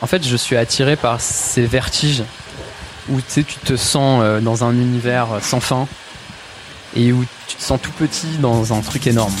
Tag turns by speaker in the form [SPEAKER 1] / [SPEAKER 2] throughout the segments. [SPEAKER 1] En fait, je suis attiré par ces vertiges où tu sais, tu te sens euh, dans un univers sans fin et où tu te sens tout petit dans un truc énorme.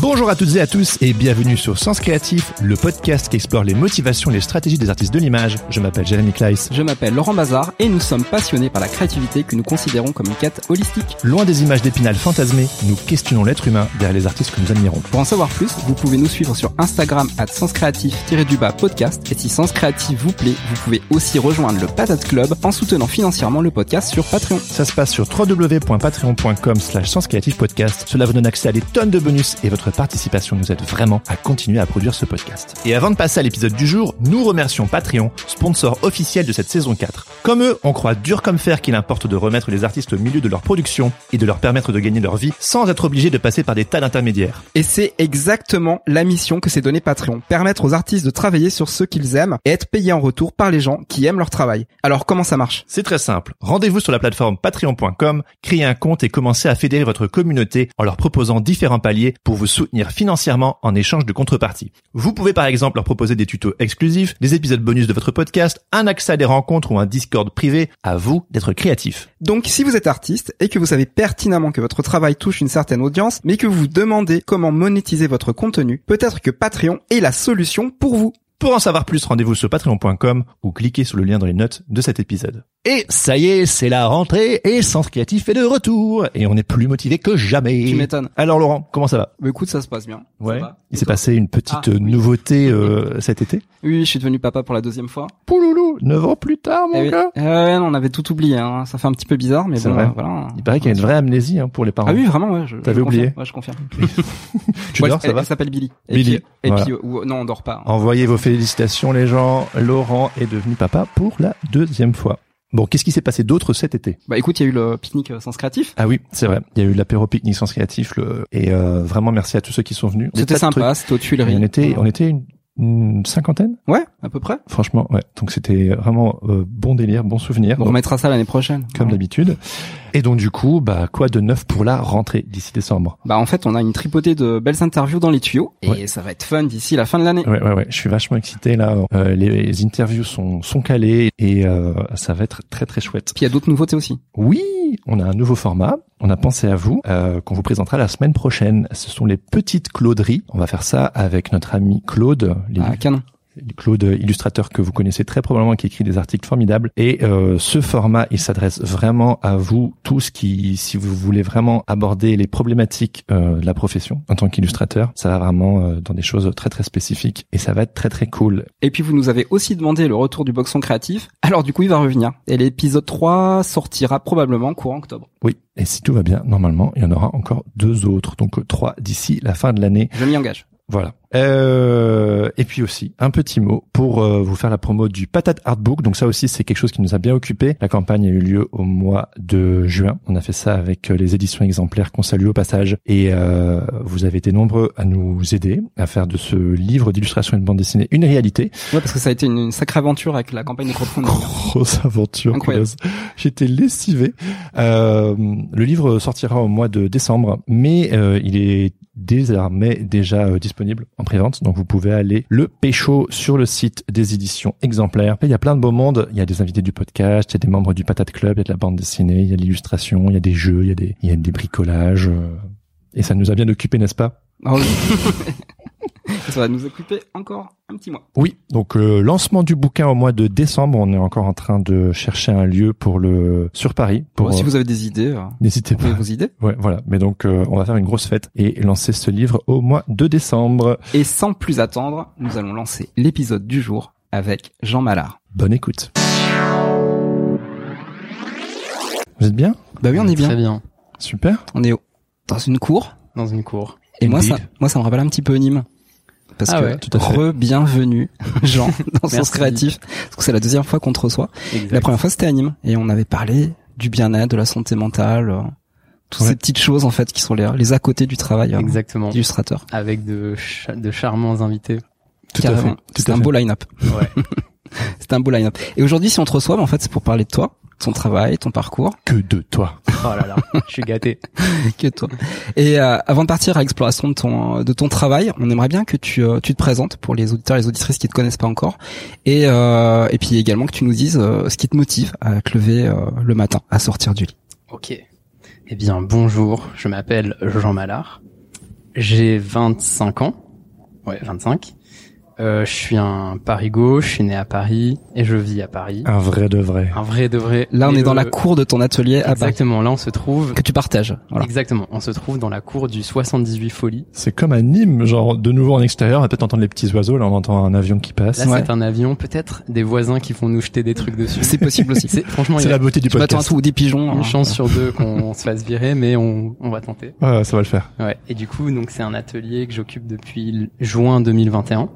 [SPEAKER 2] Bonjour à toutes et à tous et bienvenue sur Sens Créatif, le podcast qui explore les motivations et les stratégies des artistes de l'image. Je m'appelle Jérémy Kleiss.
[SPEAKER 3] Je m'appelle Laurent Bazar et nous sommes passionnés par la créativité que nous considérons comme une quête holistique.
[SPEAKER 2] Loin des images d'épinal fantasmées, nous questionnons l'être humain derrière les artistes que nous admirons.
[SPEAKER 3] Pour en savoir plus, vous pouvez nous suivre sur Instagram at Sens Créatif du bas podcast et si Sens Créatif vous plaît, vous pouvez aussi rejoindre le Patate Club en soutenant financièrement le podcast sur Patreon.
[SPEAKER 2] Ça se passe sur www.patreon.com slash podcast. Cela vous donne accès à des tonnes de bonus et votre participation nous aide vraiment à continuer à produire ce podcast. Et avant de passer à l'épisode du jour, nous remercions Patreon, sponsor officiel de cette saison 4. Comme eux, on croit dur comme fer qu'il importe de remettre les artistes au milieu de leur production et de leur permettre de gagner leur vie sans être obligés de passer par des tas d'intermédiaires.
[SPEAKER 3] Et c'est exactement la mission que s'est donnée Patreon, permettre aux artistes de travailler sur ce qu'ils aiment et être payés en retour par les gens qui aiment leur travail. Alors comment ça marche
[SPEAKER 2] C'est très simple. Rendez-vous sur la plateforme patreon.com, créez un compte et commencez à fédérer votre communauté en leur proposant différents paliers pour vous soutenir financièrement en échange de contrepartie. Vous pouvez par exemple leur proposer des tutos exclusifs, des épisodes bonus de votre podcast, un accès à des rencontres ou un Discord privé. À vous d'être créatif.
[SPEAKER 3] Donc si vous êtes artiste et que vous savez pertinemment que votre travail touche une certaine audience, mais que vous vous demandez comment monétiser votre contenu, peut-être que Patreon est la solution pour vous.
[SPEAKER 2] Pour en savoir plus, rendez-vous sur patreon.com ou cliquez sur le lien dans les notes de cet épisode. Et ça y est, c'est la rentrée et Sens Créatif est de retour et on est plus motivé que jamais.
[SPEAKER 3] Tu m'étonnes.
[SPEAKER 2] Alors Laurent, comment ça va
[SPEAKER 3] Bah écoute, ça se passe bien. Ça
[SPEAKER 2] Ouais.
[SPEAKER 3] va.
[SPEAKER 2] Il
[SPEAKER 3] Et
[SPEAKER 2] s'est
[SPEAKER 3] toi
[SPEAKER 2] passé une petite
[SPEAKER 3] Ah, oui.
[SPEAKER 2] nouveauté euh, cet été.
[SPEAKER 3] Oui, je suis devenu papa pour la deuxième fois.
[SPEAKER 2] Pouloulou, 9 ans plus tard mon
[SPEAKER 3] Eh oui.
[SPEAKER 2] gars.
[SPEAKER 3] Euh, ouais, non, on avait tout oublié. Hein. Ça fait un petit peu bizarre, mais
[SPEAKER 2] C'est
[SPEAKER 3] bon,
[SPEAKER 2] vrai.
[SPEAKER 3] euh, voilà.
[SPEAKER 2] Il paraît qu'il y a une vraie amnésie hein, pour les parents.
[SPEAKER 3] Ah oui, vraiment, ouais. je-
[SPEAKER 2] T'avais
[SPEAKER 3] je confirme.
[SPEAKER 2] oublié.
[SPEAKER 3] Ouais, je confirme.
[SPEAKER 2] Tu
[SPEAKER 3] Ouais,
[SPEAKER 2] dors, ça
[SPEAKER 3] elle-
[SPEAKER 2] va
[SPEAKER 3] Elle s'appelle Billy.
[SPEAKER 2] Billy,
[SPEAKER 3] Et puis, et
[SPEAKER 2] voilà.
[SPEAKER 3] puis, euh, ou- non, on dort pas. hein.
[SPEAKER 2] Envoyez vos félicitations les gens. Laurent est devenu papa pour la deuxième fois. Bon, qu'est-ce qui s'est passé d'autre cet été
[SPEAKER 3] Bah écoute, il y a eu le pique-nique euh, sens créatif.
[SPEAKER 2] Ah oui, c'est vrai. Il y a eu l'apéro pique-nique sans créatif. le- Et euh, vraiment, merci à tous ceux qui sont venus. Des
[SPEAKER 3] C'était
[SPEAKER 2] tas de
[SPEAKER 3] sympa, c'était aux
[SPEAKER 2] trucs.
[SPEAKER 3] Tuileries.
[SPEAKER 2] Et On était, on était une, une cinquantaine,
[SPEAKER 3] Ouais, à peu près.
[SPEAKER 2] franchement. Ouais. Donc c'était vraiment euh, bon délire, bon souvenir,
[SPEAKER 3] On
[SPEAKER 2] donc,
[SPEAKER 3] remettra ça l'année prochaine.
[SPEAKER 2] comme d'habitude. Et donc du coup, bah quoi de neuf pour la rentrée d'ici décembre
[SPEAKER 3] Bah en fait, on a une tripotée de belles interviews dans les tuyaux et
[SPEAKER 2] Ouais.
[SPEAKER 3] ça va être fun d'ici la fin de l'année.
[SPEAKER 2] Ouais, ouais, ouais. Je suis vachement excité là. Euh, les, les interviews sont sont calées et euh, ça va être très très chouette.
[SPEAKER 3] Puis il y a d'autres nouveautés aussi.
[SPEAKER 2] Oui, on a un nouveau format. On a pensé à vous, euh, qu'on vous présentera la semaine prochaine. Ce sont les petites Clauderies. On va faire ça avec notre ami Claude, les-
[SPEAKER 3] Ah, canon.
[SPEAKER 2] Claude, euh, illustrateur que vous connaissez très probablement, qui écrit des articles formidables. Et euh, ce format, il s'adresse vraiment à vous tous qui, si vous voulez vraiment aborder les problématiques euh, de la profession en tant qu'illustrateur, ça va vraiment euh, dans des choses très très spécifiques et ça va être très très cool.
[SPEAKER 3] Et puis vous nous avez aussi demandé le retour du boxon créatif. Alors du coup, il va revenir. Et l'épisode 3 sortira probablement courant octobre.
[SPEAKER 2] Oui, et si tout va bien, normalement, il y en aura encore deux autres, donc euh, trois d'ici la fin de l'année.
[SPEAKER 3] Je m'y engage.
[SPEAKER 2] Voilà. Euh, et puis aussi, un petit mot pour euh, vous faire la promo du Patate Artbook. Donc ça aussi, c'est quelque chose qui nous a bien occupé. La campagne a eu lieu au mois de juin. On a fait ça avec euh, les éditions exemplaires qu'on salue au passage. Et euh, vous avez été nombreux à nous aider à faire de ce livre d'illustration et de bande dessinée une réalité.
[SPEAKER 3] Ouais, parce que ça a été une, une sacrée aventure avec la campagne de crowdfunding.
[SPEAKER 2] Grosse aventure.
[SPEAKER 3] Incroyable.
[SPEAKER 2] curieuse. J'étais lessivé. Euh, le livre sortira au mois de décembre, mais euh, il est désormais déjà euh, disponible en prévente. Donc vous pouvez aller le pécho sur le site des éditions exemplaires. Et il y a plein de beaux mondes. Il y a des invités du podcast, il y a des membres du Patate Club, il y a de la bande dessinée, il y a de l'illustration, il y a des jeux, il y a des, il y a des bricolages. euh, Et ça nous a bien occupé, n'est-ce pas
[SPEAKER 3] Ah oui. ça va nous occuper encore un petit mois.
[SPEAKER 2] Oui, donc euh, lancement du bouquin au mois de décembre. On est encore en train de chercher un lieu pour le sur Paris. Pour
[SPEAKER 3] Bon, si
[SPEAKER 2] euh,
[SPEAKER 3] vous avez des idées, euh,
[SPEAKER 2] n'hésitez
[SPEAKER 3] vous pouvez
[SPEAKER 2] pas.
[SPEAKER 3] vos idées.
[SPEAKER 2] Ouais, voilà. Mais donc euh, on va faire une grosse fête et lancer ce livre au mois de décembre.
[SPEAKER 3] Et sans plus attendre, nous allons lancer l'épisode du jour avec Jean Malard.
[SPEAKER 2] Bonne écoute. Vous êtes bien
[SPEAKER 3] Bah oui, on est bien.
[SPEAKER 1] Très bien.
[SPEAKER 2] Super.
[SPEAKER 3] On est au- dans une cour.
[SPEAKER 1] dans une cour.
[SPEAKER 3] Et moi
[SPEAKER 2] Indeed.
[SPEAKER 3] ça, moi, ça me rappelle un petit peu Nîmes. Parce
[SPEAKER 1] Ah
[SPEAKER 3] que,
[SPEAKER 1] ouais.
[SPEAKER 2] Tout à fait.
[SPEAKER 3] re-bienvenue, Jean, dans Sens
[SPEAKER 1] Merci.
[SPEAKER 3] Créatif. Parce que c'est la deuxième fois qu'on te reçoit. La première fois, c'était à Nîmes. Et on avait parlé du bien-être, de la santé mentale, euh, toutes
[SPEAKER 2] Ouais.
[SPEAKER 3] ces petites choses, en fait, qui sont les, les à côté du travail euh,
[SPEAKER 1] Exactement.
[SPEAKER 3] d'illustrateur.
[SPEAKER 1] Avec de, cha- de charmants invités.
[SPEAKER 2] Tout à fait.
[SPEAKER 3] Carrément.
[SPEAKER 2] Tout
[SPEAKER 3] C'est
[SPEAKER 2] à
[SPEAKER 3] un
[SPEAKER 2] fait.
[SPEAKER 3] beau line-up.
[SPEAKER 1] Ouais.
[SPEAKER 3] C'est un beau line-up. Et aujourd'hui, si on te reçoit, bah, en fait, c'est pour parler de toi, ton travail, ton parcours,
[SPEAKER 2] Que de toi.
[SPEAKER 1] oh là là, je suis gâté.
[SPEAKER 3] que toi. Et euh, avant de partir à l'exploration de ton euh, de ton travail, on aimerait bien que tu euh, tu te présentes pour les auditeurs et les auditrices qui te connaissent pas encore, et euh, et puis également que tu nous dises euh, ce qui te motive à te lever euh, le matin, à sortir du lit.
[SPEAKER 1] Ok. Eh bien, bonjour, je m'appelle Jean Malard. J'ai 25 ans. Ouais, 25. Euh, je suis un Parigo, je suis né à Paris et je vis à Paris.
[SPEAKER 2] Un vrai de vrai.
[SPEAKER 1] Un vrai de vrai.
[SPEAKER 3] Ah. Là, on
[SPEAKER 1] Et
[SPEAKER 3] est dans
[SPEAKER 1] le-
[SPEAKER 3] la cour de ton atelier à Paris,
[SPEAKER 1] Exactement, là on se trouve...
[SPEAKER 3] Ah bah. que tu partages. Voilà.
[SPEAKER 1] Exactement, on se trouve dans la cour du 78 Folies.
[SPEAKER 2] C'est comme à Nîmes, genre de nouveau en extérieur, on va peut-être entendre les petits oiseaux, là on entend un avion qui passe.
[SPEAKER 1] Là
[SPEAKER 3] Ouais.
[SPEAKER 1] c'est un avion, peut-être des voisins qui vont nous jeter des trucs dessus.
[SPEAKER 3] C'est possible aussi.
[SPEAKER 1] C'est- Franchement, il
[SPEAKER 2] C'est
[SPEAKER 1] y a
[SPEAKER 2] la beauté du
[SPEAKER 3] Tu m'attends à
[SPEAKER 2] podcast.
[SPEAKER 3] tout, des pigeons.
[SPEAKER 1] une
[SPEAKER 3] hein.
[SPEAKER 1] chance sur deux qu'on se fasse virer, mais on, on va tenter.
[SPEAKER 2] Ouais, ça va le faire.
[SPEAKER 1] Ouais. Et du coup, donc c'est un atelier que j'occupe depuis l- juin 2021,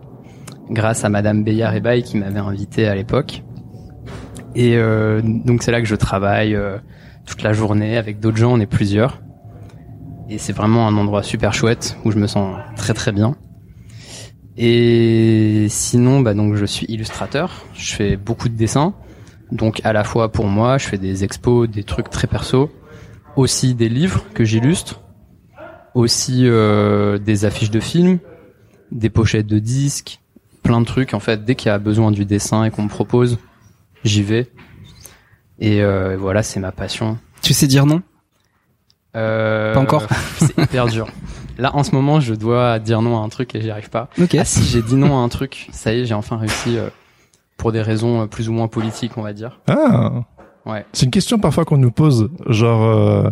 [SPEAKER 1] grâce à Madame Bayard et Baye qui m'avait invité à l'époque. Et euh, donc c'est là que je travaille euh, toute la journée avec d'autres gens, on est plusieurs. Et c'est vraiment un endroit super chouette où je me sens très très bien. Et sinon, bah donc je suis illustrateur, je fais beaucoup de dessins. Donc à la fois pour moi, je fais des expos, des trucs très perso, aussi des livres que j'illustre aussi euh, des affiches de films, des pochettes de disques, plein de trucs. En fait, dès qu'il y a besoin du dessin et qu'on me propose, j'y vais. Et euh, voilà, c'est ma passion.
[SPEAKER 3] Tu sais dire non
[SPEAKER 1] Euh,
[SPEAKER 3] Pas encore.
[SPEAKER 1] C'est hyper dur. Là, en ce moment, je dois dire non à un truc et j'y arrive pas.
[SPEAKER 3] Ok.
[SPEAKER 1] Ah si, j'ai dit non à un truc. Ça y est, j'ai enfin réussi euh, pour des raisons euh, plus ou moins politiques, on va dire.
[SPEAKER 2] Ah.
[SPEAKER 1] Ouais.
[SPEAKER 2] C'est une question parfois qu'on nous pose, genre, euh,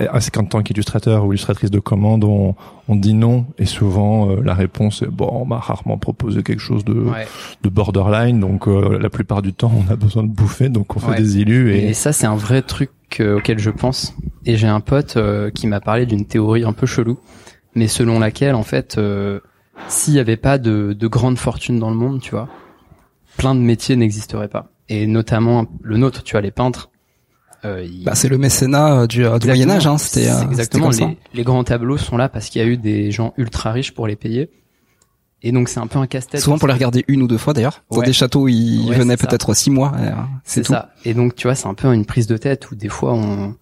[SPEAKER 2] euh, c'est qu'en tant qu'illustrateur ou illustratrice de commande, on, on dit non, et souvent euh, la réponse est bon, on m'a rarement proposé quelque chose de,
[SPEAKER 3] Mm.
[SPEAKER 1] Ouais.
[SPEAKER 2] de borderline, donc euh, la plupart du temps on a besoin de bouffer, donc on fait
[SPEAKER 1] Ouais.
[SPEAKER 2] des élus
[SPEAKER 1] Et,
[SPEAKER 2] et
[SPEAKER 1] ça, c'est un vrai truc euh, auquel je pense. Et j'ai un pote euh, qui m'a parlé d'une théorie un peu chelou, mais selon laquelle, en fait, euh, s'il n'y avait pas de, de grande fortune dans le monde, tu vois, plein de métiers n'existeraient pas. Et notamment le nôtre, tu vois, les peintres. euh, ils-
[SPEAKER 3] Bah, c'est le mécénat euh, du, euh, du
[SPEAKER 1] Exactement.
[SPEAKER 3] Moyen Âge. Hein. C'était euh,
[SPEAKER 1] C'est
[SPEAKER 3] c'était
[SPEAKER 1] exactement.
[SPEAKER 3] comme ça.
[SPEAKER 1] les, les grands tableaux sont là parce qu'il y a eu des gens ultra riches pour les payer. Et donc, c'est un peu un casse-tête.
[SPEAKER 3] Souvent pour les regarder une ou deux fois d'ailleurs. Dans
[SPEAKER 1] Ouais.
[SPEAKER 3] des châteaux, ils
[SPEAKER 1] Ouais,
[SPEAKER 3] venaient
[SPEAKER 1] c'est ça.
[SPEAKER 3] peut-être six mois. euh, C'est
[SPEAKER 1] C'est
[SPEAKER 3] tout.
[SPEAKER 1] ça. Et donc, tu vois, c'est un peu une prise de tête où des fois, on,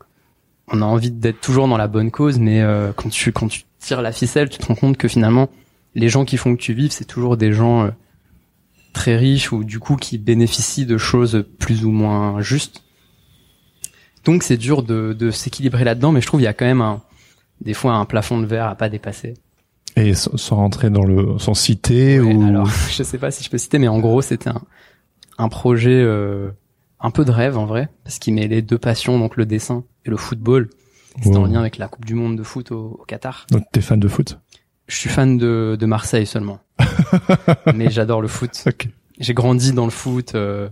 [SPEAKER 1] on a envie d'être toujours dans la bonne cause, mais euh, quand, tu, quand tu tires la ficelle, tu te rends compte que finalement, les gens qui font que tu vives, c'est toujours des gens euh, très riches ou du coup qui bénéficient de choses plus ou moins justes. Donc, c'est dur de, de s'équilibrer là-dedans, mais je trouve qu'il y a quand même un- des fois un plafond de verre à pas dépasser.
[SPEAKER 2] et sans, sans rentrer dans le sans citer
[SPEAKER 1] Ouais,
[SPEAKER 2] ou
[SPEAKER 1] Alors, je sais pas si je peux citer, mais en gros, c'était un, un projet euh, un peu de rêve en vrai, parce qu'il mêlait deux passions, donc le dessin et le football. C'était
[SPEAKER 2] Wow.
[SPEAKER 1] en lien avec la Coupe du Monde de foot au, au Qatar.
[SPEAKER 2] donc t'es fan de foot.
[SPEAKER 1] Je suis fan de, de Marseille seulement, mais j'adore le foot.
[SPEAKER 2] Ok.
[SPEAKER 1] J'ai grandi dans le foot. euh,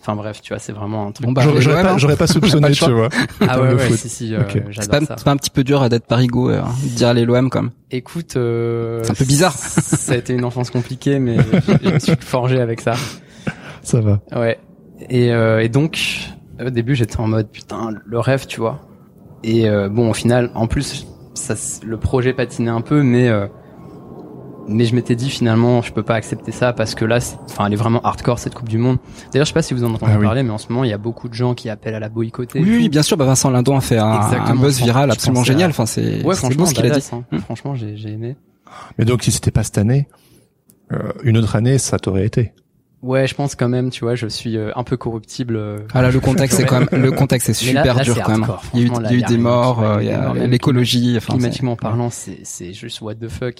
[SPEAKER 1] Enfin bref, tu vois, c'est vraiment un truc.
[SPEAKER 3] Bon bah,
[SPEAKER 2] J'aurais-
[SPEAKER 3] allez,
[SPEAKER 2] J'aurais
[SPEAKER 3] Joël,
[SPEAKER 2] pas,
[SPEAKER 3] hein.
[SPEAKER 2] j'aurais pas
[SPEAKER 3] Pas
[SPEAKER 2] soupçonné,
[SPEAKER 3] le
[SPEAKER 2] tu
[SPEAKER 3] choix.
[SPEAKER 2] vois.
[SPEAKER 1] ah ouais,
[SPEAKER 2] le
[SPEAKER 1] ouais,
[SPEAKER 2] foot.
[SPEAKER 1] si si, euh,
[SPEAKER 2] Ok.
[SPEAKER 3] C'est pas,
[SPEAKER 1] j'adore ça.
[SPEAKER 3] c'est pas un petit peu dur euh, d'être parigo, euh, de dire les l'OM quand même.
[SPEAKER 1] Écoute, euh,
[SPEAKER 3] C'est un peu bizarre.
[SPEAKER 1] Ça a été une enfance compliquée, mais je je me suis forgé avec ça.
[SPEAKER 2] Ça va.
[SPEAKER 1] Ouais. Et, euh, et donc, au début, j'étais en mode putain, le rêve, tu vois. Et euh, bon, au final, en plus, ça, s- le projet patinait un peu, mais euh, mais je m'étais dit finalement, je peux pas accepter ça parce que là, c'est- enfin, elle est vraiment hardcore cette Coupe du Monde. D'ailleurs, je sais pas si vous en entendez
[SPEAKER 2] Ah oui.
[SPEAKER 1] parler, mais en ce moment, il y a beaucoup de gens qui appellent à la boycotter. et
[SPEAKER 3] Oui, oui,
[SPEAKER 1] tout.
[SPEAKER 3] bien sûr. Bah, Vincent Lindon a fait un,
[SPEAKER 1] Exactement,
[SPEAKER 3] un buzz
[SPEAKER 1] je pense-
[SPEAKER 3] viral
[SPEAKER 1] je
[SPEAKER 3] absolument
[SPEAKER 1] pensais à-
[SPEAKER 3] génial. Enfin, c'est
[SPEAKER 1] Ouais,
[SPEAKER 3] c'est beau
[SPEAKER 1] franchement,
[SPEAKER 3] ce qu'il a dit.
[SPEAKER 1] badass, hein.
[SPEAKER 3] Mm.
[SPEAKER 1] Franchement, j'ai j'ai aimé.
[SPEAKER 2] Mais donc si c'était pas cette année, euh, une autre année, ça t'aurait été.
[SPEAKER 1] Ouais, je pense quand même, tu vois, je suis euh, un peu corruptible. euh,
[SPEAKER 3] Ah là, le contexte c'est quand même, le contexte c'est
[SPEAKER 1] Mais là-
[SPEAKER 3] super
[SPEAKER 1] là,
[SPEAKER 3] dur
[SPEAKER 1] c'est
[SPEAKER 3] quand même.
[SPEAKER 1] hardcore.
[SPEAKER 3] Il y a eu,
[SPEAKER 1] Franchement, là,
[SPEAKER 3] il y a eu
[SPEAKER 1] y a
[SPEAKER 3] des
[SPEAKER 1] rien,
[SPEAKER 3] morts,
[SPEAKER 1] tu vois,
[SPEAKER 3] euh,
[SPEAKER 1] il
[SPEAKER 3] il y
[SPEAKER 1] y a des
[SPEAKER 3] a
[SPEAKER 1] morts, même
[SPEAKER 3] l'écologie. Enfin, c'est-
[SPEAKER 1] Climatiquement parlant, c'est c'est juste what the fuck.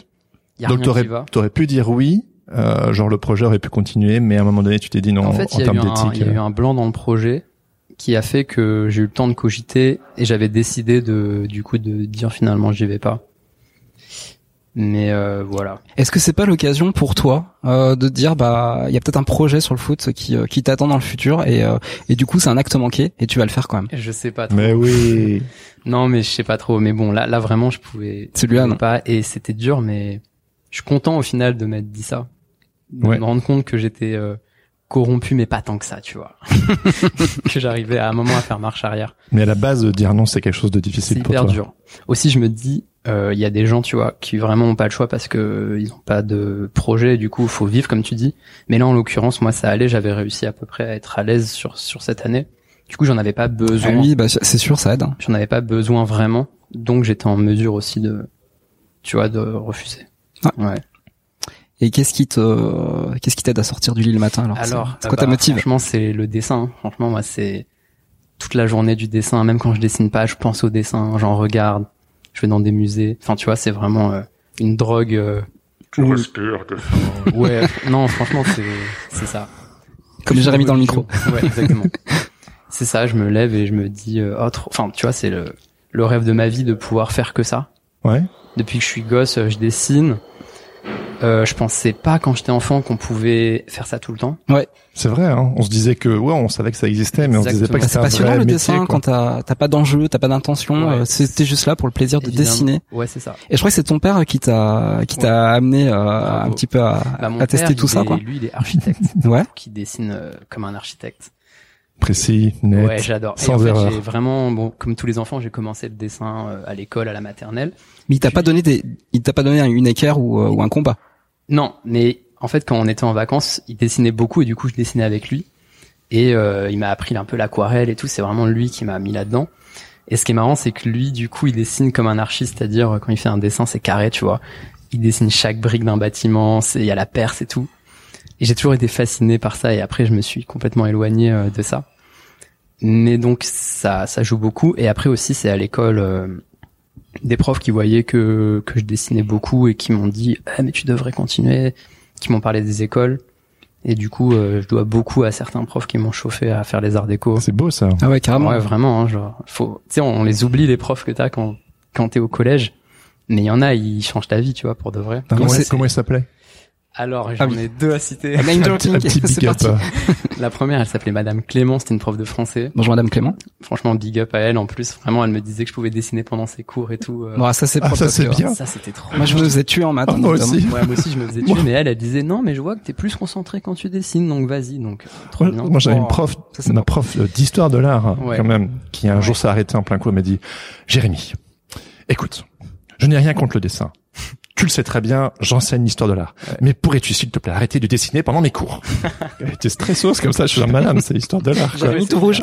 [SPEAKER 1] Y a rien
[SPEAKER 2] donc
[SPEAKER 1] qui
[SPEAKER 2] t'aurais
[SPEAKER 1] va.
[SPEAKER 2] t'aurais pu dire oui, euh, genre le projet aurait pu continuer, mais à un moment donné tu t'es dit non
[SPEAKER 1] En fait,
[SPEAKER 2] en
[SPEAKER 1] il y, a eu
[SPEAKER 2] termes
[SPEAKER 1] un-
[SPEAKER 2] d'éthique. euh.
[SPEAKER 1] il y a eu un blanc dans le projet qui a fait que j'ai eu le temps de cogiter et j'avais décidé de, du coup, de dire finalement j'y vais pas. Mais euh, voilà.
[SPEAKER 3] Est-ce que c'est pas l'occasion pour toi euh, de te dire bah il y a peut-être un projet sur le foot qui euh, qui t'attend dans le futur et euh, et du coup c'est un acte manqué et tu vas le faire quand même.
[SPEAKER 1] Je sais pas trop.
[SPEAKER 2] Mais oui.
[SPEAKER 1] Non, mais je sais pas trop. Mais bon, là, là vraiment, je pouvais.
[SPEAKER 3] Celui-là,
[SPEAKER 1] je
[SPEAKER 3] non.
[SPEAKER 1] pouvais pas. Et c'était dur, mais je suis content au final de m'être dit ça. De
[SPEAKER 2] Ouais.
[SPEAKER 1] me rendre compte que j'étais euh, corrompu, mais pas tant que ça, tu vois. que j'arrivais à un moment à faire marche arrière.
[SPEAKER 2] Mais à la base, euh, dire non, c'est quelque chose de difficile
[SPEAKER 1] C'est
[SPEAKER 2] pour
[SPEAKER 1] hyper
[SPEAKER 2] toi.
[SPEAKER 1] dur. Aussi, je me dis, euh, il y a des gens, tu vois, qui vraiment ont pas le choix parce que ils ont pas de projet. Du coup, faut vivre comme tu dis. Mais là, en l'occurrence, moi, ça allait. J'avais réussi à peu près à être à l'aise sur sur cette année. Du coup, j'en avais pas besoin.
[SPEAKER 3] oui, bah c'est sûr ça aide. hein.
[SPEAKER 1] J'en avais pas besoin vraiment. Donc, j'étais en mesure aussi de, tu vois, de refuser.
[SPEAKER 3] Ah.
[SPEAKER 1] Ouais.
[SPEAKER 3] Et qu'est-ce qui te euh, qu'est-ce qui t'aide à sortir du lit le matin alors c'est-
[SPEAKER 1] Alors,
[SPEAKER 3] c'est quoi
[SPEAKER 1] euh,
[SPEAKER 3] ta
[SPEAKER 1] bah,
[SPEAKER 3] motive
[SPEAKER 1] Franchement, c'est le dessin. hein. Franchement, moi, c'est toute la journée du dessin. Même quand je dessine pas, je pense au dessin, j'en regarde, je vais dans des musées. Enfin, tu vois, c'est vraiment euh, une drogue. euh,
[SPEAKER 4] Tu respires de faim.
[SPEAKER 1] Ouais, non, franchement, c'est c'est ça.
[SPEAKER 3] Comme Jérémy dans le micro.
[SPEAKER 1] Ouais, exactement. c'est ça, je me lève et je me dis, euh, oh, trop- enfin, tu vois, c'est le, le rêve de ma vie de pouvoir faire que ça.
[SPEAKER 2] Ouais.
[SPEAKER 1] Depuis que je suis gosse, euh, je dessine. Euh, je pensais pas quand j'étais enfant qu'on pouvait faire ça tout le temps.
[SPEAKER 2] C'est vrai. Hein. On se disait que ouais, on savait que ça existait, mais on se disait pas
[SPEAKER 1] Exactement.
[SPEAKER 2] que
[SPEAKER 3] Bah, c'est
[SPEAKER 2] c'était un
[SPEAKER 3] passionnant
[SPEAKER 2] vrai
[SPEAKER 3] le
[SPEAKER 2] métier.
[SPEAKER 3] dessin
[SPEAKER 2] quoi.
[SPEAKER 3] quand t'as t'as pas d'enjeu, t'as pas d'intention,
[SPEAKER 1] Ouais.
[SPEAKER 3] euh, c'est- t'es juste là pour le plaisir de
[SPEAKER 1] Évidemment.
[SPEAKER 3] dessiner.
[SPEAKER 1] Ouais, c'est ça.
[SPEAKER 3] Et je crois que c'est ton père qui t'a qui t'a amené euh, un
[SPEAKER 1] bon.
[SPEAKER 3] petit peu à,
[SPEAKER 1] Bah, mon
[SPEAKER 3] à tester
[SPEAKER 1] père,
[SPEAKER 3] tout
[SPEAKER 1] il
[SPEAKER 3] ça
[SPEAKER 1] est-
[SPEAKER 3] quoi.
[SPEAKER 1] Lui, il est architecte,
[SPEAKER 3] Ouais.
[SPEAKER 1] qui dessine euh, comme un architecte.
[SPEAKER 2] Précis, net.
[SPEAKER 1] Ouais, j'adore. Et
[SPEAKER 2] sans
[SPEAKER 1] en fait,
[SPEAKER 2] erreur.
[SPEAKER 1] j'ai vraiment, bon, comme tous les enfants, j'ai commencé le dessin euh, à l'école, à la maternelle.
[SPEAKER 3] Mais il t'a pas donné des il t'a pas donné une équerre ou, euh, ou un combat.
[SPEAKER 1] Non, mais en fait, quand on était en vacances, il dessinait beaucoup et du coup, je dessinais avec lui. Et euh, il m'a appris un peu l'aquarelle et tout. C'est vraiment lui qui m'a mis là-dedans. Et ce qui est marrant, c'est que lui, du coup, il dessine comme un archiste, c'est-à-dire euh, quand il fait un dessin, c'est carré, tu vois. Il dessine chaque brique d'un bâtiment, c'est il y a la perce et tout. Et j'ai toujours été fasciné par ça. Et après, je me suis complètement éloigné euh, de ça. Mais donc, ça, ça joue beaucoup. Et après aussi, c'est à l'école. euh, des profs qui voyaient que, que je dessinais beaucoup et qui m'ont dit ah, mais tu devrais continuer qui m'ont parlé des écoles et du coup euh, je dois beaucoup à certains profs qui m'ont chauffé à faire les arts déco
[SPEAKER 2] C'est beau ça.
[SPEAKER 3] Ah ouais carrément.
[SPEAKER 1] ouais vraiment hein, genre faut tu sais on les oublie les profs que t'as quand quand t'es au collège mais il y en a ils changent ta vie tu vois pour de vrai
[SPEAKER 2] Comment,
[SPEAKER 3] Comment
[SPEAKER 2] il-
[SPEAKER 3] c'est-
[SPEAKER 2] comment il s'appelait
[SPEAKER 1] alors j'en
[SPEAKER 3] Ah oui.
[SPEAKER 1] ai deux à citer
[SPEAKER 3] Name
[SPEAKER 2] Un petit, un
[SPEAKER 3] dropping,
[SPEAKER 2] petit
[SPEAKER 3] c'est
[SPEAKER 2] big up.
[SPEAKER 3] parti.
[SPEAKER 1] la première elle s'appelait Madame Clément c'était une prof de français
[SPEAKER 3] Bonjour Madame Clément.
[SPEAKER 1] franchement big up à elle en plus vraiment elle me disait que je pouvais dessiner pendant ses cours et tout euh,
[SPEAKER 3] Bon, ça c'est
[SPEAKER 2] Ah,
[SPEAKER 3] propre,
[SPEAKER 2] ça,
[SPEAKER 3] parce
[SPEAKER 2] c'est
[SPEAKER 3] que-
[SPEAKER 2] bien.
[SPEAKER 1] ça c'était trop
[SPEAKER 3] Moi je me faisais tuer en maths.
[SPEAKER 2] Ah, moi
[SPEAKER 3] notamment.
[SPEAKER 2] aussi.
[SPEAKER 1] Ouais, moi aussi je me faisais tuer, mais elle, elle disait non, mais je vois que t'es plus concentré quand tu dessines, donc vas-y, donc trop
[SPEAKER 2] Moi,
[SPEAKER 1] bien.
[SPEAKER 2] moi, j'avais
[SPEAKER 3] Oh,
[SPEAKER 2] une prof,
[SPEAKER 3] ça, c'est
[SPEAKER 2] ma prof euh, d'histoire de l'art,
[SPEAKER 1] Ouais.
[SPEAKER 2] quand même, qui un jour s'est arrêtée en plein cours et m'a dit, Jérémy, écoute, je n'ai rien contre le dessin. Tu le sais très bien, j'enseigne l'histoire de l'art. Mais pourrais-tu, s'il te plaît, arrêter de dessiner pendant mes cours? Elle était stressose comme ça, je suis là, madame, c'est l'histoire de l'art, quoi.
[SPEAKER 3] J'avais mis tout rouge.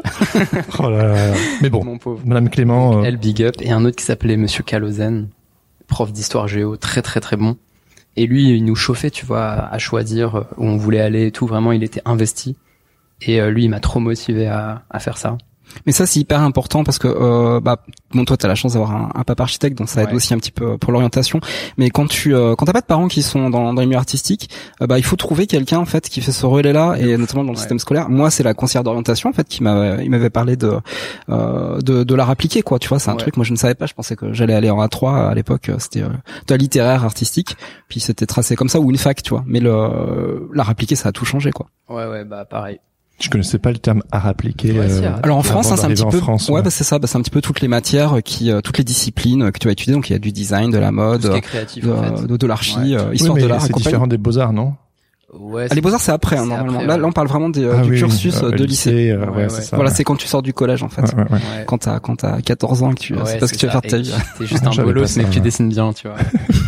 [SPEAKER 2] Oh là là. Mais bon,
[SPEAKER 1] Mon pauvre.
[SPEAKER 2] madame Clément, euh,
[SPEAKER 1] Elle big up et un autre qui s'appelait Monsieur Calozen, prof d'histoire géo, très très très bon. Et lui, il nous chauffait, tu vois, à choisir où on voulait aller et tout. Vraiment, il était investi. Et euh, lui, il m'a trop motivé à, à faire ça.
[SPEAKER 3] Mais ça c'est hyper important parce que euh, bah bon toi t'as la chance d'avoir un, un papa architecte donc ça aide
[SPEAKER 1] Ouais.
[SPEAKER 3] aussi un petit peu euh, pour l'orientation. Mais quand tu euh, quand t'as pas de parents qui sont dans, dans les milieux artistiques, euh, bah il faut trouver quelqu'un en fait qui fait ce relais là et notamment dans
[SPEAKER 1] ouais.
[SPEAKER 3] le système scolaire. Moi c'est la conseillère d'orientation en fait qui m'avait il m'avait parlé de euh, de, de l'art appliqué quoi. Tu vois c'est un
[SPEAKER 1] Ouais.
[SPEAKER 3] truc moi je ne savais pas je pensais que j'allais aller en A3 à l'époque euh, c'était euh, de la littéraire artistique puis c'était tracé comme ça ou une fac tu vois. Mais le l'art appliqué ça a tout changé quoi.
[SPEAKER 1] Ouais, ouais, bah pareil.
[SPEAKER 2] je connaissais pas le terme art appliqué.
[SPEAKER 1] Ouais, si,
[SPEAKER 2] euh,
[SPEAKER 1] art-
[SPEAKER 3] Alors en
[SPEAKER 2] Avant
[SPEAKER 3] France, hein, c'est un
[SPEAKER 2] d'arriver
[SPEAKER 3] petit
[SPEAKER 2] en
[SPEAKER 3] peu.
[SPEAKER 2] France,
[SPEAKER 3] ouais,
[SPEAKER 2] ouais.
[SPEAKER 3] bah, c'est ça. Bah, c'est un petit peu toutes les matières qui, euh, toutes les disciplines euh, que tu vas étudier. Donc il y a du design, de la mode,
[SPEAKER 1] Tout ce qui est
[SPEAKER 3] euh,
[SPEAKER 1] créatif,
[SPEAKER 3] de,
[SPEAKER 1] en fait.
[SPEAKER 3] de, de l'archi,
[SPEAKER 1] Ouais.
[SPEAKER 3] euh,
[SPEAKER 2] oui,
[SPEAKER 3] histoire
[SPEAKER 2] mais
[SPEAKER 3] de l'art. et
[SPEAKER 2] c'est
[SPEAKER 3] compagnie.
[SPEAKER 2] différent des beaux-arts, non?
[SPEAKER 1] Ouais,
[SPEAKER 3] Ah, les beaux arts, c'est après hein,
[SPEAKER 1] C'est
[SPEAKER 3] normalement.
[SPEAKER 1] après,
[SPEAKER 3] là,
[SPEAKER 1] ouais.
[SPEAKER 3] là, on parle vraiment des, euh,
[SPEAKER 2] Ah
[SPEAKER 3] du
[SPEAKER 2] oui,
[SPEAKER 3] cursus
[SPEAKER 2] euh,
[SPEAKER 3] euh, de lycée.
[SPEAKER 2] euh, ouais,
[SPEAKER 1] Ouais,
[SPEAKER 2] c'est
[SPEAKER 1] ouais.
[SPEAKER 2] ça.
[SPEAKER 3] Voilà,
[SPEAKER 2] ouais.
[SPEAKER 3] c'est quand tu sors du collège en fait.
[SPEAKER 2] Ouais, ouais, ouais.
[SPEAKER 1] ouais.
[SPEAKER 3] Quand t'as quand t'as 14 ans et que tu
[SPEAKER 1] Ouais,
[SPEAKER 3] sais pas ce que tu vas
[SPEAKER 1] ça.
[SPEAKER 3] faire de ta
[SPEAKER 1] Et
[SPEAKER 3] vie.
[SPEAKER 1] T'es juste un
[SPEAKER 2] J'avais pas
[SPEAKER 1] bolos,
[SPEAKER 2] ça,
[SPEAKER 1] mais que tu
[SPEAKER 2] ouais.
[SPEAKER 1] dessines bien, tu vois.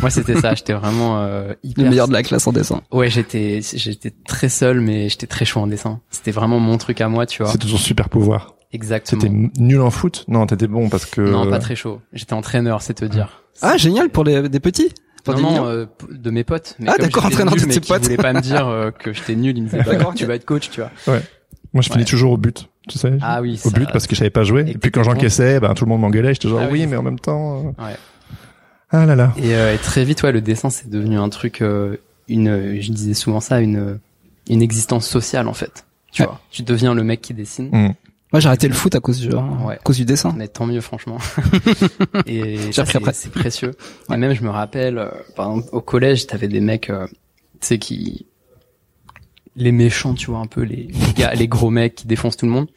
[SPEAKER 1] Moi, c'était ça. J'étais vraiment euh, hyper.
[SPEAKER 3] Le meilleur de la classe en dessin.
[SPEAKER 1] Ouais, j'étais j'étais très seul, mais j'étais très chaud en dessin. C'était vraiment mon truc à moi, tu vois.
[SPEAKER 2] C'était ton super pouvoir.
[SPEAKER 1] Exactement.
[SPEAKER 2] T'étais nul en foot? Non, t'étais bon parce que.
[SPEAKER 1] Non, pas très chaud. J'étais entraîneur, c'est te dire.
[SPEAKER 3] Ah génial pour les des petits. Pour
[SPEAKER 1] Non,
[SPEAKER 3] des
[SPEAKER 1] non,
[SPEAKER 3] mignons.
[SPEAKER 1] euh, p- de mes potes. Mais
[SPEAKER 3] Ah,
[SPEAKER 1] comme
[SPEAKER 3] d'accord,
[SPEAKER 1] j'étais
[SPEAKER 3] entraîneur
[SPEAKER 1] nul,
[SPEAKER 3] de
[SPEAKER 1] mais
[SPEAKER 3] tes
[SPEAKER 1] qui
[SPEAKER 3] potes.
[SPEAKER 1] voulaient pas me dire euh, que j'étais nul. Ils me disaient, bah,
[SPEAKER 3] D'accord,
[SPEAKER 1] tu vas être coach, tu vois.
[SPEAKER 2] Moi, je
[SPEAKER 1] Ouais.
[SPEAKER 2] finis toujours au but, tu sais.
[SPEAKER 1] Ah oui.
[SPEAKER 2] au
[SPEAKER 1] ça-
[SPEAKER 2] but parce que je savais pas
[SPEAKER 1] Et
[SPEAKER 2] jouer. Et, puis
[SPEAKER 1] t'étais
[SPEAKER 2] quand j'encaissais, ben, tout le monde m'engueulait. J'étais genre,
[SPEAKER 1] Ah oui,
[SPEAKER 2] oui,
[SPEAKER 1] c'est
[SPEAKER 2] mais
[SPEAKER 1] ça.
[SPEAKER 2] en même temps. euh,
[SPEAKER 1] Ouais.
[SPEAKER 2] Ah là là.
[SPEAKER 1] Et, euh, et très vite, ouais, le dessin, c'est devenu un truc, euh, une, euh, je disais souvent ça, une, une euh, existence sociale, en fait. Tu
[SPEAKER 3] Ouais.
[SPEAKER 1] vois, tu deviens le mec qui dessine.
[SPEAKER 2] Mm.
[SPEAKER 3] Moi, j'ai arrêté le foot à cause du,
[SPEAKER 1] euh,
[SPEAKER 3] hein,
[SPEAKER 1] Ouais.
[SPEAKER 3] à cause du dessin.
[SPEAKER 1] Mais tant mieux, franchement. et ça,
[SPEAKER 3] appris
[SPEAKER 1] c'est-
[SPEAKER 3] après.
[SPEAKER 1] C'est précieux. Et même, je me rappelle, euh, par exemple, au collège, t'avais des mecs, euh, tu sais, qui... Les méchants, tu vois, un peu, les, les gars, les gros mecs qui défoncent tout le monde.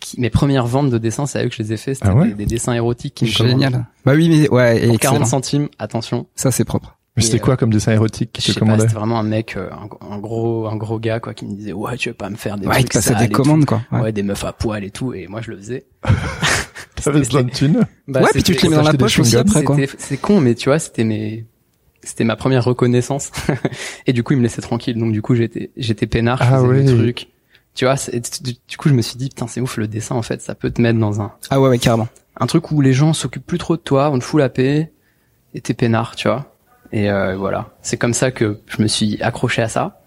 [SPEAKER 1] Qui, mes premières ventes de dessins, c'est à eux que je les ai fait. C'était
[SPEAKER 2] Ah ouais
[SPEAKER 1] des, des dessins érotiques qui me commandaient.
[SPEAKER 3] Génial. Bah oui, mais ouais, et
[SPEAKER 1] Pour
[SPEAKER 3] excellent.
[SPEAKER 1] 40 centimes, attention.
[SPEAKER 3] Ça, c'est propre.
[SPEAKER 2] Mais c'était
[SPEAKER 1] Et, euh,
[SPEAKER 2] quoi comme dessin érotique
[SPEAKER 1] Je
[SPEAKER 2] que tu
[SPEAKER 1] sais pas,
[SPEAKER 2] commandais
[SPEAKER 1] c'était vraiment un mec, euh, un, un gros, un gros gars, quoi, qui me disait, ouais, tu veux pas me faire des
[SPEAKER 3] Ouais, il
[SPEAKER 1] trucs
[SPEAKER 3] te passait
[SPEAKER 1] sales
[SPEAKER 3] des
[SPEAKER 1] et tout.
[SPEAKER 3] commandes, quoi. Ouais.
[SPEAKER 1] Ouais. des meufs à poil et tout, et moi, je le faisais.
[SPEAKER 2] T'avais besoin de thunes
[SPEAKER 1] Bah,
[SPEAKER 3] Ouais, puis tu te les mets dans la
[SPEAKER 2] c'était des
[SPEAKER 3] poche aussi
[SPEAKER 2] chewing-gums.
[SPEAKER 3] après, quoi.
[SPEAKER 1] C'était- C'est con, mais tu vois, c'était mes, c'était ma première reconnaissance. et du coup, il me laissait tranquille. Donc du coup, j'étais, j'étais peinard, je
[SPEAKER 2] Ah
[SPEAKER 1] faisais mes
[SPEAKER 2] oui.
[SPEAKER 1] trucs. Tu vois, c'est- du- du coup, je me suis dit, putain, c'est ouf, le dessin, en fait, ça peut te mettre dans un,
[SPEAKER 3] Ah ouais, ouais, carrément.
[SPEAKER 1] un truc où les gens s'occupent plus trop de toi, on te fout la paix, et t'es peinard, tu vois. Et euh, voilà. C'est comme ça que je me suis accroché à ça.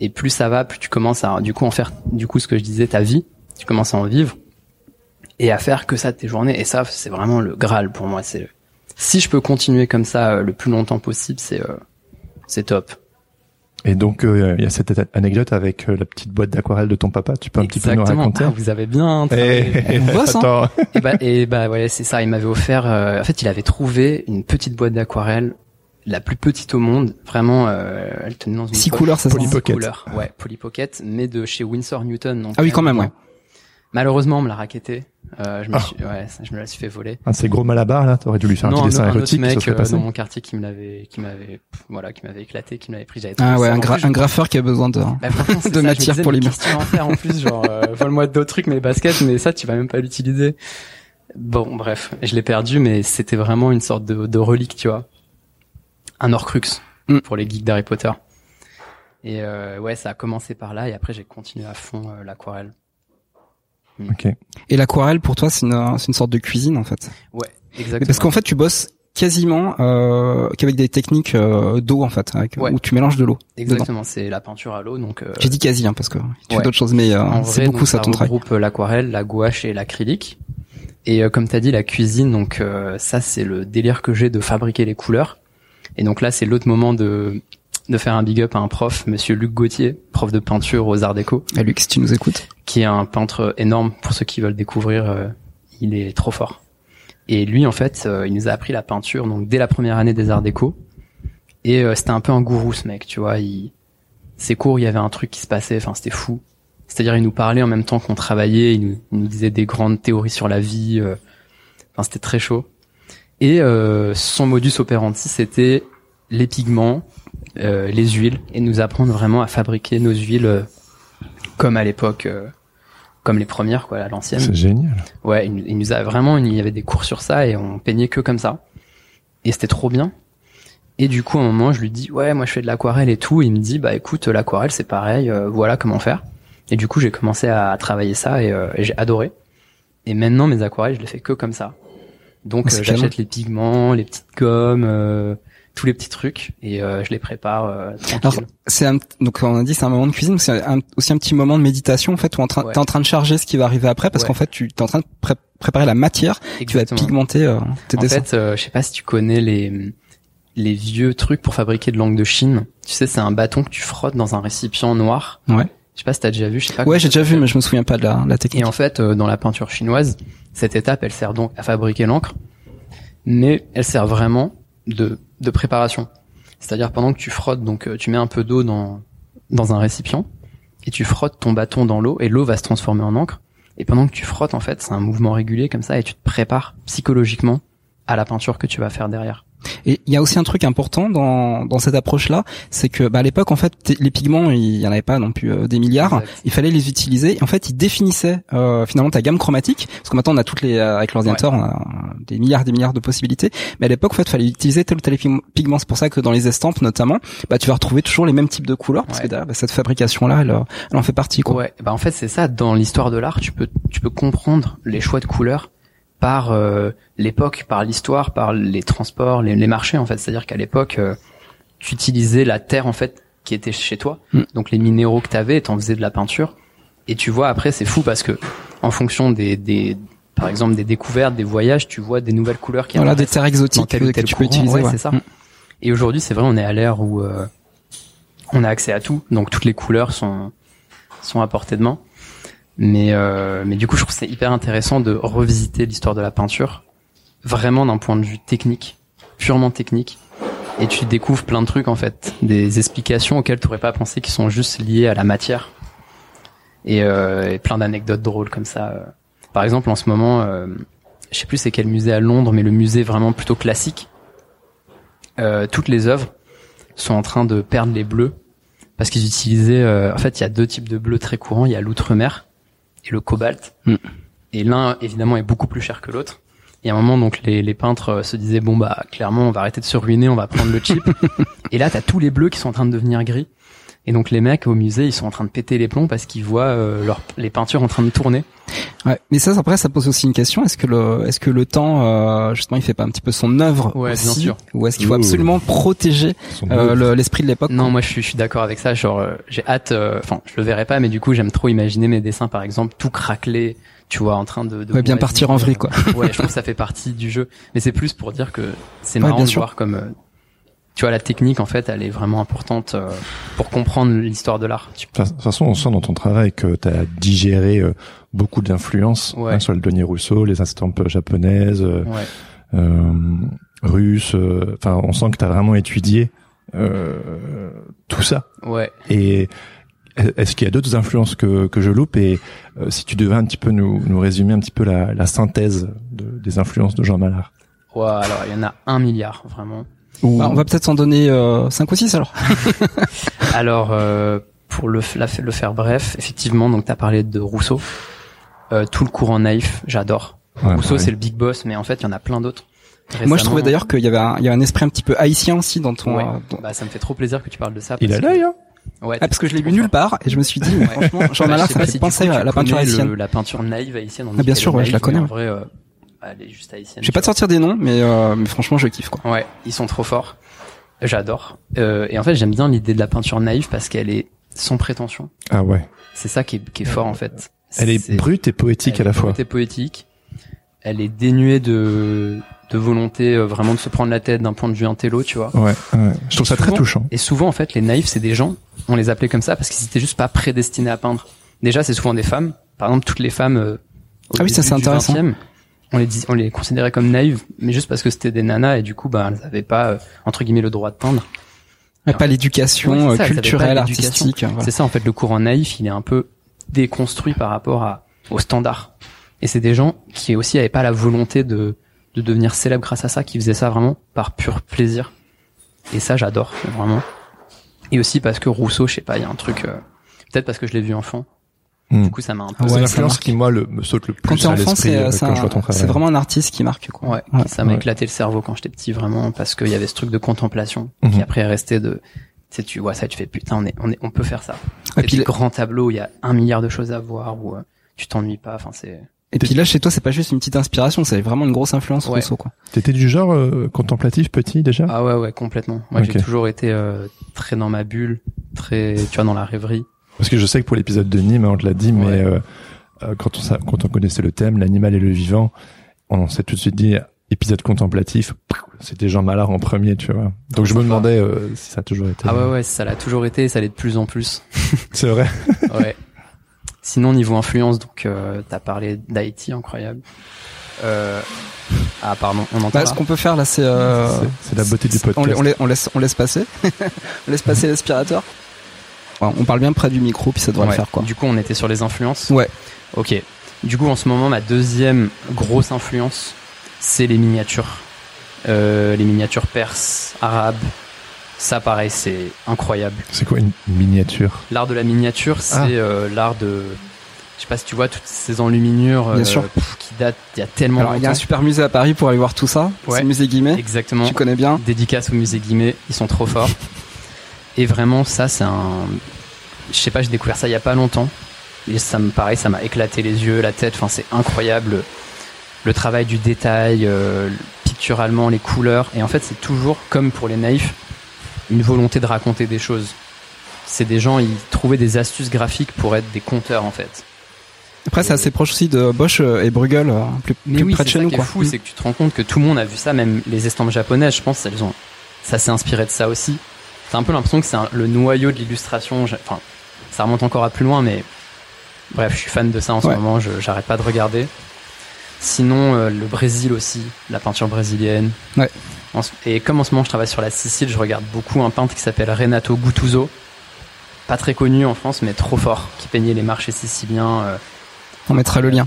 [SPEAKER 1] Et plus ça va, plus tu commences à, du coup, en faire, du coup, ce que je disais, ta vie. Tu commences à en vivre. Et à faire que ça de tes journées. Et ça, c'est vraiment le Graal pour moi. C'est, si je peux continuer comme ça euh, le plus longtemps possible, c'est, euh, c'est top.
[SPEAKER 2] Et donc, euh, il y a cette anecdote avec euh, la petite boîte d'aquarelle de ton papa. Tu peux un petit peu nous
[SPEAKER 1] Exactement.
[SPEAKER 2] raconter
[SPEAKER 1] Ah, vous avez bien travaillé.
[SPEAKER 2] Eh,
[SPEAKER 3] On voit ça.
[SPEAKER 2] Attends,
[SPEAKER 1] et bah, et bah ouais, c'est ça. Il m'avait offert. euh, en fait, il avait trouvé une petite boîte d'aquarelle, la plus petite au monde. Vraiment, euh, elle tenait dans une
[SPEAKER 3] Six
[SPEAKER 1] poche.
[SPEAKER 3] couleurs, ça se
[SPEAKER 2] Poly-
[SPEAKER 3] sent.
[SPEAKER 1] Six
[SPEAKER 2] Pocket.
[SPEAKER 1] couleurs. Ouais, Polly Pocket, mais de chez Windsor Newton. donc
[SPEAKER 3] Ah oui,
[SPEAKER 1] là,
[SPEAKER 3] quand même, ouais.
[SPEAKER 1] Malheureusement, on me l'a raquetté. Euh, je me
[SPEAKER 2] Ah.
[SPEAKER 1] suis, ouais, ça, je me la suis fait voler.
[SPEAKER 2] Un de ces Ah, gros malabar là, t'aurais dû lui faire un
[SPEAKER 1] non,
[SPEAKER 2] petit dessin
[SPEAKER 1] autre-
[SPEAKER 2] érotique,
[SPEAKER 1] autre
[SPEAKER 2] ça
[SPEAKER 1] mec
[SPEAKER 2] serait
[SPEAKER 1] euh,
[SPEAKER 2] passé.
[SPEAKER 1] dans mon quartier qui me l'avait, qui m'avait, pff, voilà, qui m'avait éclaté, qui me l'avait pris. J'avais
[SPEAKER 3] Ah
[SPEAKER 1] trouvé
[SPEAKER 3] ouais,
[SPEAKER 1] ça-
[SPEAKER 3] un,
[SPEAKER 1] en
[SPEAKER 3] gra-
[SPEAKER 1] plus,
[SPEAKER 3] un graffeur qui a besoin de...
[SPEAKER 1] bah, franchement, c'est
[SPEAKER 3] de
[SPEAKER 1] ça, je me
[SPEAKER 3] matière
[SPEAKER 1] disais,
[SPEAKER 3] pour
[SPEAKER 1] mais
[SPEAKER 3] les
[SPEAKER 1] Qu'est-ce que tu vas en faire en plus Genre, euh, vole-moi d'autres trucs, mes baskets, mais ça, tu vas même pas l'utiliser. Bon, bref, je l'ai perdu, mais c'était vraiment une sorte de, de relique, tu vois. Un Horcrux
[SPEAKER 3] Mm.
[SPEAKER 1] pour les geeks d'Harry Potter. Et euh, ouais, ça a commencé par là, et après j'ai continué à fond euh, l'aquarelle.
[SPEAKER 2] Ok.
[SPEAKER 3] Et l'aquarelle, pour toi, c'est une, c'est une sorte de cuisine, en fait.
[SPEAKER 1] Ouais,
[SPEAKER 3] Mais
[SPEAKER 1] exactement.
[SPEAKER 3] parce qu'en fait, tu bosses quasiment euh, qu'avec des techniques euh, d'eau, en fait, avec,
[SPEAKER 1] Ouais. Euh,
[SPEAKER 3] où tu mélanges de l'eau.
[SPEAKER 1] exactement, c'est la peinture à l'eau, donc. euh,
[SPEAKER 3] J'ai dit quasi, hein, parce que tu
[SPEAKER 1] Ouais.
[SPEAKER 3] fais d'autres choses, mais euh,
[SPEAKER 1] En
[SPEAKER 3] c'est
[SPEAKER 1] vrai,
[SPEAKER 3] beaucoup
[SPEAKER 1] donc,
[SPEAKER 3] ça, ton travail.
[SPEAKER 1] regroupe euh, l'aquarelle, la gouache et l'acrylique. Et euh, comme t'as dit, la cuisine, donc euh, ça c'est le délire que j'ai de fabriquer les couleurs. Et donc là, c'est l'autre moment de de faire un big up à un prof, Monsieur Luc Gauthier, prof de peinture aux Arts Déco,
[SPEAKER 3] Ah, Luc, si tu nous écoutes.
[SPEAKER 1] qui est un peintre énorme. Pour ceux qui veulent découvrir, euh, il est trop fort. Et lui, en fait, euh, il nous a appris la peinture donc dès la première année des Arts Déco. Et euh, c'était un peu un gourou ce mec, tu vois. Il... Ses cours, il y avait un truc qui se passait. Enfin, c'était fou. C'est-à-dire, il nous parlait en même temps qu'on travaillait. Il nous, il nous disait des grandes théories sur la vie. euh, Enfin, c'était très chaud. Et euh, son modus operandi, c'était les pigments, euh, les huiles, et nous apprendre vraiment à fabriquer nos huiles euh, comme à l'époque, euh, comme les premières, quoi, à l'ancienne.
[SPEAKER 2] C'est génial.
[SPEAKER 1] Ouais, il, il nous a vraiment, il y avait des cours sur ça et on peignait que comme ça. Et c'était trop bien. Et du coup, à un moment, je lui dis, ouais, moi je fais de l'aquarelle et tout. Il me dit, bah écoute, l'aquarelle c'est pareil, euh, voilà comment faire. Et du coup, j'ai commencé à travailler ça et, euh, et j'ai adoré. Et maintenant, mes aquarelles, je les fais que comme ça. Donc,
[SPEAKER 3] Ah, c'est
[SPEAKER 1] euh,
[SPEAKER 3] canon.
[SPEAKER 1] j'achète les pigments, les petites gommes, euh, tous les petits trucs et euh, je les prépare euh, tranquille.
[SPEAKER 3] Alors, c'est un, donc on a dit c'est un moment de cuisine, mais c'est un- aussi un petit moment de méditation en fait où en train,
[SPEAKER 1] Ouais.
[SPEAKER 3] t'es en train de charger ce qui va arriver après parce
[SPEAKER 1] Ouais.
[SPEAKER 3] qu'en fait tu t'es en train de pré- préparer la matière, tu vas
[SPEAKER 1] Exactement.
[SPEAKER 3] pigmenter euh, tes
[SPEAKER 1] En
[SPEAKER 3] dessins.
[SPEAKER 1] fait, euh, je sais pas si tu connais les les vieux trucs pour fabriquer de l'angle de Chine. Tu sais, c'est un bâton que tu frottes dans un récipient noir.
[SPEAKER 3] Ouais.
[SPEAKER 1] Je sais pas si t'as déjà vu. Je sais pas. comment
[SPEAKER 3] ouais, j'ai
[SPEAKER 1] ça
[SPEAKER 3] déjà vu,
[SPEAKER 1] s'appelle.
[SPEAKER 3] mais je me souviens pas de la, la technique.
[SPEAKER 1] Et en fait, euh, dans la peinture chinoise, cette étape, elle sert donc à fabriquer l'encre, mais elle sert vraiment de de préparation. C'est-à-dire pendant que tu frottes, donc euh, tu mets un peu d'eau dans dans un récipient et tu frottes ton bâton dans l'eau et l'eau va se transformer en encre. Et pendant que tu frottes, en fait, c'est un mouvement régulier comme ça et tu te prépares psychologiquement à la peinture que tu vas faire derrière.
[SPEAKER 3] Et il y a aussi un truc important dans, dans cette approche-là, c'est que bah, à l'époque, en fait, t- les pigments, il y en avait pas non plus euh, des milliards.
[SPEAKER 1] Exact.
[SPEAKER 3] Il fallait les utiliser. Et en fait, ils définissaient euh, finalement ta gamme chromatique, parce que maintenant on a toutes les euh, avec l'ordinateur, on a euh, des milliards, des milliards de possibilités. Mais à l'époque, en fait, il fallait utiliser tel ou tel pigme- pigment. C'est pour ça que dans les estampes, notamment, bah, tu vas retrouver toujours les mêmes types de couleurs, parce
[SPEAKER 1] Ouais.
[SPEAKER 3] que derrière, bah, cette fabrication-là, elle, euh, elle en fait partie. Quoi.
[SPEAKER 1] Ouais, bah en fait c'est ça. Dans l'histoire de l'art, tu peux tu peux comprendre les choix de couleurs par euh, l'époque, par l'histoire, par les transports, les, les marchés en fait. C'est-à-dire qu'à l'époque, euh, tu utilisais la terre en fait qui était chez toi,
[SPEAKER 3] Mm.
[SPEAKER 1] donc les minéraux que t'avais, et t'en faisais de la peinture. Et tu vois après c'est fou parce que en fonction des des par exemple des découvertes, des voyages, tu vois des nouvelles couleurs qui
[SPEAKER 3] Voilà, des
[SPEAKER 1] apparaissent
[SPEAKER 3] terres
[SPEAKER 1] dans
[SPEAKER 3] exotiques
[SPEAKER 1] tel
[SPEAKER 3] euh,
[SPEAKER 1] ou
[SPEAKER 3] que
[SPEAKER 1] tel
[SPEAKER 3] tu peux
[SPEAKER 1] courant.
[SPEAKER 3] utiliser.
[SPEAKER 1] Ouais,
[SPEAKER 3] ouais.
[SPEAKER 1] c'est ça.
[SPEAKER 3] Mm.
[SPEAKER 1] Et aujourd'hui, c'est vrai, on est à l'ère où euh, on a accès à tout, donc toutes les couleurs sont sont à portée de main. Mais, euh, mais du coup, je trouve que c'est hyper intéressant de revisiter l'histoire de la peinture, vraiment d'un point de vue technique, purement technique. Et tu découvres plein de trucs, en fait, des explications auxquelles tu n'aurais pas pensé qui sont juste liées à la matière. Et, euh, et plein d'anecdotes drôles comme ça. Par exemple, en ce moment, euh, je sais plus c'est quel musée à Londres, mais le musée vraiment plutôt classique, euh, toutes les œuvres sont en train de perdre les bleus parce qu'ils utilisaient. euh, en fait, il y a deux types de bleus très courants. Il y a l'outre-mer et le cobalt.
[SPEAKER 3] Mm.
[SPEAKER 1] Et l'un évidemment est beaucoup plus cher que l'autre. Et à un moment, donc les, les peintres euh, se disaient bon bah clairement on va arrêter de se ruiner, on va prendre le cheap. et là, t'as tous les bleus qui sont en train de devenir gris. Et donc les mecs au musée, ils sont en train de péter les plombs parce qu'ils voient euh, leurs- les peintures en train de tourner.
[SPEAKER 3] Ouais. Mais ça, après, ça pose aussi une question. Est-ce que le, est-ce que le temps, euh, justement, il fait pas un petit peu son œuvre
[SPEAKER 1] Ouais,
[SPEAKER 3] aussi,
[SPEAKER 1] bien sûr.
[SPEAKER 3] Ou est-ce qu'il faut
[SPEAKER 2] Ouh.
[SPEAKER 3] absolument protéger
[SPEAKER 2] Son
[SPEAKER 3] euh,
[SPEAKER 2] bleu.
[SPEAKER 3] le- l'esprit de l'époque
[SPEAKER 1] Non, moi je suis, je suis d'accord avec ça. Genre, euh, j'ai hâte. euh, Enfin, je le verrai pas, mais du coup, j'aime trop imaginer mes dessins, par exemple, tout craquelé, tu vois, en train de. de
[SPEAKER 3] Ouais, bien
[SPEAKER 1] moisir.
[SPEAKER 3] partir en vrille, quoi.
[SPEAKER 1] ouais, je trouve que ça fait partie du jeu. Mais c'est plus pour dire que c'est
[SPEAKER 3] Ouais,
[SPEAKER 1] marrant
[SPEAKER 3] bien
[SPEAKER 1] de
[SPEAKER 3] sûr.
[SPEAKER 1] voir comme. euh, tu vois, la technique, en fait, elle est vraiment importante euh, pour comprendre l'histoire de l'art. Tu-
[SPEAKER 2] De toute façon, on sent dans ton travail que tu as digéré euh, beaucoup d'influences
[SPEAKER 1] Ouais.
[SPEAKER 2] hein, sur le douanier Rousseau, les estampes japonaises, euh,
[SPEAKER 1] Ouais.
[SPEAKER 2] euh, russes. euh, Enfin, on sent que tu as vraiment étudié euh, tout ça.
[SPEAKER 1] Ouais.
[SPEAKER 2] Et est-ce qu'il y a d'autres influences que, que je loupe Et euh, si tu devais un petit peu nous, nous résumer un petit peu la, la synthèse de- des influences de Jean Mallard
[SPEAKER 1] Ouah, alors, il y en a un milliard, vraiment.
[SPEAKER 2] Ou-
[SPEAKER 3] Bah, on va peut-être s'en donner euh, 5 ou 6 alors.
[SPEAKER 1] Alors, euh, pour le, f- la f- le faire bref, effectivement, donc t'as parlé de Rousseau, Euh, tout le courant naïf, j'adore.
[SPEAKER 2] Ouais,
[SPEAKER 1] Rousseau,
[SPEAKER 2] pareil.
[SPEAKER 1] c'est le big boss, mais en fait, il y en a plein d'autres.
[SPEAKER 3] Ah Moi,
[SPEAKER 1] Récemment-
[SPEAKER 3] je trouvais d'ailleurs qu'il y avait un, il y a un esprit un petit peu haïtien aussi dans ton.
[SPEAKER 1] Ouais.
[SPEAKER 3] euh, dans-
[SPEAKER 1] Bah, ça me fait trop plaisir que tu parles de ça.
[SPEAKER 2] Il a
[SPEAKER 1] parce
[SPEAKER 2] l'œil, hein
[SPEAKER 1] que- Ouais.
[SPEAKER 3] Ah, parce que je l'ai lu nulle part et je me suis dit,
[SPEAKER 1] Ouais.
[SPEAKER 3] franchement, Jean
[SPEAKER 1] Bah, je
[SPEAKER 3] Mallard,
[SPEAKER 1] sais
[SPEAKER 3] ça
[SPEAKER 1] pas
[SPEAKER 3] me
[SPEAKER 1] si
[SPEAKER 3] fait
[SPEAKER 1] du coup,
[SPEAKER 3] penser
[SPEAKER 1] tu
[SPEAKER 3] à la peinture
[SPEAKER 1] connais le-
[SPEAKER 3] haïtienne.
[SPEAKER 1] la peinture naïve haïtienne. on dit
[SPEAKER 3] Ah, bien
[SPEAKER 1] qu'elle
[SPEAKER 3] sûr,
[SPEAKER 1] est
[SPEAKER 3] ouais, je la
[SPEAKER 1] naïve, mais
[SPEAKER 3] connais,
[SPEAKER 1] En
[SPEAKER 3] ouais.
[SPEAKER 1] vrai, euh, elle est juste haïtienne.
[SPEAKER 3] Je vais pas te sortir des noms, mais, euh, mais franchement, je kiffe quoi.
[SPEAKER 1] Ouais, ils sont trop forts. J'adore. Euh, et en fait, j'aime bien l'idée de la peinture naïve parce qu'elle est sans prétention.
[SPEAKER 2] Ah ouais.
[SPEAKER 1] C'est ça qui est, qui est fort en fait.
[SPEAKER 2] Elle est,
[SPEAKER 1] C'est-
[SPEAKER 2] brute et poétique
[SPEAKER 1] elle
[SPEAKER 2] à la
[SPEAKER 1] est
[SPEAKER 2] fois.
[SPEAKER 1] brute et poétique. Elle est dénuée de, de volonté euh, vraiment de se prendre la tête d'un point de vue intello, tu vois.
[SPEAKER 2] Ouais, ouais. Je trouve ça très
[SPEAKER 1] Souvent-
[SPEAKER 2] touchant.
[SPEAKER 1] Et souvent, en fait, les naïfs, c'est des gens, on les appelait comme ça parce qu'ils étaient juste pas prédestinés à peindre. Déjà, c'est souvent des femmes. Par exemple, toutes les femmes euh, au
[SPEAKER 3] Ah oui, ça,
[SPEAKER 1] début du
[SPEAKER 3] c'est intéressant.
[SPEAKER 1] 20e, on les, dis- on les considérait comme naïves, mais juste parce que c'était des nanas et du coup, ben, elles avaient pas, euh, entre guillemets, le droit de peindre.
[SPEAKER 3] Mais pas
[SPEAKER 1] Ouais,
[SPEAKER 3] l'éducation
[SPEAKER 1] c'est
[SPEAKER 3] euh,
[SPEAKER 1] ça, ça dépend
[SPEAKER 3] culturelle,
[SPEAKER 1] de l'éducation.
[SPEAKER 3] artistique. euh, voilà.
[SPEAKER 1] C'est ça, en fait, le courant naïf, il est un peu déconstruit par rapport à, aux standards. Et c'est des gens qui aussi n'avaient pas la volonté de, de devenir célèbres grâce à ça, qui faisaient ça vraiment par pur plaisir. Et ça, j'adore, vraiment. Et aussi parce que Rousseau, je sais pas, il y a un truc, euh, peut-être parce que je l'ai vu enfant.
[SPEAKER 2] Hmm.
[SPEAKER 1] Du coup, ça m'a un peu,
[SPEAKER 3] Ouais,
[SPEAKER 2] c'est
[SPEAKER 3] ça
[SPEAKER 2] l'influence
[SPEAKER 3] marque.
[SPEAKER 2] qui, moi, le, me saute le
[SPEAKER 3] Quand
[SPEAKER 2] plus
[SPEAKER 3] t'es
[SPEAKER 2] à
[SPEAKER 3] enfant,
[SPEAKER 2] l'esprit
[SPEAKER 3] c'est
[SPEAKER 2] euh,
[SPEAKER 3] c'est
[SPEAKER 2] quand je vois ton
[SPEAKER 3] un-
[SPEAKER 2] travail.
[SPEAKER 3] c'est vraiment un artiste qui marque quoi.
[SPEAKER 1] ouais, ça m'a éclaté le cerveau quand j'étais petit, vraiment, parce qu'il y avait ce truc de contemplation,
[SPEAKER 2] Mhm.
[SPEAKER 1] qui après est resté de, tu sais, tu vois ça, tu fais putain, on est, on est, on peut faire ça.
[SPEAKER 3] Et
[SPEAKER 1] Et puis
[SPEAKER 3] Ah, puis,
[SPEAKER 1] le grand tableau, il y a un milliard de choses à voir où euh, tu t'ennuies pas. Enfin, c'est
[SPEAKER 3] et puis là, chez toi, c'est pas juste une petite inspiration, c'est vraiment une grosse influence
[SPEAKER 1] Ouais.
[SPEAKER 3] Rousseau quoi.
[SPEAKER 2] T'étais du genre euh, contemplatif petit déjà
[SPEAKER 1] ah ouais ouais complètement. Moi
[SPEAKER 2] Ok.
[SPEAKER 1] j'ai toujours été euh, très dans ma bulle, très tu vois dans la rêverie.
[SPEAKER 2] Parce que je sais que pour l'épisode de Nîmes, hein, on te l'a dit, mais
[SPEAKER 1] Ouais.
[SPEAKER 2] euh, euh, quand, on, sa- quand on connaissait le thème, l'animal et le vivant, on s'est tout de suite dit épisode contemplatif. pouf, C'était Jean Mallard en premier, tu vois. Donc je me demandais euh, si ça a toujours été.
[SPEAKER 1] Ah ouais ouais ça l'a toujours été, et ça l'est de plus en plus.
[SPEAKER 2] C'est vrai.
[SPEAKER 1] Ouais. Sinon niveau influence donc euh, t'as parlé d'Haïti incroyable. Euh... Ah pardon on entend.
[SPEAKER 3] Bah,
[SPEAKER 1] là
[SPEAKER 3] ce qu'on peut faire là, c'est euh,
[SPEAKER 2] C'est- c'est la beauté du
[SPEAKER 3] c'est- on,
[SPEAKER 2] podcast.
[SPEAKER 3] la- on la- on laisse, on laisse passer, on laisse passer l'aspirateur. Ouais, on parle bien près du micro, puis ça devrait
[SPEAKER 1] Ouais.
[SPEAKER 3] le faire quoi.
[SPEAKER 1] Du coup on était sur les influences.
[SPEAKER 3] Ouais.
[SPEAKER 1] Ok. Du coup en ce moment ma deuxième grosse influence c'est les miniatures. Euh, les miniatures perses, arabes. Ça pareil c'est incroyable.
[SPEAKER 2] C'est quoi une miniature
[SPEAKER 1] L'art de la miniature, c'est
[SPEAKER 2] Ah.
[SPEAKER 1] euh, l'art de. Je sais pas si tu vois toutes ces enluminures euh,
[SPEAKER 3] Bien sûr.
[SPEAKER 1] pff, qui datent il y a tellement
[SPEAKER 3] Alors, il y a
[SPEAKER 1] longtemps.
[SPEAKER 3] un super musée à Paris pour aller voir tout ça.
[SPEAKER 1] Ouais.
[SPEAKER 3] C'est le musée Guimet.
[SPEAKER 1] Exactement.
[SPEAKER 3] Tu connais bien.
[SPEAKER 1] Dédicace au musée Guimet, ils sont trop forts. Et vraiment, ça, c'est un. Je sais pas, j'ai découvert ça il y a pas longtemps. Et ça me paraît, ça m'a éclaté les yeux, la tête. Enfin, c'est incroyable. Le travail du détail, euh, picturalement, les couleurs. Et en fait, c'est toujours, comme pour les naïfs, une volonté de raconter des choses. C'est des gens, ils trouvaient des astuces graphiques pour être des conteurs, en fait.
[SPEAKER 3] Après, c'est
[SPEAKER 1] Et-
[SPEAKER 3] assez proche aussi de Bosch euh, et Bruegel, euh, plus,
[SPEAKER 1] Mais
[SPEAKER 3] plus
[SPEAKER 1] oui,
[SPEAKER 3] près
[SPEAKER 1] c'est
[SPEAKER 3] de chez
[SPEAKER 1] ça
[SPEAKER 3] nous
[SPEAKER 1] qui est
[SPEAKER 3] quoi.
[SPEAKER 1] fou, c'est que tu te rends compte que tout le monde a vu ça, même les estampes japonaises, je pense, elles ont, ça s'est inspiré de ça aussi. T'as un peu l'impression que c'est un- le noyau de l'illustration. j'ai- Enfin, ça remonte encore à plus loin, mais Bref, je suis fan de ça en ce
[SPEAKER 3] Ouais.
[SPEAKER 1] moment, je- j'arrête pas de regarder. Sinon, euh, le Brésil aussi, la peinture brésilienne.
[SPEAKER 3] Ouais.
[SPEAKER 1] En ce- et comme en ce moment je travaille sur la Sicile, je regarde beaucoup un peintre qui s'appelle Renato Guttuso, pas très connu en France, mais trop fort, qui peignait les marchés siciliens. euh,
[SPEAKER 3] On mettra le lien.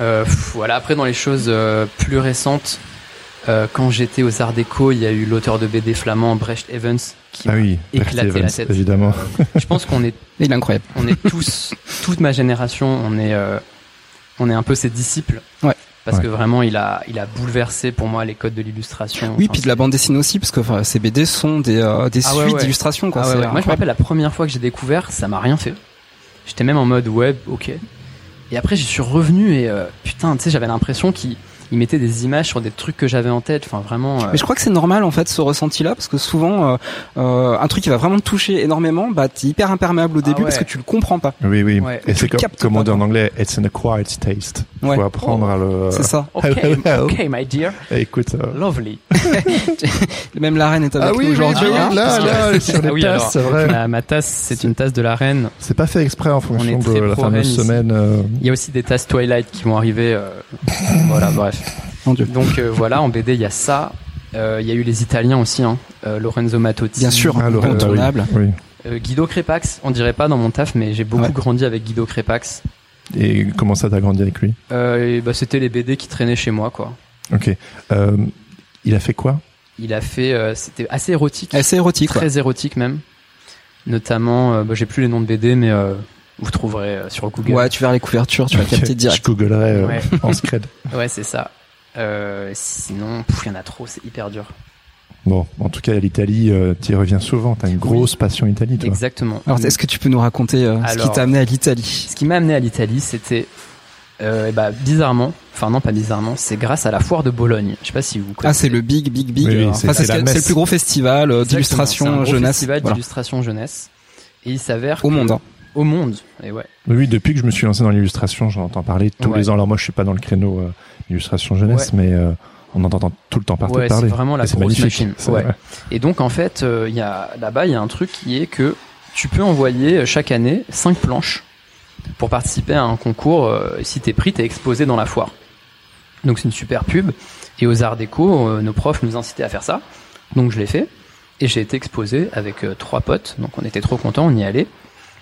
[SPEAKER 1] euh, pff, voilà, après dans les choses euh, plus récentes, euh, quand j'étais aux Arts Déco, il y a eu l'auteur de BD flamand Brecht Evans qui
[SPEAKER 2] Ah oui,
[SPEAKER 1] éclaté
[SPEAKER 2] Bertie
[SPEAKER 1] la
[SPEAKER 2] Evans,
[SPEAKER 1] tête.
[SPEAKER 2] évidemment.
[SPEAKER 1] je pense qu'on est
[SPEAKER 3] Il est incroyable.
[SPEAKER 1] on est tous, toute ma génération, on est, euh, on est un peu ses disciples.
[SPEAKER 3] Ouais.
[SPEAKER 1] Parce
[SPEAKER 2] Ouais.
[SPEAKER 1] que vraiment, il a, il a bouleversé pour moi les codes de l'illustration.
[SPEAKER 3] Oui,
[SPEAKER 1] Enfin,
[SPEAKER 3] puis de la bande dessinée aussi, parce que enfin, ces BD sont des, euh, des
[SPEAKER 1] Ah ouais,
[SPEAKER 3] suites
[SPEAKER 1] ouais.
[SPEAKER 3] d'illustrations. quoi.
[SPEAKER 1] ah ouais,
[SPEAKER 3] C'est
[SPEAKER 1] ouais. Moi, je me
[SPEAKER 3] incroyable.
[SPEAKER 1] rappelle la première fois que j'ai découvert, ça m'a rien fait. J'étais même en mode web, ok. Et après, j'y suis revenu et euh, putain, tu sais, j'avais l'impression qu'il il mettait des images sur des trucs que j'avais en tête. Enfin, vraiment. euh,
[SPEAKER 3] Mais je crois que c'est normal en fait ce ressenti-là parce que souvent euh, euh, un truc qui va vraiment te toucher énormément, bah t'es hyper imperméable au
[SPEAKER 1] Ah
[SPEAKER 3] début parce
[SPEAKER 1] ouais.
[SPEAKER 3] que tu le comprends pas.
[SPEAKER 2] Oui, oui.
[SPEAKER 1] Ouais.
[SPEAKER 2] Et c'est
[SPEAKER 3] Tu
[SPEAKER 2] comme,
[SPEAKER 3] captes
[SPEAKER 2] comme on
[SPEAKER 3] pas,
[SPEAKER 2] dit en anglais, it's an acquired taste.
[SPEAKER 3] Ouais.
[SPEAKER 2] Faut apprendre à le.
[SPEAKER 3] C'est ça.
[SPEAKER 1] Ok, ok, my dear,
[SPEAKER 2] Eh, Écoute. euh,
[SPEAKER 1] lovely.
[SPEAKER 3] Même la reine est avec
[SPEAKER 2] Ah
[SPEAKER 3] nous
[SPEAKER 2] oui, oui,
[SPEAKER 3] aujourd'hui.
[SPEAKER 1] bah
[SPEAKER 2] oui, là,
[SPEAKER 3] hein.
[SPEAKER 2] là, sur les
[SPEAKER 1] Ah oui,
[SPEAKER 2] tasses,
[SPEAKER 1] alors.
[SPEAKER 2] c'est vrai.
[SPEAKER 1] Ma, ma tasse, c'est une tasse de la reine.
[SPEAKER 2] C'est pas fait exprès en fonction
[SPEAKER 1] est
[SPEAKER 2] de
[SPEAKER 1] très
[SPEAKER 2] la
[SPEAKER 1] pro
[SPEAKER 2] fameuse
[SPEAKER 1] Rennes ici.
[SPEAKER 2] semaine. euh,
[SPEAKER 1] Il y a aussi des tasses Twilight qui vont arriver. euh, voilà, bref.
[SPEAKER 3] Mon Dieu.
[SPEAKER 1] Donc euh, voilà, en BD, il y a ça. Euh, Il y a eu les Italiens aussi, hein. Euh, Lorenzo Mattotti.
[SPEAKER 3] Bien sûr,
[SPEAKER 2] Ah, Lorraine, bah oui.
[SPEAKER 3] incontournable.
[SPEAKER 2] Oui.
[SPEAKER 1] Euh, Guido Crépax, on dirait pas dans mon taf, mais j'ai beaucoup
[SPEAKER 3] Ouais.
[SPEAKER 1] grandi avec Guido Crépax.
[SPEAKER 2] Et comment ça t'as grandi avec lui
[SPEAKER 1] Euh, et bah, C'était les BD qui traînaient chez moi, quoi.
[SPEAKER 2] Ok. Euh, il a fait quoi
[SPEAKER 1] Il a fait. euh, C'était assez érotique,
[SPEAKER 3] Eh, C'est érotique. ouais.
[SPEAKER 1] très érotique même. Notamment, euh, bah, j'ai plus les noms de BD, mais euh, vous trouverez euh, sur Google.
[SPEAKER 3] Ouais, tu verras les couvertures, tu vas
[SPEAKER 2] Ok,
[SPEAKER 3] capter direct.
[SPEAKER 2] Je googlerai euh,
[SPEAKER 1] Ouais.
[SPEAKER 2] en scred.
[SPEAKER 1] Ouais, c'est ça. Euh, sinon, pff, il y en a trop, c'est hyper dur.
[SPEAKER 2] Bon, en tout cas, l'Italie, tu y reviens souvent. T'as une grosse passion Italie, toi.
[SPEAKER 1] Exactement.
[SPEAKER 3] Alors, est-ce que tu peux nous raconter euh, ce qui
[SPEAKER 1] Alors-
[SPEAKER 3] t'a amené à l'Italie
[SPEAKER 1] Ce qui m'a amené à l'Italie, c'était euh, eh ben, bizarrement, enfin non pas bizarrement, c'est grâce à la foire de Bologne. Je sais pas si vous
[SPEAKER 3] Ah,
[SPEAKER 1] connaissez.
[SPEAKER 3] c'est le big, big, big.
[SPEAKER 2] Oui, oui,
[SPEAKER 3] euh,
[SPEAKER 2] c'est- c'est
[SPEAKER 3] enfin, c'est ce
[SPEAKER 2] la
[SPEAKER 3] qu'il y a- c'est le
[SPEAKER 2] messe.
[SPEAKER 3] plus gros festival euh,
[SPEAKER 1] Exactement, c'est un
[SPEAKER 3] d'illustration
[SPEAKER 1] gros
[SPEAKER 3] jeunesse
[SPEAKER 1] Festival
[SPEAKER 3] voilà,
[SPEAKER 1] d'illustration jeunesse. Et il s'avère
[SPEAKER 3] au
[SPEAKER 1] que-
[SPEAKER 3] monde. hein.
[SPEAKER 1] Au monde. Et ouais.
[SPEAKER 2] Oui, depuis que je me suis lancé dans l'illustration, j'en entends parler tous
[SPEAKER 1] Ouais.
[SPEAKER 2] les ans. Alors moi, je suis pas dans le créneau euh, illustration jeunesse, mais euh, on en entend tout le temps partout
[SPEAKER 1] Ouais,
[SPEAKER 2] parler.
[SPEAKER 1] c'est vraiment la
[SPEAKER 2] Et c'est
[SPEAKER 1] grosse
[SPEAKER 2] magnifique.
[SPEAKER 1] machine.
[SPEAKER 2] C'est-
[SPEAKER 1] Ouais. Et donc en fait, euh, il y a là-bas, il y a un truc qui est que tu peux envoyer euh, chaque année cinq planches pour participer à un concours. euh, si t'es pris, t'es exposé dans la foire. Donc c'est une super pub. Et aux Arts Déco, euh, nos profs nous incitaient à faire ça. Donc je l'ai fait. Et j'ai été exposé avec euh, trois potes. Donc on était trop contents, on y allait.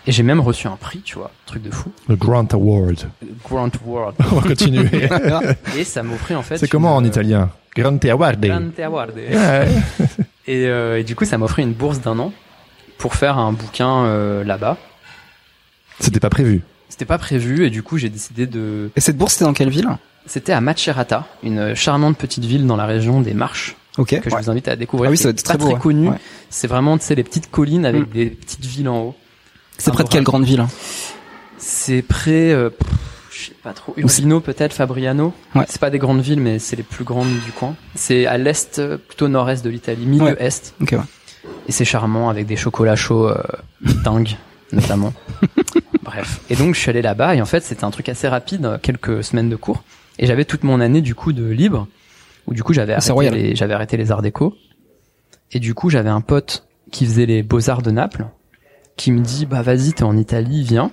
[SPEAKER 1] Et j'ai même reçu un prix, tu vois, truc de fou.
[SPEAKER 2] Le Grant Award.
[SPEAKER 1] Grant World.
[SPEAKER 2] on va continuer.
[SPEAKER 1] Et ça m'offrait en fait.
[SPEAKER 2] c'est comment en
[SPEAKER 1] une, euh,
[SPEAKER 2] italien Grant Award.
[SPEAKER 1] Grande Award.
[SPEAKER 2] Ouais.
[SPEAKER 1] Et, euh, et du coup, ça m'offrait une bourse d'un an pour faire un bouquin euh, là-bas.
[SPEAKER 2] C'était pas prévu.
[SPEAKER 1] C'était pas prévu et du coup, j'ai décidé de.
[SPEAKER 3] Et cette bourse, c'était dans quelle ville
[SPEAKER 1] C'était à Macerata, une charmante petite ville dans la région des Marches
[SPEAKER 3] Ok.
[SPEAKER 1] que je
[SPEAKER 3] Ouais.
[SPEAKER 1] vous invite à découvrir.
[SPEAKER 3] Ah oui,
[SPEAKER 1] qui
[SPEAKER 3] ça doit
[SPEAKER 1] est
[SPEAKER 3] être
[SPEAKER 1] pas
[SPEAKER 3] très beau. ouais.
[SPEAKER 1] connu.
[SPEAKER 3] Ouais.
[SPEAKER 1] C'est vraiment, tu sais, les petites collines avec
[SPEAKER 3] Mm.
[SPEAKER 1] des petites villes en haut.
[SPEAKER 3] C'est près de quelle
[SPEAKER 1] Adorable.
[SPEAKER 3] grande ville hein
[SPEAKER 1] C'est près, euh, pff, je sais pas trop,
[SPEAKER 3] Ou c'est-
[SPEAKER 1] Urbino peut-être, Fabriano.
[SPEAKER 3] Ouais.
[SPEAKER 1] C'est pas des grandes villes, mais c'est les plus grandes du coin. C'est à l'est, euh, plutôt nord-est de l'Italie,
[SPEAKER 3] Ouais.
[SPEAKER 1] milieu-est.
[SPEAKER 3] Ok. ouais.
[SPEAKER 1] Et c'est charmant avec des chocolats chauds euh, dingues, notamment. Bref. Et donc je suis allé là-bas et en fait c'était un truc assez rapide, euh, quelques semaines de cours. Et j'avais toute mon année du coup de libre, où du coup j'avais
[SPEAKER 3] Ah, C'est
[SPEAKER 1] arrêté,
[SPEAKER 3] royal.
[SPEAKER 1] les, j'avais arrêté les arts déco. Et du coup j'avais un pote qui faisait les beaux-arts de Naples, qui me dit bah vas-y t'es en Italie, viens.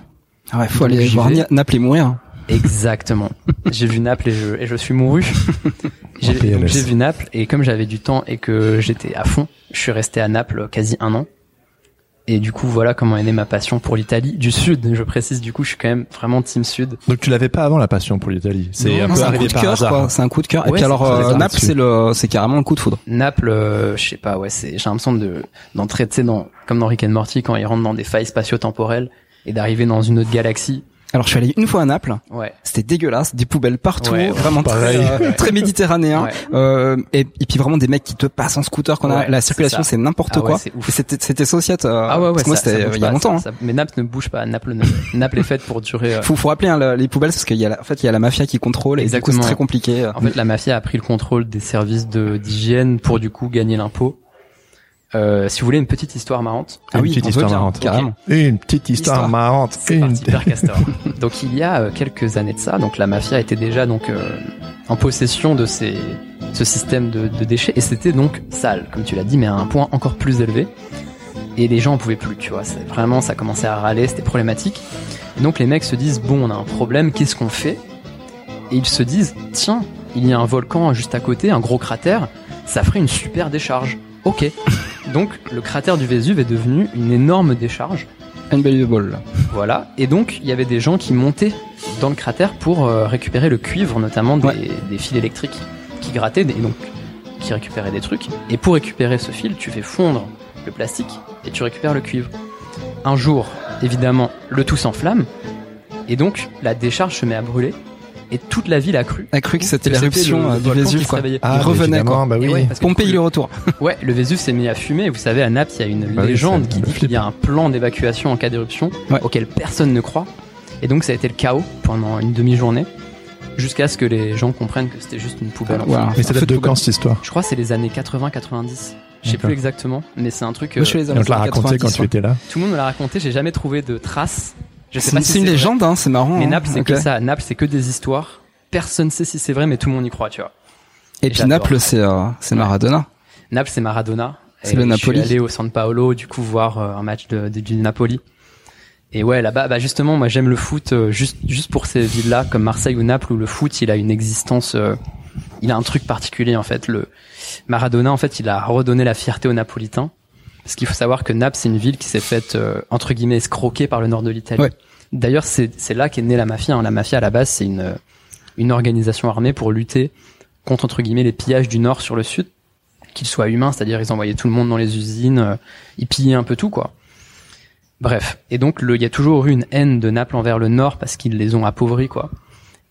[SPEAKER 3] Ah ouais, faut
[SPEAKER 1] Donc,
[SPEAKER 3] aller
[SPEAKER 1] j'y
[SPEAKER 3] voir
[SPEAKER 1] vais.
[SPEAKER 3] Ni- Naples et mourir.
[SPEAKER 1] Exactement. j'ai vu Naples et je, et je suis mouru.
[SPEAKER 2] En
[SPEAKER 1] j'ai,
[SPEAKER 2] PLS.
[SPEAKER 1] donc, j'ai vu Naples et comme j'avais du temps et que j'étais à fond, je suis resté à Naples quasi un an. Et du coup, voilà comment est née ma passion pour l'Italie du Sud. Je précise, du coup, je suis quand même vraiment team Sud.
[SPEAKER 2] Donc tu l'avais pas avant la passion pour l'Italie. C'est
[SPEAKER 3] Non,
[SPEAKER 2] un
[SPEAKER 3] non,
[SPEAKER 2] peu
[SPEAKER 3] c'est un coup
[SPEAKER 2] arrivé
[SPEAKER 3] de
[SPEAKER 2] par
[SPEAKER 3] cœur,
[SPEAKER 2] hasard. hein.
[SPEAKER 3] quoi. C'est un coup de cœur. Et
[SPEAKER 1] Ouais,
[SPEAKER 3] puis
[SPEAKER 1] c'est
[SPEAKER 3] alors,
[SPEAKER 1] très
[SPEAKER 3] euh,
[SPEAKER 1] hasard
[SPEAKER 3] Naples,
[SPEAKER 2] là-dessus.
[SPEAKER 3] c'est le, c'est carrément le coup de foudre.
[SPEAKER 1] Naples, euh, je sais pas, ouais, c'est, j'ai l'impression de, d'entrer, tu sais, dans, comme dans Rick and Morty, quand ils rentrent dans des failles spatio-temporelles et d'arriver dans une autre galaxie.
[SPEAKER 3] Alors, je suis allé une fois à Naples.
[SPEAKER 1] Ouais.
[SPEAKER 3] C'était dégueulasse, des poubelles partout,
[SPEAKER 1] Ouais,
[SPEAKER 3] vraiment très,
[SPEAKER 2] pareil.
[SPEAKER 3] euh, très méditerranéen.
[SPEAKER 1] Ouais.
[SPEAKER 3] Euh, et, et puis vraiment des mecs qui te passent en scooter. Qu'on a,
[SPEAKER 1] Ouais,
[SPEAKER 3] la
[SPEAKER 1] c'est
[SPEAKER 3] circulation,
[SPEAKER 1] ça.
[SPEAKER 3] c'est n'importe
[SPEAKER 1] Ah ouais,
[SPEAKER 3] quoi.
[SPEAKER 1] c'est ouf.
[SPEAKER 3] Et c'était, c'était sociète. euh,
[SPEAKER 1] Ah ouais, ouais,
[SPEAKER 3] parce que moi,
[SPEAKER 1] ça- ça
[SPEAKER 3] c'était
[SPEAKER 1] bouge
[SPEAKER 3] il y a
[SPEAKER 1] pas,
[SPEAKER 3] longtemps.
[SPEAKER 1] ça- ça- hein. mais Naples ne bouge pas. Naples, ne- Naples est faite pour durer. euh,
[SPEAKER 3] hein. Faut, faut rappeler hein, la- les poubelles parce qu'il y a, la, en fait, il y a la mafia qui contrôle et du coup, c'est
[SPEAKER 1] Exactement.
[SPEAKER 3] très compliqué. euh.
[SPEAKER 1] En fait, la mafia a pris le contrôle des services de d'hygiène pour du coup gagner l'impôt. Euh, si vous voulez une petite histoire marrante,
[SPEAKER 3] ah
[SPEAKER 2] Une
[SPEAKER 3] oui,
[SPEAKER 2] petite
[SPEAKER 3] on veut
[SPEAKER 2] histoire
[SPEAKER 3] bien,
[SPEAKER 2] marrante.
[SPEAKER 3] carrément.
[SPEAKER 2] Une petite histoire,
[SPEAKER 3] Histoire.
[SPEAKER 2] marrante.
[SPEAKER 1] c'est
[SPEAKER 2] Une-
[SPEAKER 1] parti Père Castor. donc il y a euh, quelques années de ça, donc la mafia était déjà donc euh, en possession de ces ce système de, de déchets et c'était donc sale, comme tu l'as dit, mais à un point encore plus élevé. et les gens en pouvaient plus, tu vois. C'est vraiment, ça commençait à râler, c'était problématique. Et donc les mecs se disent bon, on a un problème, qu'est-ce qu'on fait Et ils se disent tiens, il y a un volcan juste à côté, un gros cratère, ça ferait une super décharge. Ok. Donc le cratère du Vésuve est devenu une énorme décharge.
[SPEAKER 3] Unbelievable.
[SPEAKER 1] Voilà. Et donc, il y avait des gens qui montaient dans le cratère pour euh, récupérer le cuivre, notamment des,
[SPEAKER 3] Ouais.
[SPEAKER 1] des fils électriques qui grattaient, des- donc qui récupéraient des trucs. Et pour récupérer ce fil, tu fais fondre le plastique et tu récupères le cuivre. Un jour, évidemment, le tout s'enflamme. Et donc, la décharge se met à brûler. Et toute la ville a cru.
[SPEAKER 3] A cru que c'était
[SPEAKER 1] le
[SPEAKER 3] l'éruption euh, du
[SPEAKER 1] volcan qui
[SPEAKER 3] Vésuve,
[SPEAKER 1] se
[SPEAKER 3] quoi.
[SPEAKER 1] réveillait.
[SPEAKER 3] Il revenait, Eh
[SPEAKER 2] évidemment, Bah
[SPEAKER 1] Et
[SPEAKER 2] oui.
[SPEAKER 1] ouais, parce que
[SPEAKER 3] Pompéi
[SPEAKER 1] le-
[SPEAKER 3] le retour.
[SPEAKER 1] Ouais, le Vésuve s'est mis à fumer. Vous savez, à Naples, il y a une
[SPEAKER 2] Bah oui,
[SPEAKER 1] légende
[SPEAKER 2] ça,
[SPEAKER 1] qui
[SPEAKER 2] le
[SPEAKER 1] dit
[SPEAKER 2] flip.
[SPEAKER 1] qu'il y a un plan d'évacuation en cas d'éruption
[SPEAKER 3] Ouais.
[SPEAKER 1] auquel personne ne croit. Et donc, ça a été le chaos pendant une demi-journée jusqu'à ce que les gens comprennent que c'était juste une poubelle. en
[SPEAKER 3] Ouais,
[SPEAKER 1] fait.
[SPEAKER 3] un
[SPEAKER 2] Mais ça
[SPEAKER 3] feu
[SPEAKER 2] date de
[SPEAKER 3] poubelle.
[SPEAKER 2] quand cette histoire
[SPEAKER 1] Je crois que c'est les années 80-90. Je sais
[SPEAKER 2] D'accord.
[SPEAKER 1] plus exactement, mais c'est un truc. euh,
[SPEAKER 3] Moi, je suis les
[SPEAKER 2] Et On te l'a
[SPEAKER 3] années
[SPEAKER 2] raconté quand
[SPEAKER 3] 90,
[SPEAKER 2] tu étais là.
[SPEAKER 1] tout le monde me l'a raconté. J'ai jamais trouvé de traces. Je sais
[SPEAKER 3] C'est
[SPEAKER 1] pas
[SPEAKER 3] une,
[SPEAKER 1] si
[SPEAKER 3] c'est une
[SPEAKER 1] vrai.
[SPEAKER 3] légende, hein, c'est marrant.
[SPEAKER 1] Mais
[SPEAKER 3] hein.
[SPEAKER 1] Naples, c'est
[SPEAKER 3] Ok.
[SPEAKER 1] que ça. Naples, c'est que des histoires. Personne sait si c'est vrai, mais tout le monde y croit, tu vois.
[SPEAKER 3] Et puis
[SPEAKER 1] J'adore.
[SPEAKER 3] Naples, c'est euh, c'est Maradona.
[SPEAKER 1] Naples, c'est Maradona.
[SPEAKER 3] C'est
[SPEAKER 1] Et
[SPEAKER 3] le Napoli.
[SPEAKER 1] Je suis allé au San Paolo, du coup, voir euh, un match de, de- du Napoli. Et ouais, là-bas, bah justement, moi, j'aime le foot euh, juste juste pour ces villes-là, comme Marseille ou Naples, où le foot, il a une existence, euh, il a un truc particulier en fait. Le Maradona, en fait, il a redonné la fierté aux Napolitains, parce qu'il faut savoir que Naples, c'est une ville qui s'est faite euh, entre guillemets escroquer par le nord de l'Italie.
[SPEAKER 3] Ouais.
[SPEAKER 1] D'ailleurs, c'est c'est là qu'est née la mafia. hein. La mafia, à la base, c'est une euh, une organisation armée pour lutter contre entre guillemets les pillages du nord sur le sud qu'ils soient humains, c'est-à-dire ils envoyaient tout le monde dans les usines, euh, ils pillaient un peu tout quoi. Bref, et donc le- il y a toujours eu une haine de Naples envers le Nord parce qu'ils les ont appauvris quoi.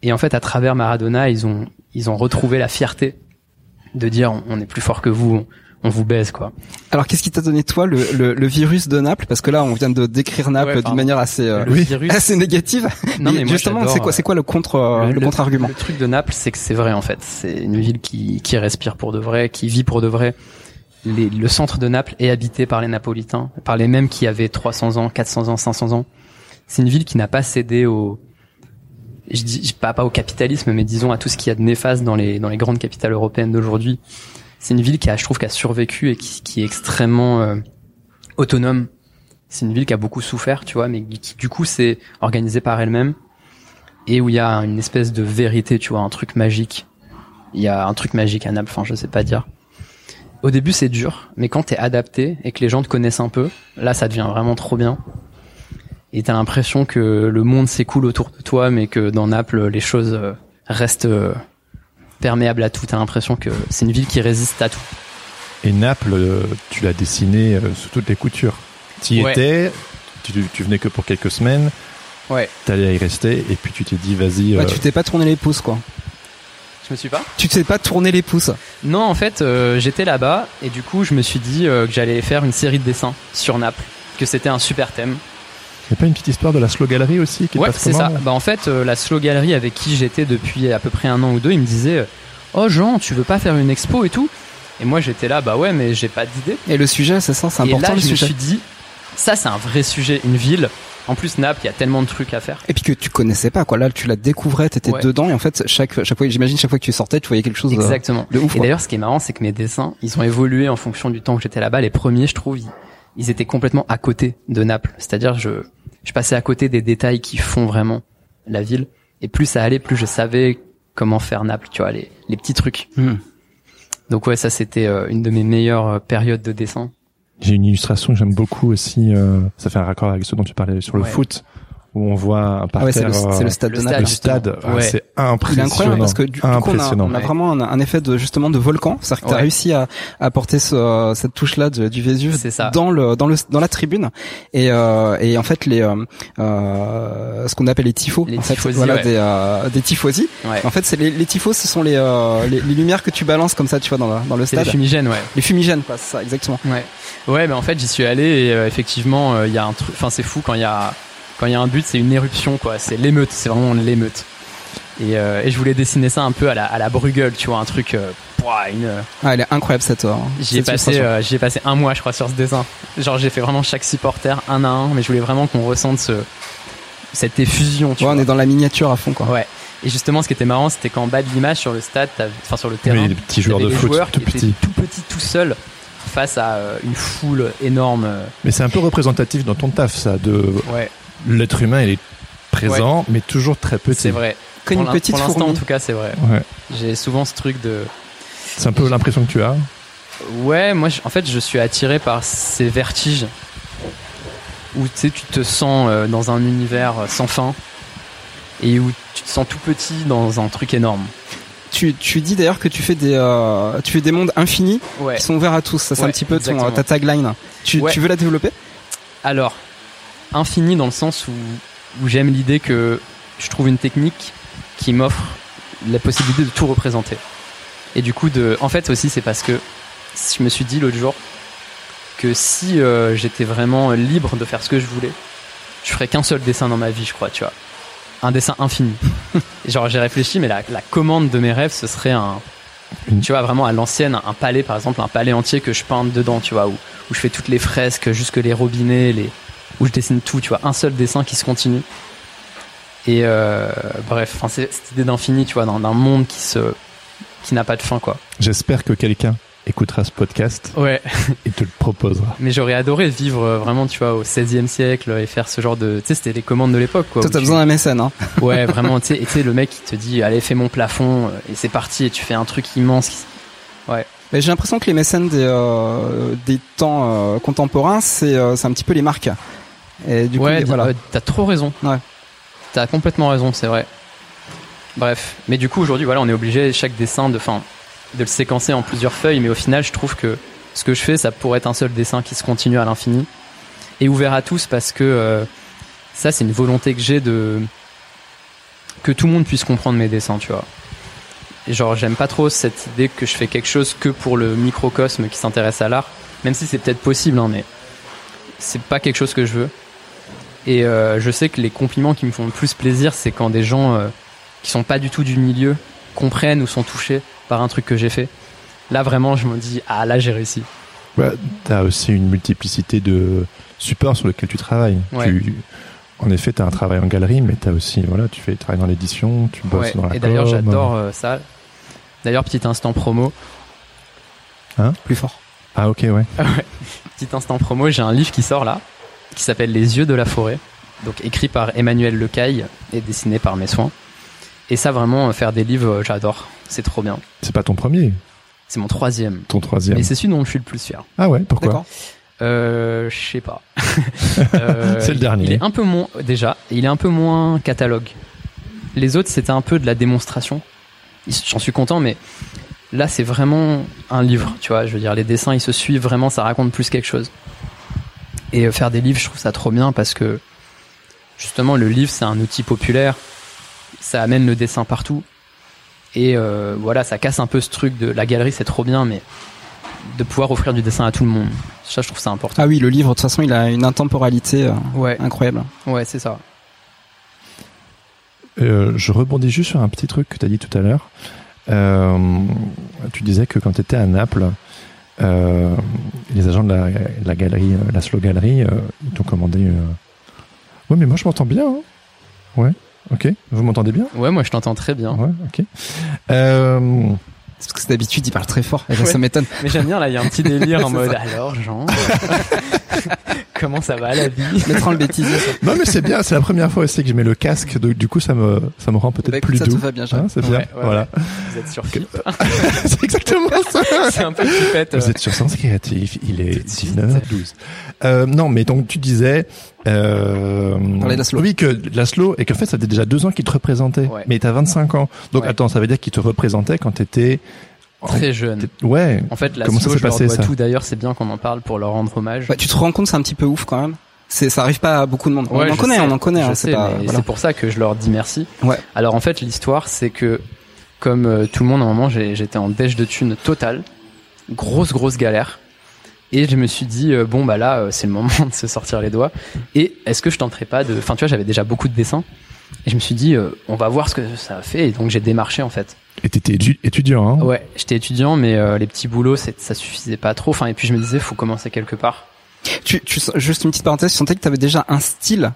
[SPEAKER 1] Et en fait, à travers Maradona, ils ont ils ont retrouvé la fierté de dire on, on est plus fort que vous, on, on vous baise quoi.
[SPEAKER 3] Alors, qu'est-ce qui t'a donné toi le, le, le virus de Naples Parce que là, on vient de décrire
[SPEAKER 1] Ouais,
[SPEAKER 3] Naples d'une
[SPEAKER 1] pardon.
[SPEAKER 3] manière assez euh,
[SPEAKER 1] Le
[SPEAKER 2] oui.
[SPEAKER 1] virus-
[SPEAKER 3] assez négative.
[SPEAKER 1] non, mais moi,
[SPEAKER 3] justement,
[SPEAKER 1] j'adore,
[SPEAKER 3] c'est quoi c'est quoi le contre euh, le, contre argument
[SPEAKER 1] Le truc de Naples, c'est que c'est vrai en fait. C'est une ville qui, qui respire pour de vrai, qui vit pour de vrai. Les- le centre de Naples est habité par les Napolitains, par les mêmes qui avaient 300 ans, 400 ans, 500 ans. C'est une ville qui n'a pas cédé au, je dis je- pas, pas au capitalisme, mais disons à tout ce qu'il y a de néfaste dans les dans les grandes capitales européennes d'aujourd'hui. C'est une ville qui a, je trouve, qui a survécu et qui, qui est extrêmement euh, autonome. C'est une ville qui a beaucoup souffert, tu vois, mais qui du coup s'est organisée par elle-même et où il y a une espèce de vérité, tu vois, un truc magique. Il y a un truc magique à Naples, enfin, je sais pas dire. Au début, c'est dur, mais quand t'es adapté et que les gens te connaissent un peu, là, ça devient vraiment trop bien. Et t'as l'impression que le monde s'écoule autour de toi, mais que dans Naples, les choses euh, restent euh, perméables à tout. T'as l'impression que c'est une ville qui résiste à tout.
[SPEAKER 2] Et Naples, euh, tu l'as dessiné euh, sous toutes les coutures. Tu y
[SPEAKER 1] Ouais.
[SPEAKER 2] étais, tu, tu venais que pour quelques semaines,
[SPEAKER 1] Ouais.
[SPEAKER 2] t'allais y rester, et puis tu t'es dit, vas-y,
[SPEAKER 3] Ouais,
[SPEAKER 2] euh,
[SPEAKER 3] Bah, tu t'es pas tourné les pouces quoi.
[SPEAKER 1] Je me suis pas
[SPEAKER 3] Tu t'es pas tourné les pouces.
[SPEAKER 1] Non, en fait, euh, j'étais là-bas et du coup, je me suis dit euh, que j'allais faire une série de dessins sur Naples, que c'était un super thème.
[SPEAKER 2] y a pas une petite histoire de la slow galerie aussi qui
[SPEAKER 1] ouais,
[SPEAKER 2] passe
[SPEAKER 1] c'est ça.
[SPEAKER 2] comment
[SPEAKER 1] Bah, en fait, euh, la slow galerie avec qui j'étais depuis à peu près un an ou deux, il me disait euh, Oh Jean, tu veux pas faire une expo et tout Et moi j'étais là, bah ouais, mais j'ai pas d'idée.
[SPEAKER 3] Et le sujet, c'est ça, c'est
[SPEAKER 1] Et
[SPEAKER 3] important
[SPEAKER 1] là,
[SPEAKER 3] le
[SPEAKER 1] je me
[SPEAKER 3] sujet.
[SPEAKER 1] suis dit Ça, c'est un vrai sujet, une ville. En plus, Naples, il y a tellement de trucs à faire.
[SPEAKER 3] Et puis que tu connaissais pas quoi. Là, tu la découvrais, t'étais
[SPEAKER 1] Ouais.
[SPEAKER 3] dedans et en fait, chaque chaque fois, j'imagine chaque fois que tu sortais, tu voyais quelque chose de-
[SPEAKER 1] Exactement.
[SPEAKER 3] de, ouf.
[SPEAKER 1] Et
[SPEAKER 3] quoi.
[SPEAKER 1] d'ailleurs, ce qui est marrant, c'est que mes dessins, ils ont évolué en fonction du temps que j'étais là-bas. Les premiers, je trouve, ils, ils étaient complètement à côté de Naples. C'est-à-dire, je, je passais à côté des détails qui font vraiment la ville. Et plus ça allait, plus je savais comment faire Naples, tu vois, les, les petits trucs.
[SPEAKER 3] Hmm.
[SPEAKER 1] Donc ouais, ça, c'était euh, une de mes meilleures euh, périodes de dessin.
[SPEAKER 2] J'ai une illustration que j'aime beaucoup aussi, euh, ça fait un raccord avec ce dont tu parlais sur le
[SPEAKER 1] Ouais.
[SPEAKER 2] foot, où on voit un
[SPEAKER 3] Ah ouais, c'est
[SPEAKER 2] parterre,
[SPEAKER 3] le, c'est le
[SPEAKER 2] euh,
[SPEAKER 3] stade
[SPEAKER 1] le
[SPEAKER 3] de
[SPEAKER 1] stade.
[SPEAKER 3] Naples.
[SPEAKER 2] le stade,
[SPEAKER 1] Justement.
[SPEAKER 2] Ah,
[SPEAKER 1] Ouais.
[SPEAKER 2] c'est
[SPEAKER 3] Il est
[SPEAKER 2] impressionnant.
[SPEAKER 3] incroyable parce que du, du coup on a,
[SPEAKER 2] Impressionnant.
[SPEAKER 3] on a vraiment un, un effet de justement de volcan, c'est-à-dire que t'as
[SPEAKER 1] Ouais.
[SPEAKER 3] réussi à, à porter ce- cette touche là du Vésuve
[SPEAKER 1] C'est ça.
[SPEAKER 3] dans le dans le dans la tribune et euh, et en fait les euh, euh, ce qu'on appelle les tifos,
[SPEAKER 1] Les
[SPEAKER 3] en fait,
[SPEAKER 1] tifosi,
[SPEAKER 3] voilà
[SPEAKER 1] ouais.
[SPEAKER 3] des euh, des tifosi.
[SPEAKER 1] Ouais.
[SPEAKER 3] En fait c'est les, les tifos ce sont les, euh, les les lumières que tu balances comme ça tu vois dans la, dans le
[SPEAKER 1] C'est les
[SPEAKER 3] stade.
[SPEAKER 1] fumigènes, ouais.
[SPEAKER 3] Les fumigènes quoi, c'est ça exactement.
[SPEAKER 1] Ouais, ouais, mais en fait j'y suis allé et euh, effectivement euh, il y a un truc, enfin c'est fou quand il y a quand il y a un but, c'est une éruption quoi, c'est l'émeute, c'est vraiment l'émeute. Et, euh, et je voulais dessiner ça un peu à la à la Bruegel, tu vois, un truc. Euh, pouah, une, euh,
[SPEAKER 3] Ah, elle est incroyable cette euh,
[SPEAKER 1] j'y ai
[SPEAKER 3] cette
[SPEAKER 1] passé
[SPEAKER 3] illustration.
[SPEAKER 1] euh, j'y ai passé un mois je crois sur ce dessin. Genre j'ai fait vraiment chaque supporter un à un, mais je voulais vraiment qu'on ressente ce cette effusion, tu
[SPEAKER 3] Ouais, on
[SPEAKER 1] vois.
[SPEAKER 3] est dans la miniature à fond quoi.
[SPEAKER 1] Ouais. Et justement ce qui était marrant, c'était qu'en bas de l'image sur le stade, t'avais- enfin sur le terrain,
[SPEAKER 2] Mais les petits joueurs
[SPEAKER 1] T'avais
[SPEAKER 2] de
[SPEAKER 1] des
[SPEAKER 2] foot,
[SPEAKER 1] joueurs
[SPEAKER 2] tout
[SPEAKER 1] qui étaient
[SPEAKER 2] petits.
[SPEAKER 1] tout petits, tout seuls, face à euh, une foule énorme. euh,
[SPEAKER 2] Mais c'est un peu représentatif dans ton taf, ça, de
[SPEAKER 1] Ouais,
[SPEAKER 2] l'être humain, il est présent, mais toujours très petit.
[SPEAKER 1] c'est vrai.
[SPEAKER 3] Comme
[SPEAKER 1] pour
[SPEAKER 3] une
[SPEAKER 1] l'in-
[SPEAKER 3] petite
[SPEAKER 1] pour l'instant, en
[SPEAKER 3] fourmi.
[SPEAKER 1] tout cas, c'est vrai.
[SPEAKER 2] Ouais.
[SPEAKER 1] J'ai souvent ce truc de
[SPEAKER 2] C'est un peu l'impression que tu as.
[SPEAKER 1] Ouais, moi, je- en fait, je suis attiré par ces vertiges où tu sais, tu te sens euh, dans un univers euh, sans fin et où tu te sens tout petit dans un truc énorme.
[SPEAKER 3] Tu, tu dis d'ailleurs que tu fais des, euh, tu fais des mondes infinis
[SPEAKER 1] Ouais.
[SPEAKER 3] qui sont ouverts à tous. Ça, c'est
[SPEAKER 1] Ouais,
[SPEAKER 3] un petit peu ton,
[SPEAKER 1] exactement.
[SPEAKER 3] ta tagline. Tu,
[SPEAKER 1] Ouais.
[SPEAKER 3] tu veux la développer
[SPEAKER 1] Alors, infini dans le sens où, où j'aime l'idée que je trouve une technique qui m'offre la possibilité de tout représenter. Et du coup, de, en fait aussi, c'est parce que je me suis dit l'autre jour que si euh, j'étais vraiment libre de faire ce que je voulais, je ferais qu'un seul dessin dans ma vie, je crois, tu vois. Un dessin infini. Genre, j'ai réfléchi, mais la, la commande de mes rêves, ce serait un,
[SPEAKER 2] Une-
[SPEAKER 1] tu vois, vraiment à l'ancienne, un palais, par exemple, un palais entier que je peinte dedans, tu vois, où, où je fais toutes les fresques, jusque les robinets, les, où je dessine tout, tu vois, un seul dessin qui se continue. Et euh, bref, enfin, c'est cette idée d'infini, tu vois, d'un d'un monde qui se, qui n'a pas de fin, quoi.
[SPEAKER 2] J'espère que quelqu'un écoutera ce podcast
[SPEAKER 1] Ouais.
[SPEAKER 2] et te le proposera.
[SPEAKER 1] Mais j'aurais adoré vivre euh, vraiment, tu vois, au 16e siècle et faire ce genre de. Tu sais, c'était les commandes de l'époque, quoi.
[SPEAKER 3] Toi,
[SPEAKER 1] où
[SPEAKER 3] t'as
[SPEAKER 1] tu-
[SPEAKER 3] besoin d'un mécène. Hein.
[SPEAKER 1] Ouais, vraiment, tu sais, et tu sais, le mec qui te dit, allez, fais mon plafond, euh, et c'est parti, et tu fais un truc immense. qui-
[SPEAKER 3] Mais J'ai l'impression que les mécènes des, euh, des temps euh, contemporains, c'est euh, c'est un petit peu les marques. Et du coup,
[SPEAKER 1] ouais,
[SPEAKER 3] les- voilà.
[SPEAKER 1] euh, t'as trop raison.
[SPEAKER 3] Ouais.
[SPEAKER 1] T'as complètement raison, c'est vrai. Bref. Mais du coup, aujourd'hui, voilà, on est obligé, chaque dessin, de, fin, de le séquencer en plusieurs feuilles, mais au final, je trouve que ce que je fais, ça pourrait être un seul dessin qui se continue à l'infini. Et ouvert à tous, parce que euh, ça, c'est une volonté que j'ai de. que tout le monde puisse comprendre mes dessins, tu vois. Et genre, j'aime pas trop cette idée que je fais quelque chose que pour le microcosme qui s'intéresse à l'art, même si c'est peut-être possible, hein, mais c'est pas quelque chose que je veux. Et euh, je sais que les compliments qui me font le plus plaisir, c'est quand des gens euh, qui sont pas du tout du milieu comprennent ou sont touchés par un truc que j'ai fait. Là, vraiment, je me dis, ah là, j'ai réussi.
[SPEAKER 2] Ouais, t'as aussi une multiplicité de supports sur lesquels tu travailles.
[SPEAKER 1] Ouais.
[SPEAKER 2] Tu- en effet, t'as un travail en galerie, mais t'as aussi, voilà, tu fais, tu travailles dans l'édition, tu bosses
[SPEAKER 1] Ouais.
[SPEAKER 2] dans la
[SPEAKER 1] Et d'ailleurs,
[SPEAKER 2] com.
[SPEAKER 1] j'adore euh, ça. D'ailleurs, petit instant promo.
[SPEAKER 3] plus fort.
[SPEAKER 2] Ah, ok, ouais.
[SPEAKER 1] Petit instant promo, j'ai un livre qui sort là, qui s'appelle Les yeux de la forêt. Donc écrit par Emmanuel Lecaille et dessiné par mes soins. Et ça, vraiment, euh, faire des livres, euh, j'adore. C'est trop bien.
[SPEAKER 2] C'est pas ton premier,
[SPEAKER 1] C'est mon troisième.
[SPEAKER 2] ton troisième.
[SPEAKER 1] Et c'est celui dont je suis le plus fier.
[SPEAKER 2] Ah ouais, pourquoi
[SPEAKER 3] D'accord.
[SPEAKER 1] Euh, je sais pas. Euh,
[SPEAKER 2] C'est le dernier.
[SPEAKER 1] Il est un peu moins déjà. Il est un peu moins catalogue. Les autres c'était un peu de la démonstration. J'en suis content, mais là c'est vraiment un livre. Tu vois, je veux dire les dessins ils se suivent vraiment, ça raconte plus quelque chose. Et euh, faire des livres, je trouve ça trop bien parce que justement le livre c'est un outil populaire. Ça amène le dessin partout. Et euh, voilà, ça casse un peu ce truc de la galerie, c'est trop bien, mais de pouvoir offrir du dessin à tout le monde. Ça, je trouve ça important.
[SPEAKER 3] Ah oui, le livre, de toute façon, il a une intemporalité euh,
[SPEAKER 1] Ouais,
[SPEAKER 3] incroyable.
[SPEAKER 1] ouais, c'est ça.
[SPEAKER 2] Euh, Je rebondis juste sur un petit truc que t'as dit tout à l'heure. Euh, tu disais que quand t'étais à Naples, euh, les agents de la, de la galerie, euh, la slow galerie, euh, ils t'ont commandé. euh, Ouais, mais moi je m'entends bien. hein. Ouais, ok. Vous m'entendez bien
[SPEAKER 1] Ouais, moi, je t'entends très bien.
[SPEAKER 2] Ouais, ok. Euh,
[SPEAKER 3] C'est parce que d'habitude, il parle très fort. Et là,
[SPEAKER 1] Ouais.
[SPEAKER 3] ça m'étonne.
[SPEAKER 1] Mais j'aime bien, là, il y a un petit délire en
[SPEAKER 3] C'est
[SPEAKER 1] mode
[SPEAKER 3] ça.
[SPEAKER 1] alors, Jean, euh, comment ça va la vie
[SPEAKER 3] Mettre en le bêtisier. ça.
[SPEAKER 2] non, mais c'est bien. C'est la première fois aussi que je mets le casque. donc du coup, ça me, ça me rend peut-être
[SPEAKER 3] Bah, écoute,
[SPEAKER 2] plus
[SPEAKER 3] ça te
[SPEAKER 2] doux.
[SPEAKER 3] va bien, Jacques.
[SPEAKER 2] Hein, c'est bien.
[SPEAKER 1] Ouais, ouais,
[SPEAKER 2] voilà.
[SPEAKER 1] Vous êtes sur FIP.
[SPEAKER 2] c'est exactement ça.
[SPEAKER 1] C'est un peu pipette. euh.
[SPEAKER 2] Vous êtes sur Sens Créatif, il est
[SPEAKER 1] Tout de suite.
[SPEAKER 2] 19h12. Euh, non, mais donc tu disais... Euh,
[SPEAKER 3] Parler d'Aslo.
[SPEAKER 2] Oui, que l'Aslo, et qu'en fait ça faisait déjà deux ans qu'il te représentait,
[SPEAKER 1] Ouais.
[SPEAKER 2] mais t'as 25 ans. Donc
[SPEAKER 1] Ouais.
[SPEAKER 2] attends, ça veut dire qu'il te représentait quand t'étais...
[SPEAKER 1] Très jeune.
[SPEAKER 2] Ouais,
[SPEAKER 1] En fait, la
[SPEAKER 2] Comment ça
[SPEAKER 1] Slo,
[SPEAKER 2] s'est
[SPEAKER 1] je leur
[SPEAKER 2] passé,
[SPEAKER 1] dois
[SPEAKER 2] ça
[SPEAKER 1] tout. D'ailleurs, c'est bien qu'on en parle pour leur rendre hommage.
[SPEAKER 3] Bah, tu te rends compte, c'est un petit peu ouf quand même. C'est, ça arrive pas à beaucoup de monde.
[SPEAKER 1] Ouais,
[SPEAKER 3] on en
[SPEAKER 1] je
[SPEAKER 3] connaît,
[SPEAKER 1] sais,
[SPEAKER 3] on en connaît.
[SPEAKER 1] je
[SPEAKER 3] hein, c'est
[SPEAKER 1] sais,
[SPEAKER 3] pas,
[SPEAKER 1] mais
[SPEAKER 3] voilà.
[SPEAKER 1] c'est pour ça que je leur dis merci.
[SPEAKER 3] Ouais.
[SPEAKER 1] Alors en fait, l'histoire, c'est que comme euh, tout le monde, à un moment, j'ai- j'étais en déche de thunes totale, grosse grosse galère, et je me suis dit euh, bon bah là, euh, c'est le moment de se sortir les doigts. Et est-ce que je tenterais pas de, enfin tu vois, j'avais déjà beaucoup de dessins, et je me suis dit euh, on va voir ce que ça fait. Et donc j'ai démarché en fait.
[SPEAKER 2] et t'étais édu- étudiant,
[SPEAKER 3] Mmh.
[SPEAKER 2] hein
[SPEAKER 1] Ouais, j'étais étudiant, mais euh, les petits boulots, c'est- ça suffisait pas trop. Enfin et puis je me disais faut commencer quelque part.
[SPEAKER 3] Tu, tu, sens- juste une petite parenthèse, tu sentais que t'avais déjà un style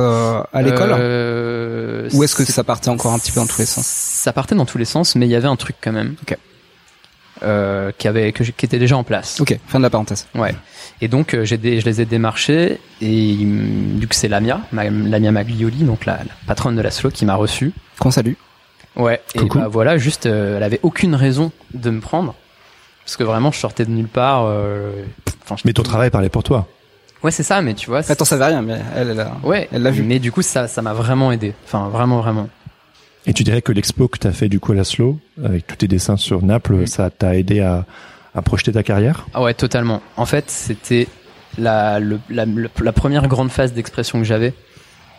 [SPEAKER 3] euh, à l'école
[SPEAKER 1] Euh,
[SPEAKER 3] Ou est-ce que
[SPEAKER 1] c'est-
[SPEAKER 3] ça partait encore un petit peu dans tous les sens
[SPEAKER 1] Ça partait dans tous les sens, mais il y avait un truc quand même.
[SPEAKER 3] Ok.
[SPEAKER 1] euh, qui avait que j- qui était déjà en place.
[SPEAKER 3] Ok, fin de la parenthèse.
[SPEAKER 1] Ouais. Et donc euh, j'ai des- je les ai démarchés et ils m- vu que c'est Lamia, ma- Lamia Maglioli, donc la, la patronne de la SLO qui m'a reçu.
[SPEAKER 3] Qu'on salue.
[SPEAKER 1] Ouais. Et
[SPEAKER 2] Coucou.
[SPEAKER 1] bah voilà, juste euh, elle avait aucune raison de me prendre parce que vraiment je sortais de nulle part. euh, Enfin, je-
[SPEAKER 2] Mais ton travail parlait pour toi.
[SPEAKER 1] Ouais, c'est ça. Mais tu vois. c'est-
[SPEAKER 3] Attends, ça veut rien, mais elle, elle a...
[SPEAKER 1] Ouais.
[SPEAKER 3] Elle l'a vu.
[SPEAKER 1] Mais du coup, ça, ça m'a vraiment aidé. Enfin, vraiment, vraiment.
[SPEAKER 2] Et tu dirais que l'expo que tu as fait du coup à Laszlo, avec tous tes dessins sur Naples,
[SPEAKER 1] Mhm.
[SPEAKER 2] ça t'a aidé à, à projeter ta carrière
[SPEAKER 1] Ah ouais, totalement. En fait, c'était la, le- la, le- la première grande phase d'expression que j'avais.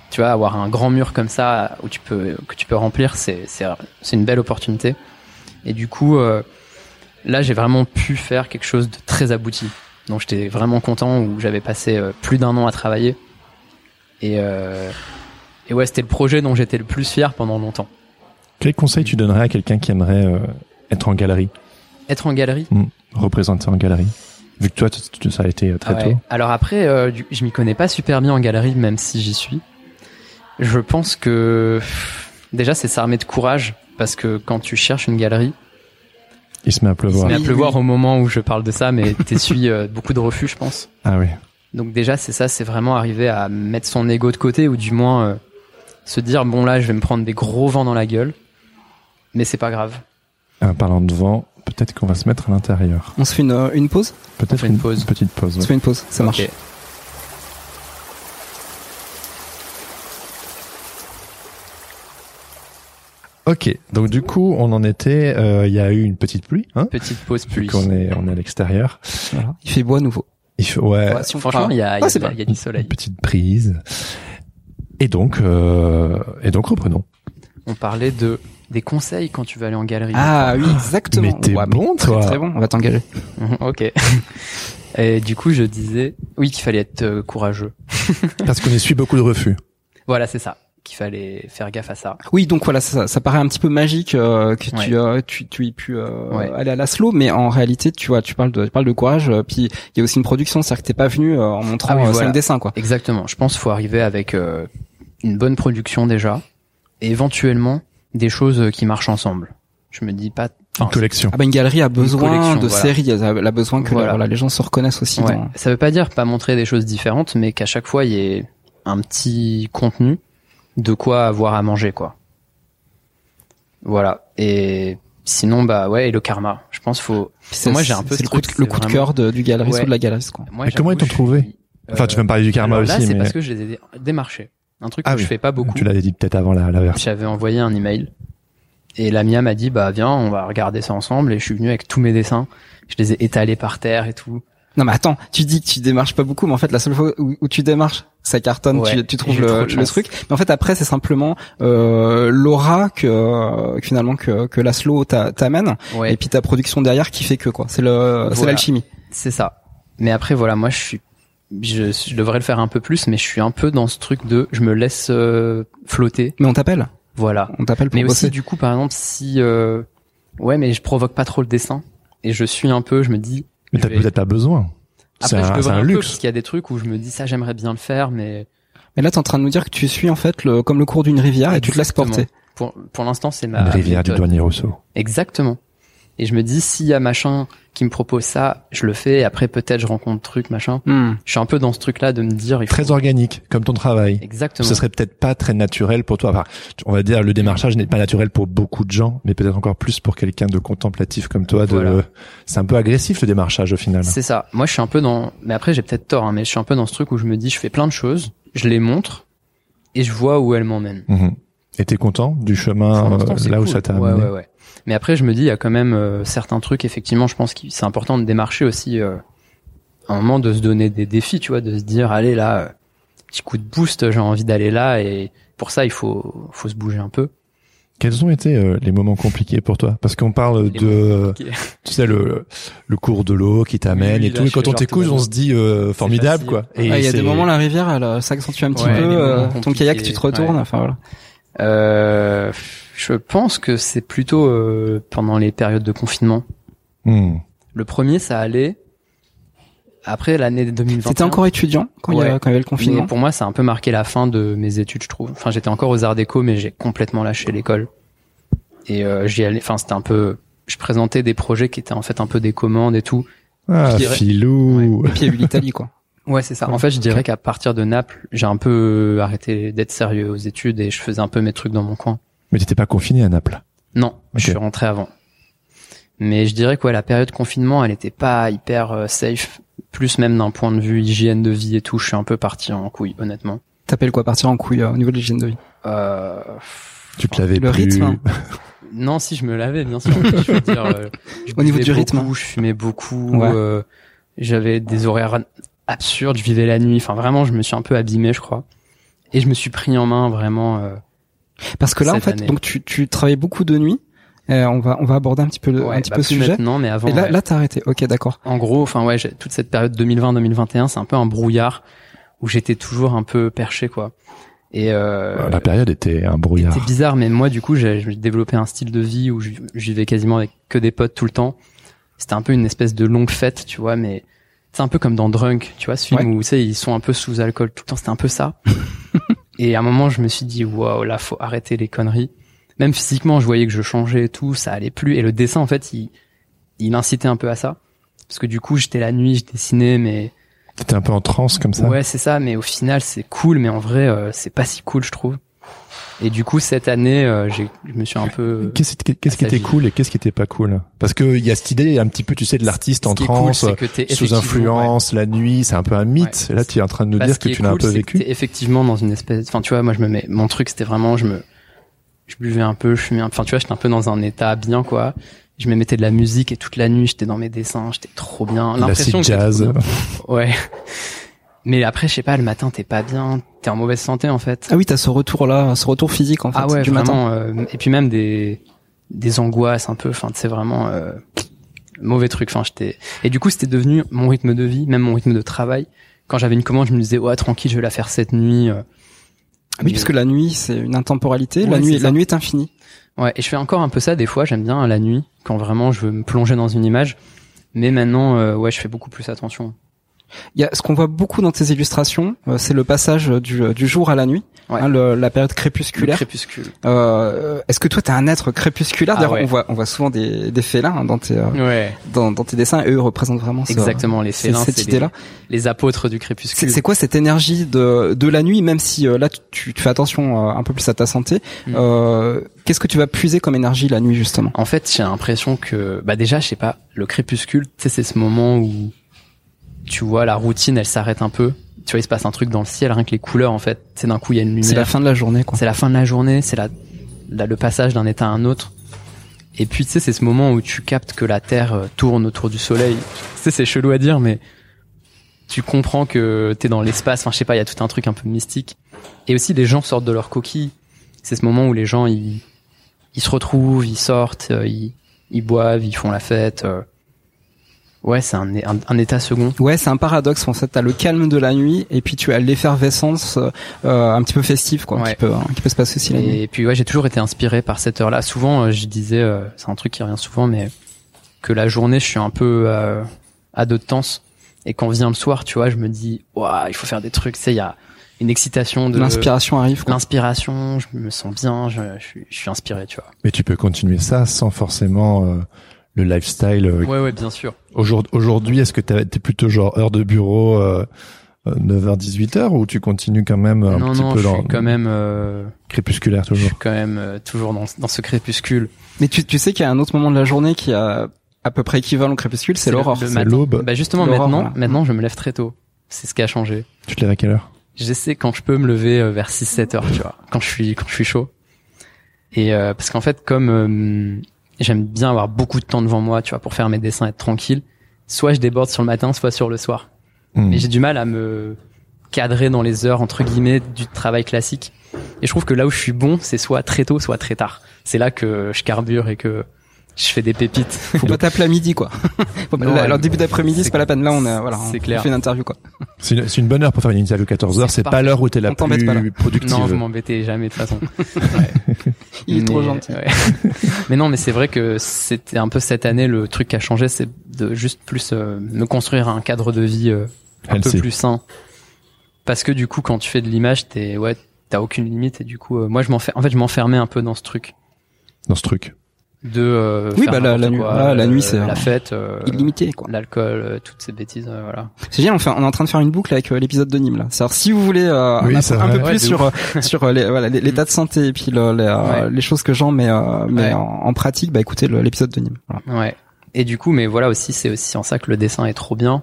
[SPEAKER 1] Tu vois, avoir un grand mur comme ça où tu peux, que tu peux remplir, c'est, c'est, c'est une belle opportunité. Et du coup, euh, là, j'ai vraiment pu faire quelque chose de très abouti. Donc, j'étais vraiment content où j'avais passé euh, plus d'un an à travailler. Et, euh, et ouais, c'était le projet dont j'étais le plus fier pendant longtemps.
[SPEAKER 2] Quel conseil tu donnerais à quelqu'un qui aimerait euh, être en galerie,
[SPEAKER 1] Être en galerie,
[SPEAKER 2] représenté en galerie Vu que toi, t- t- ça a été euh, très
[SPEAKER 1] Ah ouais.
[SPEAKER 2] tôt.
[SPEAKER 1] Alors après, euh, du- je m'y connais pas super bien en galerie, même si j'y suis. Je pense que pff, déjà c'est s'armer de courage parce que quand tu cherches une galerie,
[SPEAKER 2] Il se met à
[SPEAKER 1] il se
[SPEAKER 2] pleuvoir.
[SPEAKER 1] met à
[SPEAKER 3] Oui,
[SPEAKER 1] pleuvoir
[SPEAKER 3] oui.
[SPEAKER 1] au moment où je parle de ça, mais t'essuies euh, beaucoup de refus, je pense.
[SPEAKER 2] Ah oui.
[SPEAKER 1] Donc déjà c'est ça, c'est vraiment arriver à mettre son ego de côté ou du moins euh, se dire bon là je vais me prendre des gros vents dans la gueule, mais c'est pas grave.
[SPEAKER 2] En parlant de vent, peut-être qu'on va se mettre à l'intérieur.
[SPEAKER 3] On se fait une, euh, une pause
[SPEAKER 2] Peut-être
[SPEAKER 1] fait une
[SPEAKER 2] une,
[SPEAKER 1] pause.
[SPEAKER 2] petite pause.
[SPEAKER 3] On
[SPEAKER 2] ouais.
[SPEAKER 3] se fait une pause, ça marche.
[SPEAKER 1] Ok.
[SPEAKER 2] Ok, donc du coup, on en était. euh, Il y a eu une petite pluie, hein
[SPEAKER 1] Petite pause
[SPEAKER 2] Vu
[SPEAKER 1] pluie.
[SPEAKER 2] qu'on est, on est à l'extérieur.
[SPEAKER 3] Il fait beau à nouveau.
[SPEAKER 2] Il fait- ouais,
[SPEAKER 1] Ouais, franchement il y a, il y a
[SPEAKER 3] Ah, c'est
[SPEAKER 1] de la-
[SPEAKER 3] pas-
[SPEAKER 1] il y a du soleil.
[SPEAKER 2] Une petite brise. Et donc, euh, et donc reprenons.
[SPEAKER 1] On parlait de des conseils quand tu vas aller en galerie.
[SPEAKER 3] Ah oui, exactement.
[SPEAKER 2] Mais t'es
[SPEAKER 3] Ouais,
[SPEAKER 2] bon,
[SPEAKER 3] très,
[SPEAKER 2] toi.
[SPEAKER 3] très bon, on va t'engager.
[SPEAKER 1] Mhm, Ok. Et du coup, je disais, oui, qu'il fallait être euh, courageux.
[SPEAKER 2] Parce qu'on essuie beaucoup de refus.
[SPEAKER 1] Voilà, c'est ça. Qu'il fallait faire gaffe à ça.
[SPEAKER 3] Oui, donc voilà, ça, ça paraît un petit peu magique euh, que
[SPEAKER 1] Ouais.
[SPEAKER 3] tu, euh, tu tu aies pu euh,
[SPEAKER 1] Ouais.
[SPEAKER 3] aller à l'aslo, mais en réalité, tu vois, tu parles de tu parles de courage, euh, puis il y a aussi une production, c'est-à-dire que t'es pas venu euh, en montrant
[SPEAKER 1] Ah oui,
[SPEAKER 3] euh, cinq
[SPEAKER 1] voilà.
[SPEAKER 3] dessins, quoi.
[SPEAKER 1] Exactement. Je pense qu'il faut arriver avec euh, une bonne production déjà, et éventuellement des choses euh, qui marchent ensemble. Je me dis pas.
[SPEAKER 2] Une
[SPEAKER 1] enfin,
[SPEAKER 2] collection.
[SPEAKER 3] Ah bah une galerie a besoin
[SPEAKER 1] collection,
[SPEAKER 3] de
[SPEAKER 1] voilà.
[SPEAKER 3] séries, elle a, elle a besoin que
[SPEAKER 1] Voilà.
[SPEAKER 3] voilà, les gens se reconnaissent aussi.
[SPEAKER 1] ouais.
[SPEAKER 3] dans-
[SPEAKER 1] Ça veut pas dire pas montrer des choses différentes, mais qu'à chaque fois il y ait un petit contenu de quoi avoir à manger, quoi. Voilà. Et sinon, bah ouais, et le karma. Je pense faut.
[SPEAKER 3] C'est-
[SPEAKER 1] Moi, j'ai un peu
[SPEAKER 3] c'est
[SPEAKER 1] ce
[SPEAKER 3] le coup de,
[SPEAKER 1] truc,
[SPEAKER 3] le
[SPEAKER 1] c'est
[SPEAKER 3] coup de
[SPEAKER 1] vraiment-
[SPEAKER 3] cœur de- du galeriste
[SPEAKER 1] Ouais.
[SPEAKER 3] ou de la galeriste. Quoi.
[SPEAKER 1] Moi,
[SPEAKER 2] Mais comment
[SPEAKER 1] j'avoue,
[SPEAKER 2] ils t'ont
[SPEAKER 1] je
[SPEAKER 2] trouvé
[SPEAKER 1] suis,
[SPEAKER 2] Enfin, tu
[SPEAKER 1] euh,
[SPEAKER 2] peux me parler du karma
[SPEAKER 1] Alors là,
[SPEAKER 2] aussi,
[SPEAKER 1] c'est
[SPEAKER 2] mais
[SPEAKER 1] parce que je les ai démarchés. Un truc
[SPEAKER 2] Ah
[SPEAKER 1] que
[SPEAKER 2] oui.
[SPEAKER 1] je fais pas beaucoup.
[SPEAKER 2] tu l'avais dit peut-être avant la, la version.
[SPEAKER 1] J'avais envoyé un email et la mia m'a dit bah viens, on va regarder ça ensemble et je suis venu avec tous mes dessins. Je les ai étalés par terre et tout.
[SPEAKER 3] Non mais attends, tu dis que tu démarches pas beaucoup, mais en fait la seule fois où, où tu démarches, ça cartonne,
[SPEAKER 1] Ouais,
[SPEAKER 3] tu, tu trouves
[SPEAKER 1] j'ai trop
[SPEAKER 3] le,
[SPEAKER 1] de
[SPEAKER 3] le
[SPEAKER 1] chance.
[SPEAKER 3] truc. Mais en fait après c'est simplement euh, l'aura que, euh, que finalement que, que l'aslo t'a- t'amène,
[SPEAKER 1] Ouais,
[SPEAKER 3] et puis ta production derrière qui fait que quoi. C'est le c'est
[SPEAKER 1] Voilà.
[SPEAKER 3] l'alchimie.
[SPEAKER 1] c'est ça. Mais après voilà, moi je suis je, je devrais le faire un peu plus mais je suis un peu dans ce truc de je me laisse euh, flotter.
[SPEAKER 3] Mais on t'appelle,
[SPEAKER 1] Voilà.
[SPEAKER 3] on t'appelle pour
[SPEAKER 1] Mais
[SPEAKER 3] bosser.
[SPEAKER 1] aussi du coup par exemple si euh, ouais, mais je provoque pas trop le dessin et je suis un peu, je me dis
[SPEAKER 2] Mais t'as
[SPEAKER 1] je vais-
[SPEAKER 2] peut-être pas besoin. C'est
[SPEAKER 1] après je
[SPEAKER 2] un, c'est
[SPEAKER 1] devrais
[SPEAKER 2] un
[SPEAKER 1] un peu parce
[SPEAKER 2] luxe.
[SPEAKER 1] qu'il y a des trucs où je me dis ça j'aimerais bien le faire mais
[SPEAKER 3] Mais là t'es en train de nous dire que tu suis en fait le, comme le cours d'une rivière et tu te laisses
[SPEAKER 1] Exactement.
[SPEAKER 3] porter.
[SPEAKER 1] pour, pour l'instant, c'est ma
[SPEAKER 2] Une rivière du
[SPEAKER 1] méthode.
[SPEAKER 2] douanier Rousseau.
[SPEAKER 1] Exactement. Et je me dis, s'il y a machin qui me propose ça, je le fais. Et après, peut-être, je rencontre truc, machin.
[SPEAKER 3] Hmm.
[SPEAKER 1] Je suis un peu dans ce truc-là de me dire, il faut...
[SPEAKER 2] Très organique, comme ton travail.
[SPEAKER 1] Exactement.
[SPEAKER 2] Ce serait peut-être pas très naturel pour toi. Enfin, tu- on va dire le démarchage n'est pas naturel pour beaucoup de gens, mais peut-être encore plus pour quelqu'un de contemplatif comme toi. De...
[SPEAKER 1] Voilà.
[SPEAKER 2] C'est un peu agressif le démarchage au final.
[SPEAKER 1] C'est ça. Moi, je suis un peu dans. Mais après, j'ai peut-être tort, hein, mais je suis un peu dans ce truc où je me dis, je fais plein de choses, je les montre et je vois où elles m'emmènent.
[SPEAKER 2] Mhm. Et t'es content du
[SPEAKER 1] Pour
[SPEAKER 2] chemin
[SPEAKER 1] l'instant,
[SPEAKER 2] euh,
[SPEAKER 1] c'est
[SPEAKER 2] là où
[SPEAKER 1] cool.
[SPEAKER 2] ça t'a
[SPEAKER 1] ouais,
[SPEAKER 2] amené
[SPEAKER 1] ouais, ouais. Mais après, je me dis, il y a quand même euh, certains trucs, effectivement, je pense que c'est important de démarcher aussi euh, à un moment de se donner des défis, tu vois, de se dire, allez là, euh, petit coup de boost, j'ai envie d'aller là, et pour ça, il faut, faut se bouger un peu.
[SPEAKER 2] Quels ont été euh, les moments compliqués pour toi Parce qu'on parle
[SPEAKER 1] Les
[SPEAKER 2] de,
[SPEAKER 1] compliqués.
[SPEAKER 2] tu sais, le, le cours de l'eau qui t'amène
[SPEAKER 1] Oui,
[SPEAKER 2] et
[SPEAKER 1] là,
[SPEAKER 2] tout.
[SPEAKER 1] je
[SPEAKER 2] Et quand
[SPEAKER 1] fais
[SPEAKER 2] on
[SPEAKER 1] genre
[SPEAKER 2] t'écoute,
[SPEAKER 1] tout va
[SPEAKER 2] on
[SPEAKER 1] bien.
[SPEAKER 2] se dit euh, formidable,
[SPEAKER 1] facile.
[SPEAKER 2] quoi.
[SPEAKER 3] Ah, Il y a
[SPEAKER 2] c'est-
[SPEAKER 3] des moments la rivière elle euh, s'accentue un petit
[SPEAKER 1] Ouais,
[SPEAKER 3] peu,
[SPEAKER 1] les
[SPEAKER 3] euh,
[SPEAKER 1] moments
[SPEAKER 3] ton kayak tu
[SPEAKER 1] compliqués,
[SPEAKER 3] te retournes,
[SPEAKER 1] ouais.
[SPEAKER 3] enfin voilà.
[SPEAKER 1] Euh, je pense que c'est plutôt euh, pendant les périodes de confinement.
[SPEAKER 2] Hmm.
[SPEAKER 1] Le premier, ça allait après l'année 2021.
[SPEAKER 3] T'étais encore étudiant quand il y, a-
[SPEAKER 1] Ouais.
[SPEAKER 3] quand il y avait le
[SPEAKER 1] Mais
[SPEAKER 3] confinement.
[SPEAKER 1] pour moi, ça a un peu marqué la fin de mes études, je trouve. Enfin, j'étais encore aux Arts Déco, mais j'ai complètement lâché l'école. Et euh, j'y allais. Enfin, c'était un peu. je présentais des projets qui étaient en fait un peu des commandes et tout.
[SPEAKER 2] Ah,
[SPEAKER 1] je dirais-
[SPEAKER 2] filou.
[SPEAKER 3] Et puis il y a eu l'Italie, quoi.
[SPEAKER 1] Ouais, c'est ça. En fait, je dirais qu'à partir de Naples, j'ai un peu arrêté d'être sérieux aux études et je faisais un peu mes trucs dans mon coin.
[SPEAKER 2] Mais t'étais pas confiné à Naples.
[SPEAKER 1] Non, je
[SPEAKER 2] Ok.
[SPEAKER 1] suis rentré avant. Mais je dirais que ouais, la période confinement, elle n'était pas hyper euh, safe. Plus même d'un point de vue hygiène de vie et tout, je suis un peu parti en couille, honnêtement.
[SPEAKER 3] T'appelles quoi partir en couille euh, au niveau de l'hygiène de vie
[SPEAKER 1] Euh,
[SPEAKER 2] Tu te l'avais
[SPEAKER 3] Le
[SPEAKER 2] plus.
[SPEAKER 3] rythme.
[SPEAKER 1] non, si je me lavais, bien sûr. Je veux dire, euh, je
[SPEAKER 3] Au niveau
[SPEAKER 1] buvais
[SPEAKER 3] du rythme. hein.
[SPEAKER 1] beaucoup, Je fumais beaucoup.
[SPEAKER 3] Ouais.
[SPEAKER 1] euh, J'avais des horaires absurdes. Je vivais la nuit. Enfin, vraiment, je me suis un peu abîmé, je crois. Et je me suis pris en main vraiment. euh,
[SPEAKER 3] Parce que là, en
[SPEAKER 1] Cette
[SPEAKER 3] fait,
[SPEAKER 1] année.
[SPEAKER 3] donc tu, tu travailles beaucoup de nuit. Euh, on va on va aborder un petit peu le,
[SPEAKER 1] ouais,
[SPEAKER 3] un petit
[SPEAKER 1] bah,
[SPEAKER 3] peu
[SPEAKER 1] plus
[SPEAKER 3] le sujet.
[SPEAKER 1] maintenant, mais avant.
[SPEAKER 3] Et là,
[SPEAKER 1] ouais.
[SPEAKER 3] là t'as arrêté. Ok, d'accord.
[SPEAKER 1] En gros, enfin ouais, j'ai- toute cette période 2020-2021, c'est un peu un brouillard où j'étais toujours un peu perché quoi. Et euh,
[SPEAKER 2] La période était un brouillard.
[SPEAKER 1] c'est bizarre, mais moi du coup, j'ai j'ai développé un style de vie où je je vivais quasiment avec que des potes tout le temps. C'était un peu une espèce de longue fête, tu vois, mais c'est un peu comme dans Drunk, tu vois, ce film où tu sais, ils sont un peu sous alcool tout le temps. C'était un peu ça. et à un moment, je me suis dit, waouh, là, faut arrêter les conneries. Même physiquement, je voyais que je changeais et tout, ça allait plus. Et le dessin, en fait, il, il incitait un peu à ça. Parce que du coup, j'étais la nuit, je dessinais, mais
[SPEAKER 2] T'étais un peu en transe comme ça.
[SPEAKER 1] ouais, c'est ça. Mais au final, c'est cool, mais en vrai, euh, c'est pas si cool, je trouve. Et du coup, cette année, euh, j'ai, je me suis un peu.
[SPEAKER 2] Qu'est-ce qui- qu'est-ce qui
[SPEAKER 1] Ah, Ça
[SPEAKER 2] était
[SPEAKER 1] vit.
[SPEAKER 2] cool et qu'est-ce qui était pas cool Parce que il y a cette idée un petit peu, tu sais, de l'artiste en
[SPEAKER 1] Ce qui est
[SPEAKER 2] transe,
[SPEAKER 1] cool, c'est que t'es
[SPEAKER 2] sous
[SPEAKER 1] effectivement-
[SPEAKER 2] influence, la nuit, c'est un peu un mythe.
[SPEAKER 1] Ouais.
[SPEAKER 2] Là, tu es en train de nous
[SPEAKER 1] Bah,
[SPEAKER 2] dire
[SPEAKER 1] ce qui
[SPEAKER 2] que
[SPEAKER 1] est
[SPEAKER 2] tu l'as
[SPEAKER 1] cool,
[SPEAKER 2] un peu
[SPEAKER 1] c'est que
[SPEAKER 2] vécu.
[SPEAKER 1] t'es effectivement dans une espèce enfin tu vois moi je me mets mon truc c'était vraiment je me je buvais un peu je fumais un enfin tu vois j'étais un peu dans un état bien quoi je me mettais de la musique et toute la nuit j'étais dans mes dessins j'étais trop bien l'impression
[SPEAKER 2] L'acide
[SPEAKER 1] que j'étais trop
[SPEAKER 2] jazz.
[SPEAKER 1] bien. ouais mais après je sais pas le matin t'es pas bien t'es en mauvaise santé en fait
[SPEAKER 3] Ah oui, t'as ce retour là, ce retour physique en fait
[SPEAKER 1] ah ouais
[SPEAKER 3] du matin.
[SPEAKER 1] vraiment euh, et puis même des des angoisses un peu enfin c'est vraiment euh, mauvais truc enfin j'étais et du coup c'était devenu mon rythme de vie même mon rythme de travail quand j'avais une commande je me disais ouais tranquille je vais la faire cette nuit euh,
[SPEAKER 3] Ah oui, parce que la nuit c'est une intemporalité. la
[SPEAKER 1] Ouais,
[SPEAKER 3] nuit
[SPEAKER 1] c'est
[SPEAKER 3] la
[SPEAKER 1] ça.
[SPEAKER 3] nuit est infinie.
[SPEAKER 1] Ouais, et je fais encore un peu ça des fois, j'aime bien hein, la nuit, quand vraiment je veux me plonger dans une image. Mais maintenant, euh, ouais, je fais beaucoup plus attention.
[SPEAKER 3] Il y a ce qu'on voit beaucoup dans tes illustrations, euh, c'est le passage du, du jour à la nuit,
[SPEAKER 1] Ouais.
[SPEAKER 3] hein, le- la période
[SPEAKER 1] Le
[SPEAKER 3] crépusculaire.
[SPEAKER 1] crépuscule.
[SPEAKER 3] Euh, Est-ce que toi t'es un être crépusculaire
[SPEAKER 1] Ah
[SPEAKER 3] D'ailleurs,
[SPEAKER 1] ouais.
[SPEAKER 3] on voit on voit souvent des, des félins hein, dans tes euh,
[SPEAKER 1] Ouais,
[SPEAKER 3] dans, dans tes dessins. Et eux représentent vraiment ce-
[SPEAKER 1] exactement. Les
[SPEAKER 3] c'est-
[SPEAKER 1] félins,
[SPEAKER 3] cette
[SPEAKER 1] c'est les,
[SPEAKER 3] idée-là.
[SPEAKER 1] les apôtres du
[SPEAKER 3] C'est
[SPEAKER 1] crépuscule.
[SPEAKER 3] c'est quoi cette énergie de, de la nuit, même si euh, là tu- tu, tu fais attention euh, un peu plus à ta santé.
[SPEAKER 1] Mm.
[SPEAKER 3] euh, Qu'est-ce que tu vas puiser comme énergie la nuit justement
[SPEAKER 1] En fait, j'ai l'impression que, bah déjà, je sais pas, le crépuscule, tu sais, c'est ce moment où, tu vois, la routine, elle s'arrête un peu. Tu vois, il se passe un truc dans le ciel, rien que les couleurs, en fait. C'est d'un coup, il y a une
[SPEAKER 3] C'est
[SPEAKER 1] lumière.
[SPEAKER 3] la fin de la journée quoi.
[SPEAKER 1] C'est la fin de la journée, c'est la, la- le passage d'un état à un autre. Et puis tu sais, c'est ce moment où tu captes que la Terre euh, tourne autour du Soleil. Tu sais, c'est chelou à dire, mais tu comprends que t'es dans l'espace. Enfin, je sais pas, il y a tout un truc un peu mystique. Et aussi, les gens sortent de leur coquille. C'est ce moment où les gens ils, ils se retrouvent, ils sortent, euh, ils, ils boivent, ils font la fête. euh. Ouais, c'est un, un, un état second.
[SPEAKER 3] Ouais, c'est un paradoxe en fait. T'as le calme de la nuit et puis tu as l'effervescence euh, euh, un petit peu festive quoi,
[SPEAKER 1] Ouais.
[SPEAKER 3] qui peut hein, qui peut se passer aussi la nuit.
[SPEAKER 1] Et puis ouais, j'ai toujours été inspiré par cette heure-là. Souvent, euh, je disais, euh, c'est un truc qui revient souvent, mais que la journée, je suis un peu euh, à deux temps. Et quand vient le soir, tu vois, je me dis, waouh, il faut faire des trucs. Tu sais, il y a une excitation de
[SPEAKER 3] L'inspiration arrive. Quoi.
[SPEAKER 1] l'inspiration. Je me sens bien, je, je suis, je suis inspiré, tu vois.
[SPEAKER 2] Mais tu peux continuer ça sans forcément euh, le lifestyle. euh,
[SPEAKER 1] Ouais, ouais, bien sûr.
[SPEAKER 2] aujourd- Aujourd'hui, est-ce que t'as- t'es plutôt genre heure de bureau euh, 9h-18h ou tu continues quand même un
[SPEAKER 1] non,
[SPEAKER 2] petit
[SPEAKER 1] non,
[SPEAKER 2] peu
[SPEAKER 1] je
[SPEAKER 2] dans
[SPEAKER 1] suis quand même, euh,
[SPEAKER 2] crépusculaire
[SPEAKER 1] je
[SPEAKER 2] toujours
[SPEAKER 1] suis quand même euh, toujours dans, dans ce crépuscule.
[SPEAKER 3] Mais tu, tu sais qu'il y a un autre moment de la journée qui a à peu près équivalent au crépuscule, c'est
[SPEAKER 1] le-
[SPEAKER 3] l'aurore.
[SPEAKER 1] le
[SPEAKER 2] C'est
[SPEAKER 1] matin.
[SPEAKER 2] l'aube.
[SPEAKER 1] Bah justement,
[SPEAKER 3] L'aurore,
[SPEAKER 1] maintenant,
[SPEAKER 3] voilà.
[SPEAKER 1] maintenant, je me lève très tôt. C'est ce qui a changé.
[SPEAKER 2] Tu te lèves à quelle heure
[SPEAKER 1] j'essaie quand je peux me lever euh, vers 6 7 heures tu vois quand je suis quand je suis chaud et euh, parce qu'en fait comme euh, j'aime bien avoir beaucoup de temps devant moi tu vois pour faire mes dessins être tranquille soit je déborde sur le matin soit sur le soir
[SPEAKER 2] Hmm.
[SPEAKER 1] mais j'ai du mal à me cadrer dans les heures entre guillemets du travail classique et je trouve que là où je suis bon c'est soit très tôt soit très tard c'est là que je carbure et que je fais des pépites
[SPEAKER 3] Faut pas t'appeler à midi quoi. Faut pas-
[SPEAKER 1] Non,
[SPEAKER 3] là,
[SPEAKER 1] ouais,
[SPEAKER 3] alors début d'après-midi,
[SPEAKER 1] c'est-
[SPEAKER 3] c'est pas la peine. Là on a voilà,
[SPEAKER 1] c'est
[SPEAKER 3] on
[SPEAKER 1] clair.
[SPEAKER 3] fait une interview quoi.
[SPEAKER 2] C'est une, c'est une bonne heure pour faire une interview 14h.
[SPEAKER 1] C'est
[SPEAKER 2] C'est pas
[SPEAKER 1] parfait.
[SPEAKER 2] l'heure où t'es la
[SPEAKER 3] On t'embête
[SPEAKER 2] plus
[SPEAKER 3] pas, là.
[SPEAKER 2] productive.
[SPEAKER 1] non vous m'embêtez jamais de toute façon
[SPEAKER 3] Il est trop
[SPEAKER 1] Mais-
[SPEAKER 3] gentil.
[SPEAKER 1] ouais. mais non, mais c'est vrai que c'était un peu cette année le truc qui a changé, c'est de juste plus euh, me construire un cadre de vie euh, un peu
[SPEAKER 2] Healthy.
[SPEAKER 1] plus sain. Parce que du coup, quand tu fais de l'image, t'es ouais, t'as aucune limite et du coup, euh, moi je m'en en fait, je m'enfermais un peu dans ce truc.
[SPEAKER 2] dans ce truc.
[SPEAKER 1] de euh,
[SPEAKER 3] Oui,
[SPEAKER 1] faire
[SPEAKER 3] bah, la-
[SPEAKER 1] n'importe
[SPEAKER 3] la-
[SPEAKER 1] quoi,
[SPEAKER 3] la- la
[SPEAKER 1] euh,
[SPEAKER 3] nuit, c'est-
[SPEAKER 1] la fête, euh,
[SPEAKER 3] illimité quoi.
[SPEAKER 1] l'alcool, euh, toutes ces bêtises, euh, voilà.
[SPEAKER 3] C'est génial, on, fait- on est en train de faire une boucle avec euh, l'épisode de Nîmes là. C'est-à-dire si vous voulez euh,
[SPEAKER 2] Oui,
[SPEAKER 3] un,
[SPEAKER 2] c'est
[SPEAKER 3] un
[SPEAKER 2] vrai.
[SPEAKER 3] peu
[SPEAKER 1] Ouais,
[SPEAKER 3] plus
[SPEAKER 1] de
[SPEAKER 3] sur euh, sur euh, les- voilà, les- l'état de santé et puis le- les, euh,
[SPEAKER 1] Ouais.
[SPEAKER 3] les choses que j'en mets, euh, mais
[SPEAKER 1] Ouais.
[SPEAKER 3] en, en pratique, bah écoutez le- l'épisode de Nîmes. Voilà.
[SPEAKER 1] Ouais. Et du coup, mais voilà aussi, c'est aussi en ça que le dessin est trop bien.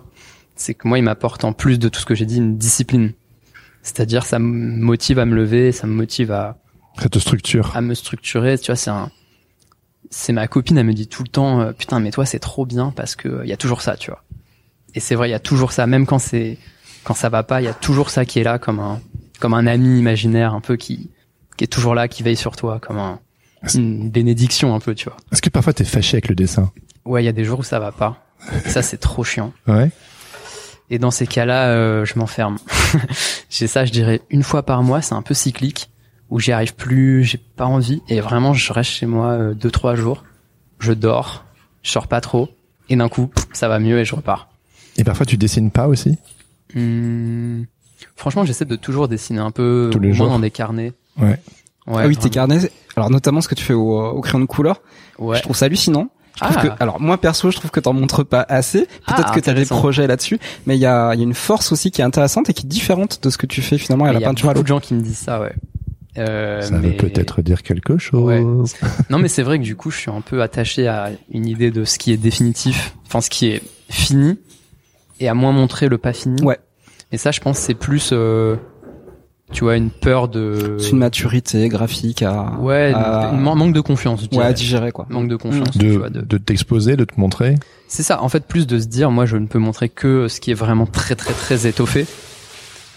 [SPEAKER 1] C'est que moi, il m'apporte en plus de tout ce que j'ai dit une discipline. C'est-à-dire, ça me motive à me lever, ça me motive à,
[SPEAKER 2] Cette structure.
[SPEAKER 1] à me structurer. Tu vois, c'est un, c'est ma copine, elle me dit tout le temps, euh, putain, mais toi, c'est trop bien parce que euh, il y a toujours ça, tu vois. Et c'est vrai, il y a toujours ça, même quand c'est, quand ça va pas, il y a toujours ça qui est là, comme un, comme un ami imaginaire, un peu qui, qui est toujours là, qui veille sur toi, comme un, une bénédiction, un peu, tu vois.
[SPEAKER 2] Est-ce que parfois t'es fâché avec le dessin
[SPEAKER 1] Ouais, il y a des jours où ça va pas. Ça, c'est trop chiant.
[SPEAKER 2] Ouais.
[SPEAKER 1] Et dans ces cas-là, euh, je m'enferme. j'ai ça, je dirais, une fois par mois, c'est un peu cyclique, où j'y arrive plus, j'ai pas envie, et vraiment, je reste chez moi euh, deux, trois jours, je dors, je sors pas trop, et d'un coup, pff, ça va mieux et je repars.
[SPEAKER 2] Et parfois tu dessines pas aussi
[SPEAKER 1] Hum, Franchement, j'essaie de toujours dessiner un peu,
[SPEAKER 2] Tous les
[SPEAKER 1] au moins
[SPEAKER 2] jours.
[SPEAKER 1] dans des carnets.
[SPEAKER 2] Ouais.
[SPEAKER 1] Ouais,
[SPEAKER 3] ah oui,
[SPEAKER 1] vraiment.
[SPEAKER 3] tes carnets. Alors notamment ce que tu fais au, euh, au crayon de couleur,
[SPEAKER 1] Ouais.
[SPEAKER 3] je trouve ça hallucinant. Je trouve
[SPEAKER 1] Ah.
[SPEAKER 3] que, alors moi perso, je trouve que t'en montres pas assez. Peut-être
[SPEAKER 1] Ah,
[SPEAKER 3] que t'as des
[SPEAKER 1] intéressant.
[SPEAKER 3] projets là-dessus, mais il y a, il y a une force aussi qui est intéressante et qui est différente de ce que tu fais finalement à
[SPEAKER 1] Il
[SPEAKER 3] la
[SPEAKER 1] y a
[SPEAKER 3] peinture à
[SPEAKER 1] beaucoup
[SPEAKER 3] l'eau.
[SPEAKER 1] de gens qui me disent ça, ouais. Euh,
[SPEAKER 2] Ça
[SPEAKER 1] mais-
[SPEAKER 2] veut peut-être dire quelque chose.
[SPEAKER 1] Non, mais c'est vrai que du coup, je suis un peu attaché à une idée de ce qui est définitif, enfin ce qui est fini, et à moins montrer le pas fini.
[SPEAKER 3] Ouais.
[SPEAKER 1] Et ça, je pense, c'est plus, euh, tu vois, une peur de.
[SPEAKER 3] C'est une maturité graphique à
[SPEAKER 1] Ouais,
[SPEAKER 3] à-
[SPEAKER 1] une- man- manque de confiance. je
[SPEAKER 3] ouais, Mm.
[SPEAKER 1] dirais.
[SPEAKER 3] à digérer quoi.
[SPEAKER 1] manque de confiance. tu
[SPEAKER 2] De,
[SPEAKER 1] vois, de-
[SPEAKER 2] de t'exposer, de te montrer.
[SPEAKER 1] C'est ça. En fait, plus de se dire, moi, je ne peux montrer que ce qui est vraiment très, très, très étoffé,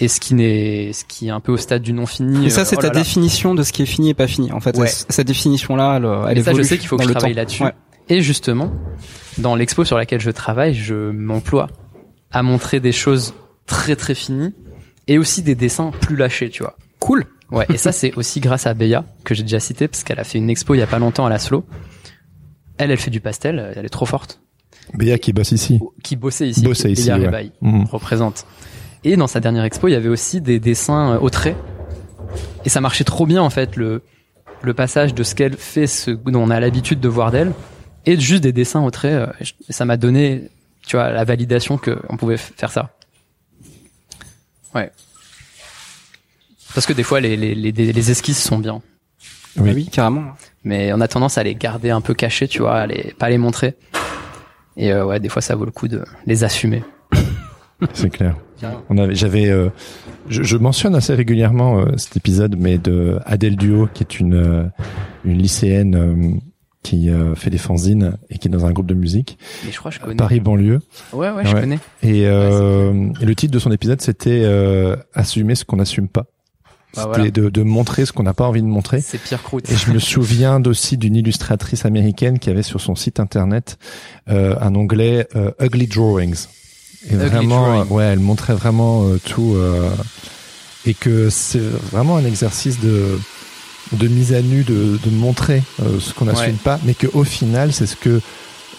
[SPEAKER 1] et ce qui n'est, ce qui est un peu au stade du non fini.
[SPEAKER 3] Et ça,
[SPEAKER 1] euh,
[SPEAKER 3] c'est
[SPEAKER 1] oh
[SPEAKER 3] ta
[SPEAKER 1] là là.
[SPEAKER 3] définition de ce qui est fini et pas fini. En fait,
[SPEAKER 1] Ouais.
[SPEAKER 3] cette cette définition-là, elle, euh, elle
[SPEAKER 1] Et ça,
[SPEAKER 3] évolue
[SPEAKER 1] je sais qu'il faut que
[SPEAKER 3] Bah, dans
[SPEAKER 1] je
[SPEAKER 3] le
[SPEAKER 1] travaille là-dessus.
[SPEAKER 3] temps. Ouais.
[SPEAKER 1] Et justement, dans l'expo sur laquelle je travaille, je m'emploie à montrer des choses très très finies et aussi des dessins plus lâchés, tu vois.
[SPEAKER 3] Cool.
[SPEAKER 1] Ouais, et ça c'est aussi grâce à Béa, que j'ai déjà cité, parce qu'elle a fait une expo il y a pas longtemps à Laszlo. Elle, elle fait du pastel, elle est trop forte,
[SPEAKER 2] Béa qui bosse ici.
[SPEAKER 1] qui bossait ici,
[SPEAKER 2] Bossait
[SPEAKER 1] qui est
[SPEAKER 2] ici,
[SPEAKER 1] Béa
[SPEAKER 2] ouais.
[SPEAKER 1] Rebaille,
[SPEAKER 2] Mhm.
[SPEAKER 1] représente. Et dans sa dernière expo, il y avait aussi des dessins euh, au trait. Et ça marchait trop bien en fait, le, le passage de ce qu'elle fait, ce dont on a l'habitude de voir d'elle, et juste des dessins au trait. euh, je- Ça m'a donné, tu vois, la validation qu'on pouvait f- faire ça. Ouais. Parce que des fois, les, les, les, les esquisses sont bien.
[SPEAKER 2] Oui.
[SPEAKER 3] Ah oui, carrément.
[SPEAKER 1] Mais on a tendance à les garder un peu cachés, tu vois, à les, pas les montrer. Et euh, ouais, des fois, ça vaut le coup de les assumer.
[SPEAKER 2] C'est clair.
[SPEAKER 1] Carrément.
[SPEAKER 2] On avait, j'avais, euh, je, je mentionne assez régulièrement euh, cet épisode, mais de Adèle Duo, qui est une euh, une lycéenne euh, qui euh, fait des fanzines et qui est dans un groupe de musique
[SPEAKER 1] Mais je crois que je connais.
[SPEAKER 2] Paris banlieue.
[SPEAKER 1] Ouais, ouais, je
[SPEAKER 2] Euh, Ouais.
[SPEAKER 1] connais.
[SPEAKER 2] Et, euh, et le titre de son épisode, c'était euh, assumer ce qu'on n'assume pas.
[SPEAKER 1] Bah,
[SPEAKER 2] C'était
[SPEAKER 1] voilà.
[SPEAKER 2] de, de montrer ce qu'on n'a pas envie de montrer.
[SPEAKER 1] C'est Pierre Croûte.
[SPEAKER 2] Et je me souviens d'aussi d'une illustratrice américaine qui avait sur son site internet euh, un onglet euh, Ugly Drawings. Et
[SPEAKER 1] Ugly
[SPEAKER 2] vraiment, euh,
[SPEAKER 1] Drawing.
[SPEAKER 2] ouais, elle montrait vraiment euh, tout. euh, et que c'est vraiment un exercice de de mise à nu, de, de montrer euh, ce qu'on n'assume
[SPEAKER 1] Ouais.
[SPEAKER 2] pas, mais que au final, c'est ce que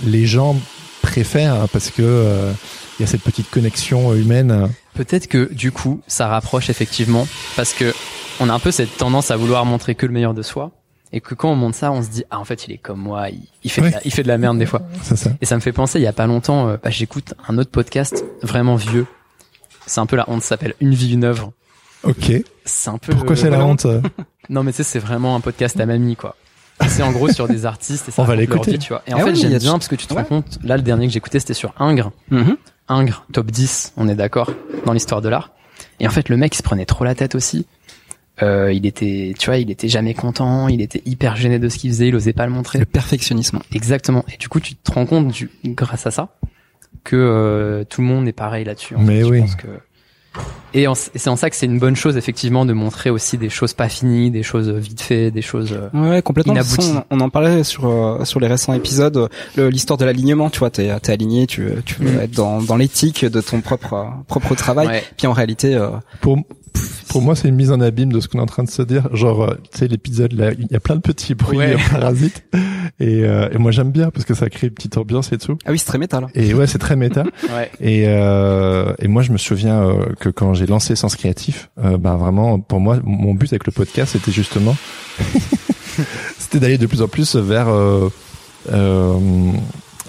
[SPEAKER 2] les gens préfèrent hein, parce que euh, il y a cette petite connexion humaine. hein.
[SPEAKER 1] Peut-être que du coup, ça rapproche effectivement, parce que on a un peu cette tendance à vouloir montrer que le meilleur de soi, et que quand on montre ça, on se dit ah en fait il est comme moi, il, il fait
[SPEAKER 2] Ouais.
[SPEAKER 1] de la, il fait de la merde des fois.
[SPEAKER 2] C'est ça.
[SPEAKER 1] Et ça me fait penser il y a pas longtemps, euh, bah, j'écoute un autre podcast vraiment vieux. C'est un peu la honte, ça s'appelle Une vie une œuvre.
[SPEAKER 2] Ok.
[SPEAKER 1] C'est un peu
[SPEAKER 2] Pourquoi
[SPEAKER 1] le-
[SPEAKER 2] c'est la
[SPEAKER 1] voilà.
[SPEAKER 2] honte euh
[SPEAKER 1] Non mais tu sais c'est vraiment un podcast à mamie quoi. C'est en gros sur des artistes et ça
[SPEAKER 2] On va
[SPEAKER 1] raconte leur
[SPEAKER 2] l'écouter.
[SPEAKER 1] vie, tu vois. Et en
[SPEAKER 3] Ah
[SPEAKER 1] fait
[SPEAKER 3] oui, il y
[SPEAKER 1] j'aime
[SPEAKER 3] a-
[SPEAKER 1] bien parce que tu te rends
[SPEAKER 3] Ouais.
[SPEAKER 1] compte là le dernier que j'écoutais c'était sur Ingres.
[SPEAKER 3] Mhm.
[SPEAKER 1] Ingres, top 10, on est d'accord, dans l'histoire de l'art. Et en fait, le mec, il se prenait trop la tête aussi. Euh, il était, tu vois, il était jamais content, il était hyper gêné de ce qu'il faisait, il osait pas le montrer.
[SPEAKER 3] Le perfectionnisme.
[SPEAKER 1] Exactement. Et du coup, tu te rends compte, du, grâce à ça, que euh, tout le monde est pareil là-dessus. en
[SPEAKER 2] Mais
[SPEAKER 1] fait. Je
[SPEAKER 2] oui.
[SPEAKER 1] pense que... Et en- c'est en ça que c'est une bonne chose, effectivement, de montrer aussi des choses pas finies, des choses vite faites, des choses... euh,
[SPEAKER 3] Ouais, complètement. De toute
[SPEAKER 1] Inabouti.
[SPEAKER 3] façon, on on en parlait sur euh, sur les récents épisodes, euh, le- l'histoire de l'alignement. Tu vois, t'es es aligné, tu tu veux
[SPEAKER 1] Mhm.
[SPEAKER 3] être dans dans l'éthique de ton propre euh, propre travail.
[SPEAKER 1] ouais.
[SPEAKER 3] Puis en réalité, euh,
[SPEAKER 2] Pour, pour moi, c'est une mise en abîme de ce qu'on est en train de se dire. Genre, euh, tu sais, l'épisode, là, il y a plein de petits bruits
[SPEAKER 1] Ouais.
[SPEAKER 2] euh, parasites. Et, euh, et moi, j'aime bien parce que ça crée une petite ambiance et tout.
[SPEAKER 3] ah oui, c'est très métal.
[SPEAKER 2] Et ouais, c'est très méta.
[SPEAKER 1] ouais.
[SPEAKER 2] Et, euh, et moi, je me souviens euh, que quand j'ai lancé Sens Créatif, euh, bah, vraiment, pour moi, mon but avec le podcast, c'était justement, c'était d'aller de plus en plus vers euh, euh,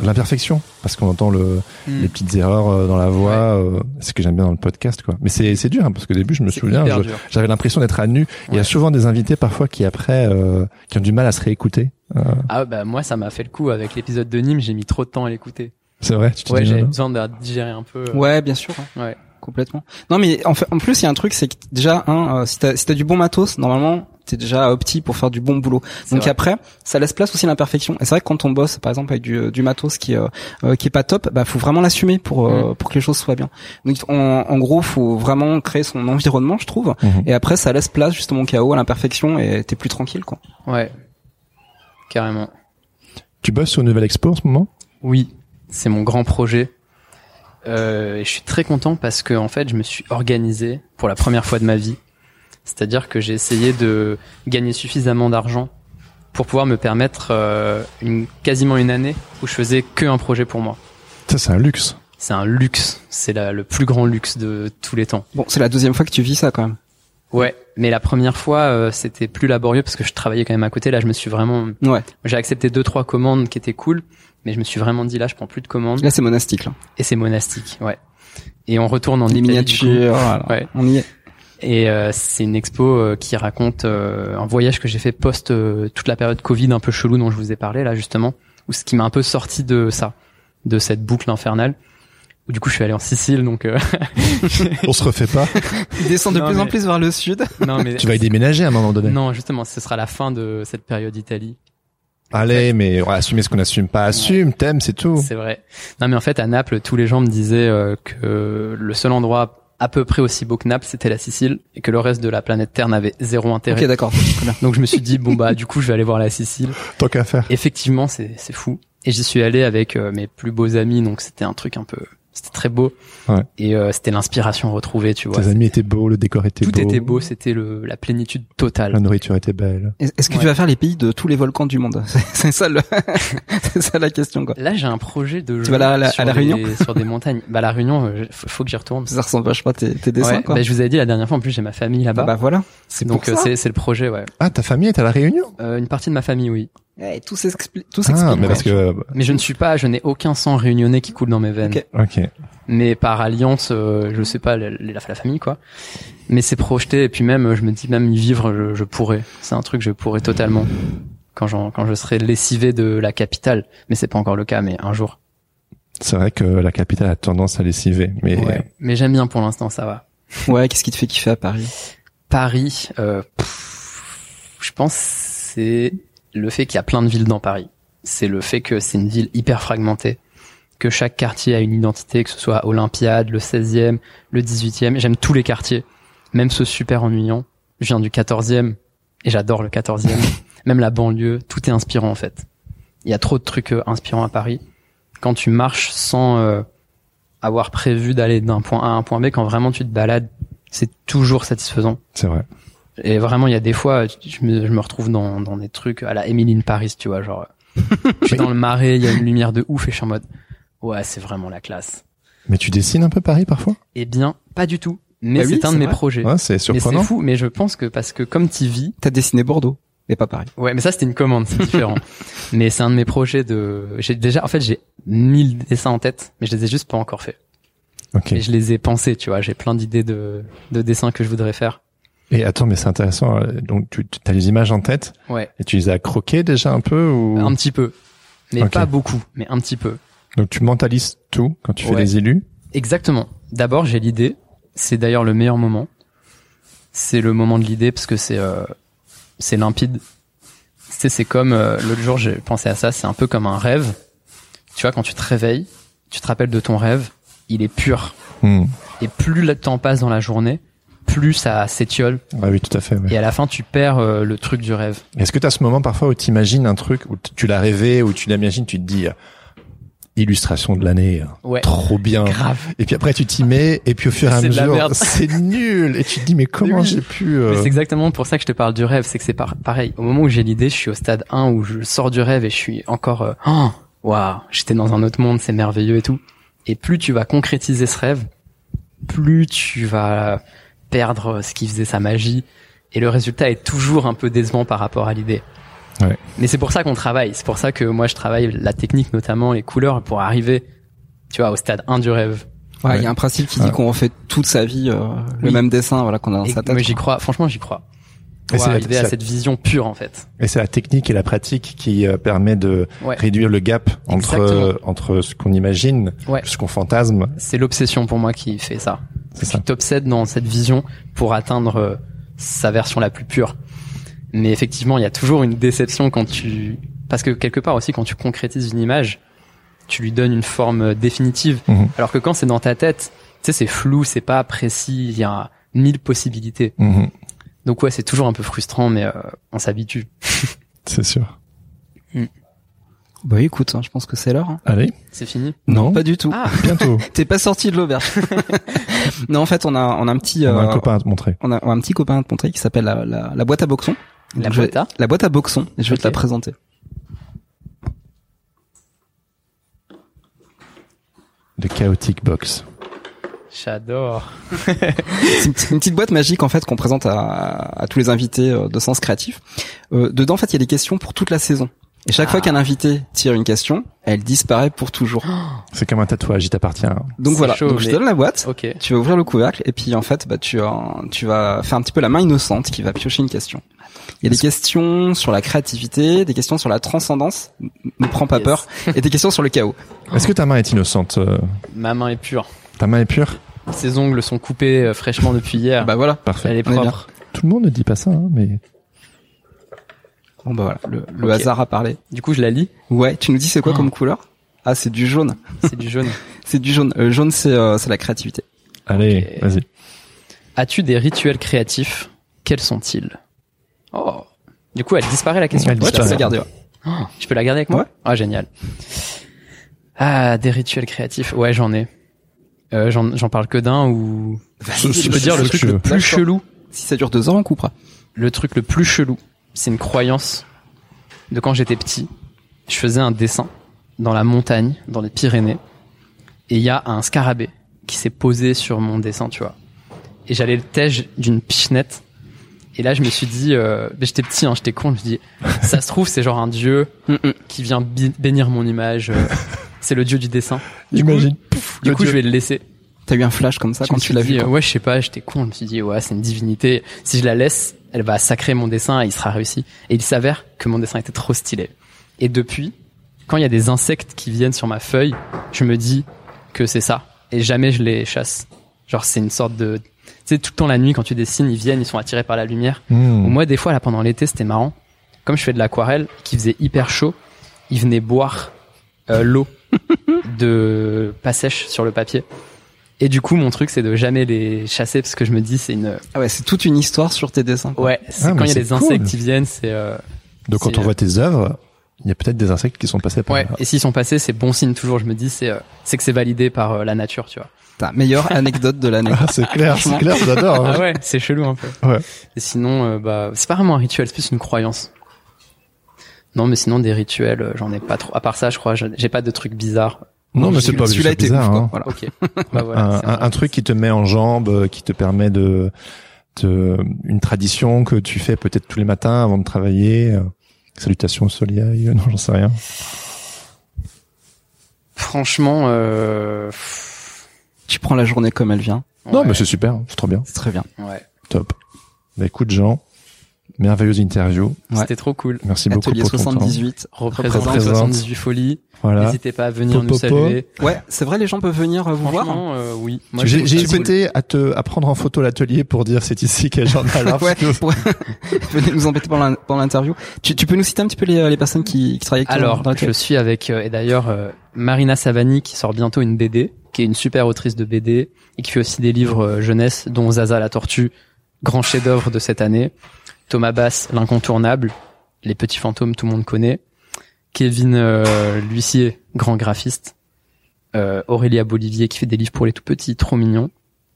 [SPEAKER 2] l'imperfection, parce qu'on entend le,
[SPEAKER 3] Hmm.
[SPEAKER 2] les petites erreurs euh, dans la voix. euh, c'est ce que j'aime bien dans le podcast, quoi. Mais c'est c'est dur, hein, parce qu'au début, je me
[SPEAKER 1] C'est
[SPEAKER 2] souviens,
[SPEAKER 1] hyper
[SPEAKER 2] je-
[SPEAKER 1] dur.
[SPEAKER 2] j'avais l'impression d'être à nu. Il y a
[SPEAKER 1] Ouais.
[SPEAKER 2] souvent des invités parfois qui après, euh, qui ont du mal à se réécouter. Euh,
[SPEAKER 1] Ah bah moi ça m'a fait le coup avec l'épisode de Nîmes, j'ai mis trop de temps à l'écouter.
[SPEAKER 2] c'est vrai. Tu euh, te
[SPEAKER 1] Ouais,
[SPEAKER 2] dis,
[SPEAKER 1] j'avais
[SPEAKER 2] non, non.
[SPEAKER 1] besoin de digérer un peu. euh,
[SPEAKER 3] Ouais, bien sûr. hein.
[SPEAKER 1] Ouais.
[SPEAKER 3] Complètement. Non, mais en, fait, en plus, il y a un truc, c'est que déjà, hein, euh, si t'as si t'as du bon matos, normalement, t'es déjà opti pour faire du bon boulot.
[SPEAKER 1] c'est
[SPEAKER 3] Donc
[SPEAKER 1] vrai.
[SPEAKER 3] après, ça laisse place aussi à l'imperfection. Et c'est vrai que quand on bosse, par exemple, avec du, du matos qui euh, euh, qui est pas top, bah faut vraiment l'assumer pour euh,
[SPEAKER 1] Mm.
[SPEAKER 3] pour que les choses soient bien. Donc en, en gros, faut vraiment créer son environnement, je trouve.
[SPEAKER 1] Mm-hmm.
[SPEAKER 2] Mhm.
[SPEAKER 3] Et après, ça laisse place justement au chaos, à l'imperfection, et t'es plus tranquille, quoi.
[SPEAKER 1] Ouais. Carrément.
[SPEAKER 2] Tu bosses sur une nouvelle expo en ce moment
[SPEAKER 1] Oui, c'est mon grand projet. Euh, et je suis très content parce que en fait, je me suis organisé pour la première fois de ma vie. C'est-à-dire que j'ai essayé de gagner suffisamment d'argent pour pouvoir me permettre euh, une, quasiment une année où je faisais que un projet pour moi.
[SPEAKER 2] Ça, c'est un luxe.
[SPEAKER 1] C'est un luxe, c'est la- le plus grand luxe de tous les temps.
[SPEAKER 3] Bon, c'est la deuxième fois que tu vis ça, quand même.
[SPEAKER 1] Ouais, mais la première fois, euh, c'était plus laborieux parce que je travaillais quand même à côté. Là, je me suis vraiment,
[SPEAKER 3] Ouais.
[SPEAKER 1] j'ai accepté deux trois commandes qui étaient cool, mais je me suis vraiment dit là, je prends plus de commandes
[SPEAKER 3] Là, c'est monastique. Là.
[SPEAKER 1] et c'est monastique, ouais. Et on retourne en
[SPEAKER 3] Les
[SPEAKER 1] Italie, du coup.
[SPEAKER 3] miniatures. voilà.
[SPEAKER 1] Ouais.
[SPEAKER 3] On y est.
[SPEAKER 1] Et euh, c'est une expo euh, qui raconte euh, un voyage que j'ai fait post euh, toute la période Covid un peu chelou dont je vous ai parlé là justement, où ce qui m'a un peu sorti de ça, de cette boucle infernale. Où du coup, je suis allé en Sicile, donc euh,
[SPEAKER 2] On se refait pas.
[SPEAKER 3] Il descend de
[SPEAKER 1] Non,
[SPEAKER 3] plus en
[SPEAKER 1] mais-
[SPEAKER 3] plus vers le sud.
[SPEAKER 1] non mais
[SPEAKER 2] tu vas y déménager à un moment donné.
[SPEAKER 1] non justement, ce sera la fin de cette période Italie.
[SPEAKER 2] Allez, mais on va assumer ce qu'on assume pas. Assume, t'aimes, c'est tout.
[SPEAKER 1] C'est vrai. Non, mais en fait, à Naples, tous les gens me disaient euh, que le seul endroit à peu près aussi beau que Naples, c'était la Sicile, et que le reste de la planète Terre n'avait zéro intérêt.
[SPEAKER 3] Ok, d'accord. Très bien.
[SPEAKER 1] Donc je me suis dit, bon bah, du coup, je vais aller voir la Sicile.
[SPEAKER 2] Tant qu'à faire.
[SPEAKER 1] Effectivement, c'est c'est fou. Et j'y suis allé avec euh, mes plus beaux amis, donc c'était un truc un peu... C'était très beau.
[SPEAKER 2] Ouais.
[SPEAKER 1] Et euh, c'était l'inspiration retrouvée, tu vois.
[SPEAKER 2] Tes amis étaient beaux, le décor était
[SPEAKER 1] Tout
[SPEAKER 2] beau.
[SPEAKER 1] était beau, c'était le- la plénitude totale.
[SPEAKER 2] La nourriture était belle.
[SPEAKER 3] Est-ce que
[SPEAKER 1] Ouais.
[SPEAKER 3] tu vas faire les pays de tous les volcans du monde C'est- C'est ça le, c'est ça la question quoi.
[SPEAKER 1] Là, j'ai un projet de... jeu
[SPEAKER 3] vas là à la-
[SPEAKER 1] sur
[SPEAKER 3] à La
[SPEAKER 1] des-
[SPEAKER 3] Réunion
[SPEAKER 1] Sur des montagnes. Bah, La Réunion, euh, faut faut que j'y retourne.
[SPEAKER 3] Ça ressemble vachement à tes, tes dessins
[SPEAKER 1] Ouais,
[SPEAKER 3] quoi.
[SPEAKER 1] bah, je vous avais dit la dernière fois, en plus j'ai ma famille là-bas.
[SPEAKER 3] Bah voilà. C'est
[SPEAKER 1] Donc
[SPEAKER 3] pour
[SPEAKER 1] euh,
[SPEAKER 3] ça.
[SPEAKER 1] c'est c'est le projet, ouais.
[SPEAKER 2] Ah, ta famille est à la Réunion
[SPEAKER 1] Euh, une partie de ma famille, oui.
[SPEAKER 3] Eh, tout s'explique. Tout
[SPEAKER 2] Ah,
[SPEAKER 3] s'explique,
[SPEAKER 2] mais
[SPEAKER 3] quoi.
[SPEAKER 2] parce que...
[SPEAKER 1] Mais je ne suis pas, je n'ai aucun sang réunionnais qui coule dans mes veines.
[SPEAKER 3] Ok.
[SPEAKER 2] Ok.
[SPEAKER 1] Mais par alliance, euh, je sais pas, la, la, la famille quoi. Mais c'est projeté et puis même, euh, je me dis même y vivre, je, je pourrais. C'est un truc que je pourrais totalement quand j'en- quand je serai lessivé de la capitale. Mais c'est pas encore le cas, mais un jour.
[SPEAKER 2] C'est vrai que la capitale a tendance à lessiver, mais
[SPEAKER 1] Ouais. Mais j'aime bien pour l'instant, ça va.
[SPEAKER 3] Ouais, qu'est-ce qui te fait kiffer à Paris
[SPEAKER 1] Paris, euh, pff, je pense c'est le fait qu'il y a plein de villes dans Paris. C'est le fait que c'est une ville hyper fragmentée, que chaque quartier a une identité, que ce soit Olympiade, le 16e, le 18e. J'aime tous les quartiers, même ceux super ennuyants. Je viens du 14e et j'adore le 14e. même la banlieue, tout est inspirant en fait. Il y a trop de trucs euh, inspirants à Paris. Quand tu marches sans euh, avoir prévu d'aller d'un point A à un point B, quand vraiment tu te balades, c'est toujours satisfaisant.
[SPEAKER 2] c'est vrai.
[SPEAKER 1] Et vraiment, il y a des fois, je me, je me retrouve dans, dans des trucs à la Emily in Paris, tu vois, genre, je suis dans le marais, il y a une lumière de ouf, et je suis en mode, ouais, c'est vraiment la classe.
[SPEAKER 2] Mais tu dessines un peu Paris parfois
[SPEAKER 1] Eh bien, pas du tout, mais
[SPEAKER 3] Bah oui,
[SPEAKER 1] c'est un de
[SPEAKER 3] c'est
[SPEAKER 1] mes
[SPEAKER 3] vrai.
[SPEAKER 1] projets.
[SPEAKER 2] ouais, C'est
[SPEAKER 1] mais c'est
[SPEAKER 2] surprenant.
[SPEAKER 1] fou, mais je pense que parce que comme tu vis,
[SPEAKER 3] T'as dessiné Bordeaux, mais pas Paris.
[SPEAKER 1] ouais, mais ça c'était une commande, c'est différent. mais c'est un de mes projets de, j'ai déjà, en fait, j'ai mille dessins en tête, mais je les ai juste pas encore faits.
[SPEAKER 2] Ok.
[SPEAKER 1] Et je les ai pensés, tu vois, j'ai plein d'idées de, de dessins que je voudrais faire.
[SPEAKER 2] Et attends, mais c'est intéressant. euh, Donc, tu as les images en tête
[SPEAKER 1] Ouais,
[SPEAKER 2] et tu les as croquées déjà un peu ou...
[SPEAKER 1] un petit peu. Mais
[SPEAKER 2] Ok.
[SPEAKER 1] pas beaucoup, mais un petit peu.
[SPEAKER 2] Donc, tu mentalises tout quand tu fais
[SPEAKER 1] Ouais.
[SPEAKER 2] les élus.
[SPEAKER 1] Exactement. D'abord, j'ai l'idée. C'est d'ailleurs le meilleur moment. C'est le moment de l'idée parce que c'est euh, c'est limpide. C'est c'est comme euh, l'autre jour j'ai pensé à ça. C'est un peu comme un rêve. Tu vois, quand tu te réveilles, tu te rappelles de ton rêve. Il est pur.
[SPEAKER 2] Hmm.
[SPEAKER 1] Et plus le temps passe dans la journée, plus ça s'étiole.
[SPEAKER 2] Ah oui, tout à fait. ouais.
[SPEAKER 1] Et à la fin, tu perds euh, le truc du rêve.
[SPEAKER 2] Est-ce que tu as ce moment parfois où tu imagines un truc, où t- tu l'as rêvé, où tu l'imagines, tu te dis, euh, illustration de l'année, euh,
[SPEAKER 1] Ouais.
[SPEAKER 2] trop bien.
[SPEAKER 1] Grave.
[SPEAKER 2] Et puis après, tu t'y mets, et puis au fur et à
[SPEAKER 1] C'est de la
[SPEAKER 2] mesure,
[SPEAKER 1] merde.
[SPEAKER 2] c'est nul. Et tu te dis, mais comment
[SPEAKER 1] oui.
[SPEAKER 2] j'ai pu... euh,
[SPEAKER 1] Mais c'est exactement pour ça que je te parle du rêve, c'est que c'est par- pareil. Au moment où j'ai l'idée, je suis au stade 1 où je sors du rêve et je suis encore euh, oh, waouh, j'étais dans un autre monde, c'est merveilleux et tout. Et plus tu vas concrétiser ce rêve, plus tu vas perdre ce qui faisait sa magie et le résultat est toujours un peu décevant par rapport à l'idée.
[SPEAKER 2] Ouais.
[SPEAKER 1] Mais c'est pour ça qu'on travaille. C'est pour ça que moi, je travaille la technique, notamment les couleurs, pour arriver, tu vois, au stade 1 du rêve.
[SPEAKER 3] Ouais, il
[SPEAKER 2] Ouais.
[SPEAKER 3] y a un principe qui dit
[SPEAKER 2] Ouais.
[SPEAKER 3] qu'on refait toute sa vie euh, le
[SPEAKER 1] Oui.
[SPEAKER 3] même dessin, voilà qu'on a dans
[SPEAKER 1] Et
[SPEAKER 3] sa tête.
[SPEAKER 1] moi, j'y crois. Franchement, j'y crois.
[SPEAKER 2] Et
[SPEAKER 1] Pour
[SPEAKER 2] c'est la-
[SPEAKER 1] arriver
[SPEAKER 2] c'est
[SPEAKER 1] à
[SPEAKER 2] la-
[SPEAKER 1] cette vision pure, en fait.
[SPEAKER 2] Et c'est la technique et la pratique qui euh, permet de
[SPEAKER 1] Ouais.
[SPEAKER 2] réduire le gap entre
[SPEAKER 1] Exactement.
[SPEAKER 2] euh, entre ce qu'on imagine,
[SPEAKER 1] Ouais.
[SPEAKER 2] ce qu'on fantasme,
[SPEAKER 1] C'est l'obsession pour moi qui fait ça.
[SPEAKER 2] c'est ça.
[SPEAKER 1] Tu t'obsèdes dans cette vision pour atteindre euh, sa version la plus pure. Mais effectivement, il y a toujours une déception quand tu... Parce que quelque part aussi, quand tu concrétises une image, tu lui donnes une forme euh, définitive.
[SPEAKER 2] Mhm.
[SPEAKER 1] Alors que quand c'est dans ta tête, tu sais, c'est flou, c'est pas précis, il y a mille possibilités.
[SPEAKER 2] Mhm.
[SPEAKER 1] Donc ouais, c'est toujours un peu frustrant, mais euh, on s'habitue.
[SPEAKER 2] C'est sûr.
[SPEAKER 3] Bah oui, écoute, hein, je pense que c'est l'heure. hein.
[SPEAKER 2] Allez.
[SPEAKER 1] C'est fini
[SPEAKER 2] Non.
[SPEAKER 3] Pas du tout.
[SPEAKER 1] Ah,
[SPEAKER 2] Bientôt.
[SPEAKER 3] T'es pas sorti de l'auberge. non, en fait, on a on a un petit
[SPEAKER 2] On a un
[SPEAKER 3] euh,
[SPEAKER 2] copain à te montrer.
[SPEAKER 3] on a un petit copain à te montrer qui s'appelle la, la, la boîte à boxon.
[SPEAKER 1] La
[SPEAKER 3] Donc, je vais-
[SPEAKER 1] boîte à
[SPEAKER 3] La boîte à boxon. Et je vais
[SPEAKER 1] Ok.
[SPEAKER 3] te la présenter.
[SPEAKER 2] The Chaotic Box.
[SPEAKER 1] j'adore.
[SPEAKER 3] C'est une, petite- une petite boîte magique en fait qu'on présente à, à tous les invités euh, de Sens Créatif. Euh, dedans, en fait, il y a des questions pour toute la saison. Et chaque
[SPEAKER 1] Ah. Oh,
[SPEAKER 3] fois qu'un invité tire une question, elle disparaît pour toujours.
[SPEAKER 2] C'est comme un tatouage, il t'appartient.
[SPEAKER 3] Donc
[SPEAKER 1] C'est
[SPEAKER 3] voilà.
[SPEAKER 1] chaud,
[SPEAKER 3] Donc je te
[SPEAKER 1] mais-
[SPEAKER 3] donne la boîte.
[SPEAKER 1] Ok.
[SPEAKER 3] Tu vas ouvrir le couvercle et puis en fait bah, tu, as- tu vas faire un petit peu la main innocente qui va piocher une question. Il y a des questions sur la créativité, des questions sur la transcendance, n- ne prends pas
[SPEAKER 1] Yes.
[SPEAKER 3] peur, et des questions sur le chaos.
[SPEAKER 2] Est-ce que ta main est innocente euh,
[SPEAKER 1] Ma main est pure.
[SPEAKER 2] Ta main est pure
[SPEAKER 1] Ses ongles sont coupés euh, fraîchement depuis hier.
[SPEAKER 3] Bah voilà.
[SPEAKER 2] Parfait.
[SPEAKER 1] Elle est
[SPEAKER 3] on est bien.
[SPEAKER 1] propre.
[SPEAKER 2] Tout le monde ne dit pas ça, hein, mais
[SPEAKER 3] Bon bah voilà, le, le
[SPEAKER 1] Ok.
[SPEAKER 3] hasard a parlé.
[SPEAKER 1] Du coup, je la lis.
[SPEAKER 3] Ouais, tu nous dis c'est quoi
[SPEAKER 1] Oh.
[SPEAKER 3] comme couleur Ah c'est du jaune.
[SPEAKER 1] C'est du jaune.
[SPEAKER 3] C'est du jaune. Euh, jaune c'est euh, c'est la créativité.
[SPEAKER 2] allez,
[SPEAKER 1] Ok.
[SPEAKER 2] vas-y.
[SPEAKER 1] As-tu des rituels créatifs Quels sont-ils Oh Du coup, elle disparaît la question.
[SPEAKER 2] Elle
[SPEAKER 3] Ouais, tu peux
[SPEAKER 2] disparaît.
[SPEAKER 3] la garder. ouais.
[SPEAKER 1] Oh, je peux la garder avec moi
[SPEAKER 3] Ouais.
[SPEAKER 1] Ah, génial. Ah, des rituels créatifs. Ouais, j'en ai. Euh, j'en j'en parle que d'un ou je peux dire le
[SPEAKER 2] ce que
[SPEAKER 1] truc
[SPEAKER 2] tu
[SPEAKER 1] le
[SPEAKER 2] veux.
[SPEAKER 1] plus
[SPEAKER 3] D'accord.
[SPEAKER 1] chelou.
[SPEAKER 3] Si ça dure deux ans on coupera.
[SPEAKER 1] Le truc le plus chelou, c'est une croyance de quand j'étais petit. Je faisais un dessin dans la montagne, dans les Pyrénées, et il y a un scarabée qui s'est posé sur mon dessin, tu vois. Et j'allais le tège d'une pichenette. Et là, je me suis dit, euh, mais j'étais petit, hein, j'étais con, je me dis, ça se trouve, c'est genre un dieu
[SPEAKER 2] Mm,
[SPEAKER 1] qui vient bi- bénir mon image. euh, c'est le dieu du dessin.
[SPEAKER 2] Imagine.
[SPEAKER 1] Du
[SPEAKER 2] Le
[SPEAKER 1] coup,
[SPEAKER 2] dieu.
[SPEAKER 1] je vais le laisser.
[SPEAKER 3] T'as eu un flash comme ça
[SPEAKER 1] Je
[SPEAKER 3] quand
[SPEAKER 1] me
[SPEAKER 3] tu
[SPEAKER 1] suis
[SPEAKER 3] l'as
[SPEAKER 1] dit,
[SPEAKER 3] vu.
[SPEAKER 1] euh,
[SPEAKER 3] quoi.
[SPEAKER 1] ouais, je sais pas, j'étais con. Je me suis dit, ouais, c'est une divinité. Si je la laisse, elle va sacrer mon dessin et il sera réussi. Et il s'avère que mon dessin était trop stylé. Et depuis, quand il y a des insectes qui viennent sur ma feuille, je me dis que c'est ça. Et jamais je les chasse. Genre, c'est une sorte de... Tu sais, tout le temps la nuit, quand tu dessines, ils viennent, ils sont attirés par la lumière.
[SPEAKER 2] Hmm.
[SPEAKER 1] Moi, des fois, là, pendant l'été, c'était marrant. Comme je fais de l'aquarelle, qui faisait hyper chaud, ils venaient boire euh, l'eau de pas sèche sur le papier. Et du coup, mon truc, c'est de jamais les chasser parce que je me dis, c'est une.
[SPEAKER 3] Ah ouais c'est toute une histoire sur tes dessins. quoi.
[SPEAKER 1] euh, Ouais, c'est
[SPEAKER 2] Ah, mais
[SPEAKER 1] quand il y a
[SPEAKER 2] c'est
[SPEAKER 1] des
[SPEAKER 2] cool.
[SPEAKER 1] insectes qui viennent, c'est. euh,
[SPEAKER 2] Donc quand
[SPEAKER 1] c'est-
[SPEAKER 2] on voit tes œuvres, il y a peut-être des insectes qui sont passés par
[SPEAKER 1] Ouais.
[SPEAKER 2] là.
[SPEAKER 1] Et s'ils sont passés, c'est bon signe toujours. Je me dis, c'est euh, c'est que c'est validé par euh, la nature, tu vois.
[SPEAKER 3] Ta meilleure anecdote de l'année.
[SPEAKER 2] Ah, c'est clair, c'est clair, j'adore. hein.
[SPEAKER 1] Ah ouais, c'est chelou un peu.
[SPEAKER 2] Ouais.
[SPEAKER 1] Et sinon, euh, bah, c'est pas vraiment un rituel, c'est plus une croyance. Non, mais sinon des rituels, euh, j'en ai pas trop. À part ça, je crois, je- j'ai pas de trucs bizarres.
[SPEAKER 2] Non, mais
[SPEAKER 3] Donc,
[SPEAKER 2] c'est pas
[SPEAKER 3] celui-là
[SPEAKER 2] c'est
[SPEAKER 3] était
[SPEAKER 2] bizarre,
[SPEAKER 3] ouf, quoi.
[SPEAKER 2] hein.
[SPEAKER 3] Voilà.
[SPEAKER 1] Ok. Bah voilà,
[SPEAKER 2] un,
[SPEAKER 1] c'est
[SPEAKER 2] un- un truc qui te met en jambe, euh, qui te permet de, de- une tradition que tu fais peut-être tous les matins avant de travailler. euh, Salutations au soleil, euh, non j'en sais rien.
[SPEAKER 1] Franchement, euh... pff,
[SPEAKER 3] Tu prends la journée comme elle vient.
[SPEAKER 2] Non
[SPEAKER 1] ouais,
[SPEAKER 2] mais c'est super, c'est trop bien,
[SPEAKER 3] C'est très bien.
[SPEAKER 1] ouais.
[SPEAKER 2] top. Bah, écoute Jean, merveilleuse interview.
[SPEAKER 3] Ouais.
[SPEAKER 1] C'était trop cool.
[SPEAKER 2] Merci beaucoup hein.
[SPEAKER 3] Atelier
[SPEAKER 2] pour ton temps.
[SPEAKER 3] 78.
[SPEAKER 1] Représente,
[SPEAKER 2] Représente.
[SPEAKER 1] 78 folies.
[SPEAKER 2] Voilà.
[SPEAKER 1] N'hésitez pas à venir
[SPEAKER 2] Po,
[SPEAKER 1] nous
[SPEAKER 2] po, po.
[SPEAKER 1] saluer.
[SPEAKER 3] Ouais, c'est vrai, les gens peuvent venir euh, vous voir.
[SPEAKER 1] Franchement, euh, oui. Moi, je
[SPEAKER 2] J'ai
[SPEAKER 1] trouve
[SPEAKER 2] j'ai
[SPEAKER 1] ça cool.
[SPEAKER 2] hésité à te à prendre en photo l'atelier pour dire c'est ici qu'est Jean Allard.
[SPEAKER 3] Ouais, pour- venez nous embêter pendant la- pendant l'interview. Tu, tu peux nous citer un petit peu les, euh, les personnes qui, qui travaillent avec toi
[SPEAKER 1] Alors,
[SPEAKER 3] dans la
[SPEAKER 1] je
[SPEAKER 3] télé
[SPEAKER 1] suis avec, euh, et d'ailleurs, euh, Marina Savani qui sort bientôt une BD, qui est une super autrice de BD et qui fait aussi des livres euh, jeunesse, dont Zaza la Tortue, grand chef-d'œuvre de cette année. Thomas Bass, l'incontournable, Les Petits Fantômes, tout le monde connaît. Kevin euh, L'huissier, grand graphiste. Euh, Aurélia Bolivier qui fait des livres pour les tout petits, trop mignons.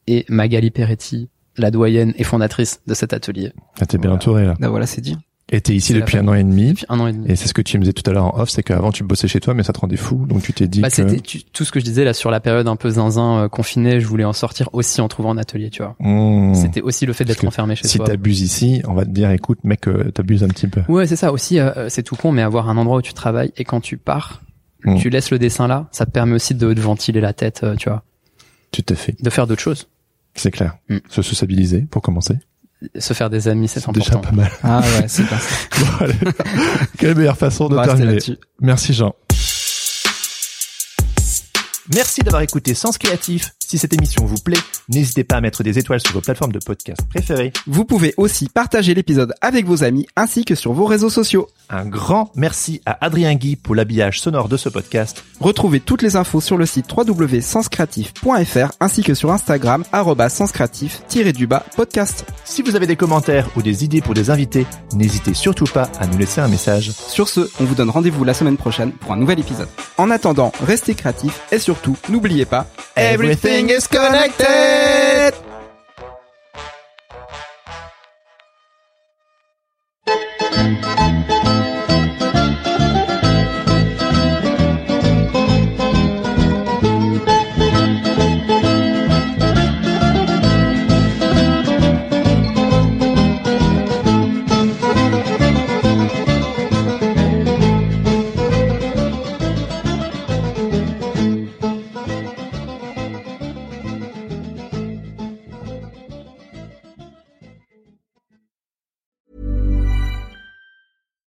[SPEAKER 1] Et Magali Peretti, la doyenne et fondatrice de cet atelier.
[SPEAKER 2] Ah, T'es bien entouré là.
[SPEAKER 3] Bah voilà, c'est dit.
[SPEAKER 2] Et t'es ici
[SPEAKER 1] C'est la
[SPEAKER 2] depuis un an et demi.
[SPEAKER 1] Depuis un an et demi.
[SPEAKER 2] Et c'est ce que tu me disais tout à l'heure en off, c'est qu'avant tu bossais chez toi, mais ça te rendait fou, donc tu t'es dit
[SPEAKER 1] Bah,
[SPEAKER 2] que.
[SPEAKER 1] c'était tu- tout ce que je disais là sur la période un peu zinzin euh, confiné, je voulais en sortir aussi en trouvant un atelier, tu vois.
[SPEAKER 2] Hmm.
[SPEAKER 1] C'était aussi le fait
[SPEAKER 2] Parce
[SPEAKER 1] d'être
[SPEAKER 2] que
[SPEAKER 1] enfermé chez
[SPEAKER 2] Si
[SPEAKER 1] soi.
[SPEAKER 2] t'abuses ici, on va te dire, écoute, mec, euh, t'abuses un petit peu.
[SPEAKER 1] Ouais, c'est ça aussi. euh, euh, c'est tout con, mais avoir un endroit où tu travailles et quand tu pars,
[SPEAKER 2] Mm.
[SPEAKER 1] tu laisses le dessin là. Ça te permet aussi de, de ventiler la tête, euh, tu vois,
[SPEAKER 2] Tu te fait.
[SPEAKER 1] de faire d'autres choses,
[SPEAKER 2] C'est clair.
[SPEAKER 5] Mm.
[SPEAKER 1] Hmm.
[SPEAKER 2] Se sociabiliser, pour commencer.
[SPEAKER 1] se faire des amis, c'est
[SPEAKER 2] déjà
[SPEAKER 1] important.
[SPEAKER 2] pas mal.
[SPEAKER 3] Ah ouais, c'est bien.
[SPEAKER 2] Bon, allez. Quelle meilleure façon
[SPEAKER 3] On
[SPEAKER 2] de
[SPEAKER 3] va rester
[SPEAKER 2] terminer.
[SPEAKER 3] là-dessus.
[SPEAKER 2] Merci Jean.
[SPEAKER 5] Merci d'avoir écouté Sens Créatif. Si cette émission vous plaît, n'hésitez pas à mettre des étoiles sur vos plateformes de podcast préférées.
[SPEAKER 3] Vous pouvez aussi partager l'épisode avec vos amis ainsi que sur vos réseaux sociaux.
[SPEAKER 5] Un grand merci à Adrien Guy pour l'habillage sonore de ce podcast.
[SPEAKER 3] Retrouvez toutes les infos sur le site www.senscreatif.fr ainsi que sur Instagram @senscreatif-du-bas podcast.
[SPEAKER 5] Si vous avez des commentaires ou des idées pour des invités, n'hésitez surtout pas à nous laisser un message.
[SPEAKER 3] Sur ce, on vous donne rendez-vous la semaine prochaine pour un nouvel épisode. En attendant, restez créatifs et surtout, n'oubliez pas
[SPEAKER 5] Everything is connected